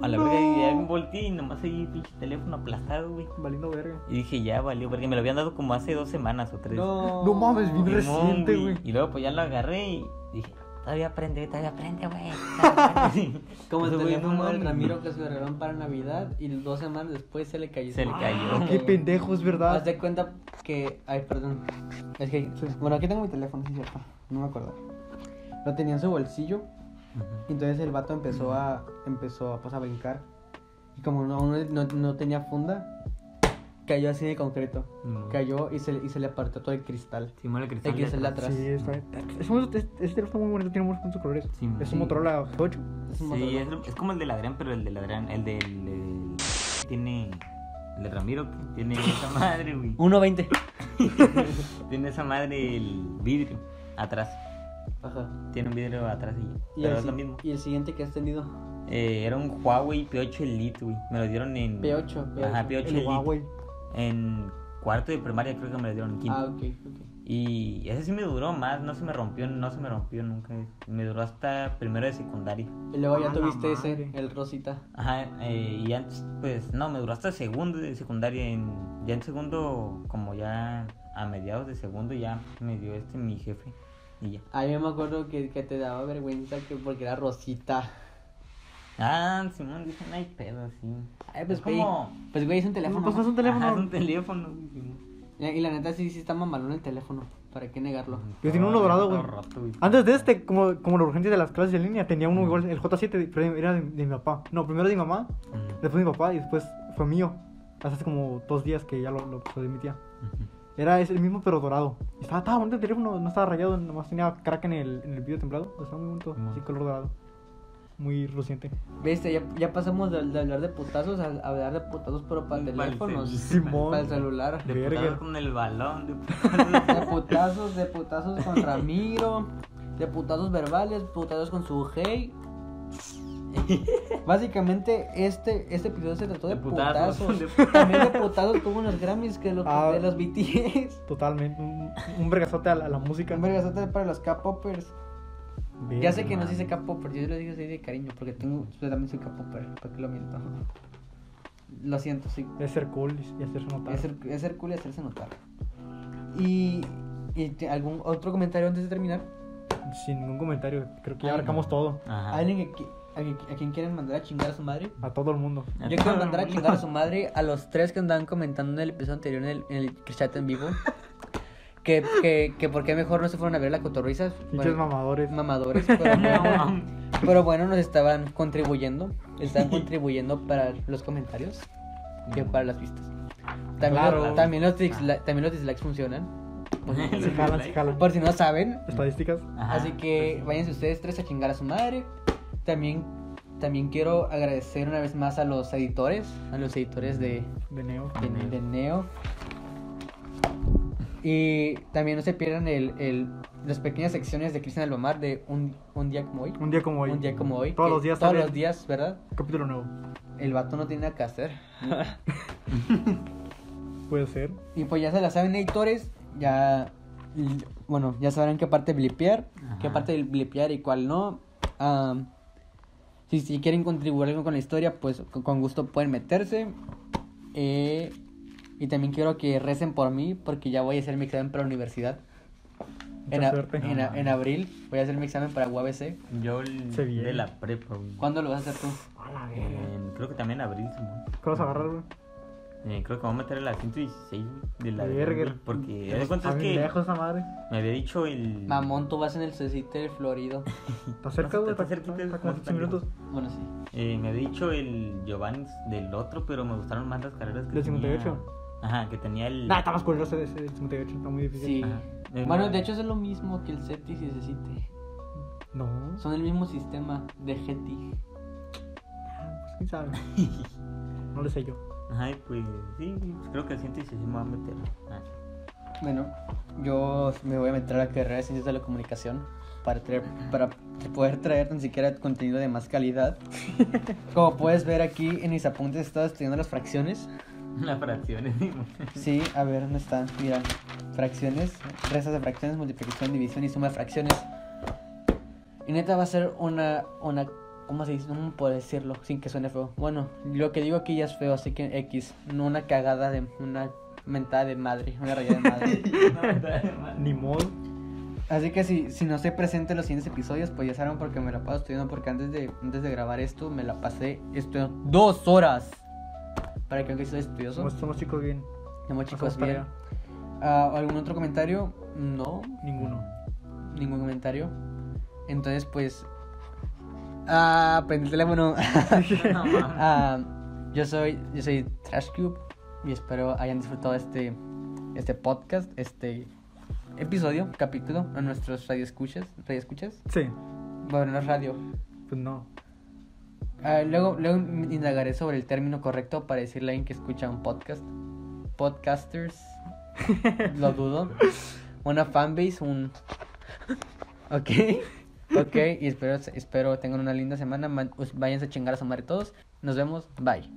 S4: a la
S2: No.
S4: verga, y ya me volteé y nomás ahí, pinche teléfono aplastado, güey.
S2: Valiendo verga.
S4: Y dije, ya valió, porque me lo habían dado como hace dos semanas o tres.
S1: No.
S2: No mames, bien
S4: Simón,
S2: reciente, güey.
S4: Y luego pues ya lo agarré y dije, Todavía aprende, todavía aprende, güey.
S2: (laughs)
S4: todavía aprende".
S1: Como el
S4: Ese güey, no
S1: teléfono del
S4: mames.
S1: Ramiro que se lo regalaron para Navidad y dos semanas después se le cayó. Ah,
S4: Se le cayó.
S2: Qué pendejos,
S1: Haz
S2: ¿verdad?
S1: de cuenta que. Ay, perdón. Es que. Bueno, aquí tengo mi teléfono, sí, cierto. No me acuerdo. Lo tenía en su bolsillo. Y entonces el vato empezó a. Empezó a, pues, a brincar. Y como no, no, no- no tenía funda, cayó así de concreto.
S4: No.
S1: Cayó y se, y se le apartó todo el cristal.
S4: Simón el
S1: El
S4: cristal. de
S1: cristal de
S4: atrás.
S1: atrás.
S2: Sí, está es un, es, Este teléfono muy bonito, tiene muchos muchos colores.
S4: Sí,
S2: es
S4: sí.
S2: un Motorola 8.
S1: Es un
S4: Sí,
S1: Motorola.
S4: es, es como el del Adrián, pero el del Adrián, el del. el- tiene. El de Ramiro, que
S1: (laughs)
S4: tiene esa madre, güey.
S1: 1.20.
S4: tiene esa madre el vidrio atrás.
S1: Ajá.
S4: Tiene un vidrio atrás y.
S1: Y
S4: pero
S1: el,
S4: es lo
S1: si-
S4: mismo.
S1: y el siguiente que has tenido.
S4: Eh, era un Huawei P8 Elite, güey. Me lo dieron en.
S1: P8, P8.
S4: Ajá, P8
S2: El
S4: Elite.
S2: Huawei.
S4: En cuarto de primaria creo que me lo dieron en quinto.
S1: Ah, ok, ok.
S4: Y ese sí me duró más, no se me rompió, no se me rompió nunca. Me duró hasta primero de secundaria.
S1: Y luego ya
S2: Ah, la
S1: tuviste ese,
S2: madre.
S1: el rosita.
S4: Ajá, eh, y antes, pues, no, me duró hasta segundo de secundaria. En, ya en segundo, como ya a mediados de segundo, ya me dio este mi jefe. Y ya.
S1: A mí me acuerdo que, que te daba vergüenza que porque era rosita.
S4: Ah, Simón, dije, no hay pedo, sí.
S1: Ay, pues,
S4: Es
S1: güey,
S4: como-
S1: pues, güey, es un teléfono.
S2: Pues
S1: ¿no?
S2: es un teléfono.
S4: Ajá, es un teléfono, güey, Simón.
S1: Y y la neta sí, sí está mamalón el teléfono. ¿Para qué negarlo?
S2: Yo tenía uno dorado, güey.
S4: Todo roto, güey.
S2: Antes de este, como, como la urgencia de las clases en línea, tenía uno igual, el J7, pero era de, de mi papá. No, primero de mi mamá,
S4: Ujú,
S2: después de mi papá y después fue mío. Hasta hace como dos días que ya lo, lo, lo de mi tía.
S4: ujú.
S2: Era ese- el mismo, pero dorado. Y Estaba, estaba bonito el teléfono, no estaba rayado, nomás tenía crack en el, en el vidrio templado. Estaba muy bonito,
S4: Simón.
S2: así color dorado. Muy luciente.
S1: Viste, ya, ya pasamos de, de hablar de putazos a, a hablar de putazos, pero para
S4: Para el
S1: teléfonos.
S2: Simón.
S1: Para el celular.
S2: (laughs)
S4: De
S2: Verga.
S4: putazo con el balón, de
S2: (laughs)
S1: De putazos, de putazos con Ramiro. De putazos verbales, putazos con su hey. Básicamente, este, este episodio se trató de,
S4: De putazos,
S1: putazos.
S4: de putazos.
S1: También de putazos como en los Grammys que lo,
S2: Ah.
S1: de los BTS.
S2: Totalmente. Un, un vergazote a, la- a la música.
S1: Un vergazote para los K-Poppers.
S2: Verga.
S1: Ya sé que no se dice K-Popper, yo lo digo así de cariño, porque tengo, yo también soy K-Popper, ¿para qué lo miento? (laughs) Lo siento, sí.
S2: Es ser cool y- y hacerse notar.
S1: Es ser, es ser cool y hacerse notar. Y, y te- algún otro comentario antes de terminar.
S2: Sin ningún comentario, creo que ya
S1: Ay,
S2: abarcamos todo.
S4: Ajá.
S1: ¿Alguien que, qui- a, qui- a quien quieren mandar a chingar a su madre?
S2: A todo el mundo.
S4: A
S1: Yo quiero
S4: todo (laughs)
S1: mandar a
S2: (laughs)
S4: el mundo.
S1: chingar a su madre a los tres que andaban comentando en el episodio anterior en el, en el chat en vivo. Que, que, que por qué mejor no se fueron a ver la cotorriza.
S2: Pinches mamadores.
S1: mamadores. Pero bueno, pero bueno, nos estaban contribuyendo. Estaban contribuyendo para los comentarios que para las vistas. También,
S2: Claro.
S1: también, los, disla- también los dislikes funcionan.
S2: (laughs)
S4: (laughs)
S2: Se jalan, se jalan.
S1: Por si no saben.
S2: Estadísticas.
S4: Ajá.
S1: Así que váyanse ustedes tres a chingar a su madre. También, también quiero agradecer una vez más a los editores. A los editores de,
S2: De Neo.
S1: de, de Neo. Y también no se pierdan el, el- las pequeñas secciones de Cristian Alomar de un, un día como hoy.
S2: Un día como hoy.
S1: Un día como hoy.
S2: Todos
S1: que
S2: los días.
S1: Todos
S2: sale
S1: los días, ¿verdad?
S2: Capítulo nuevo.
S1: El vato no tiene nada que hacer.
S2: Puede ser.
S1: Y pues ya se la saben, editores. Ya. y- Bueno, ya sabrán qué parte blipear, qué
S4: Ajá.
S1: parte blipear y cuál no. Am, si, si quieren contribuir algo con la historia, pues con- con gusto pueden meterse. Eh, y también quiero que recen por mí, porque ya voy a hacer mi examen para la universidad. En,
S2: Mucha
S1: a-
S2: suerte.
S1: en a- en abril voy a hacer mi examen para UABC.
S4: Yo el-
S2: Se viene.
S4: de la prepa, güey.
S1: ¿Cuándo lo vas a hacer tú?
S4: En- creo que también en abril, Simón.
S2: ¿Qué vas a agarrar, güey?
S4: Eh, creo que vamos a meter a la 116, güey, de la
S2: La
S4: de
S2: verga.
S4: Google, Porque, haz de cuenta
S2: Está
S4: es
S2: bien
S4: que
S2: lejos esa madre.
S4: me había dicho el...
S1: Mamón, tú vas en el CECITE del Florido.
S2: Está cerca,
S4: No,
S2: güey.
S4: está
S2: Está cerca.
S4: cerquita,
S2: Está
S4: no
S2: como 15
S4: está
S2: minutos.
S1: Bueno, sí.
S4: eh, me había dicho el Giovanni del otro, pero me gustaron más las carreras que
S2: ¿Del
S4: tenía-
S2: 58?
S4: Ajá, que tenía el...
S2: Nah, está más curioso ese ese 58. Está muy difícil.
S1: Sí.
S4: Ajá.
S1: Bueno, de hecho es lo mismo que el CETIS y el CECITE.
S2: No.
S1: Son el mismo sistema de GETI.
S2: Pues quién sabe. (laughs) No le sé yo.
S4: Ajá, y pues sí, pues, creo que el 116 me va a meter. (laughs) Ah,
S1: Bueno, yo me voy a meter a la carrera de ciencias de la comunicación para, traer- para poder traer tan siquiera contenido de más (laughs) calidad. Como puedes ver aquí en mis apuntes he estado estudiando las fracciones.
S4: Las fracciones, (laughs) Simón.
S1: Sí, a ver, ¿dónde están? Mira, fracciones, restas de fracciones, multiplicación, división y suma de fracciones. Y neta va a ser una, una, ¿cómo se dice? No puedo decirlo sin que suene feo. Bueno, lo que digo aquí ya es feo, así que X, no una cagada de, una mentada de madre, una rayada de madre.
S4: No, está de mal.
S2: Ni modo.
S1: Así que si, si no estoy presente en los siguientes episodios, pues ya saben porque me la paso estudiando. Porque antes de, antes de grabar esto, me la pasé estudiando dos horas. Para que aunque soy estudioso,
S2: Somos, somos chicos bien.
S1: somos chicos
S2: hacemos
S1: bien.
S2: tarea.
S1: Ah, ¿Algún otro comentario? No,
S2: Ninguno.
S1: ningún comentario. Entonces, pues. Ah, prende el teléfono. (laughs) Ah, yo soy. Yo soy Trash Cube. Y espero hayan disfrutado este. Este podcast. Este episodio, capítulo. A nuestros radioescuchas. Radioescuchas.
S2: Sí.
S1: Bueno, no es radio.
S2: Pues no.
S1: Ah, luego, luego indagaré sobre el término correcto para decirle a alguien que escucha un podcast. Podcasters. Lo dudo. Una fanbase, un. (laughs) Ok. Ok, y espero, espero tengan una linda semana. Man- us- Váyanse a chingar a su madre todos. Nos vemos. Bye.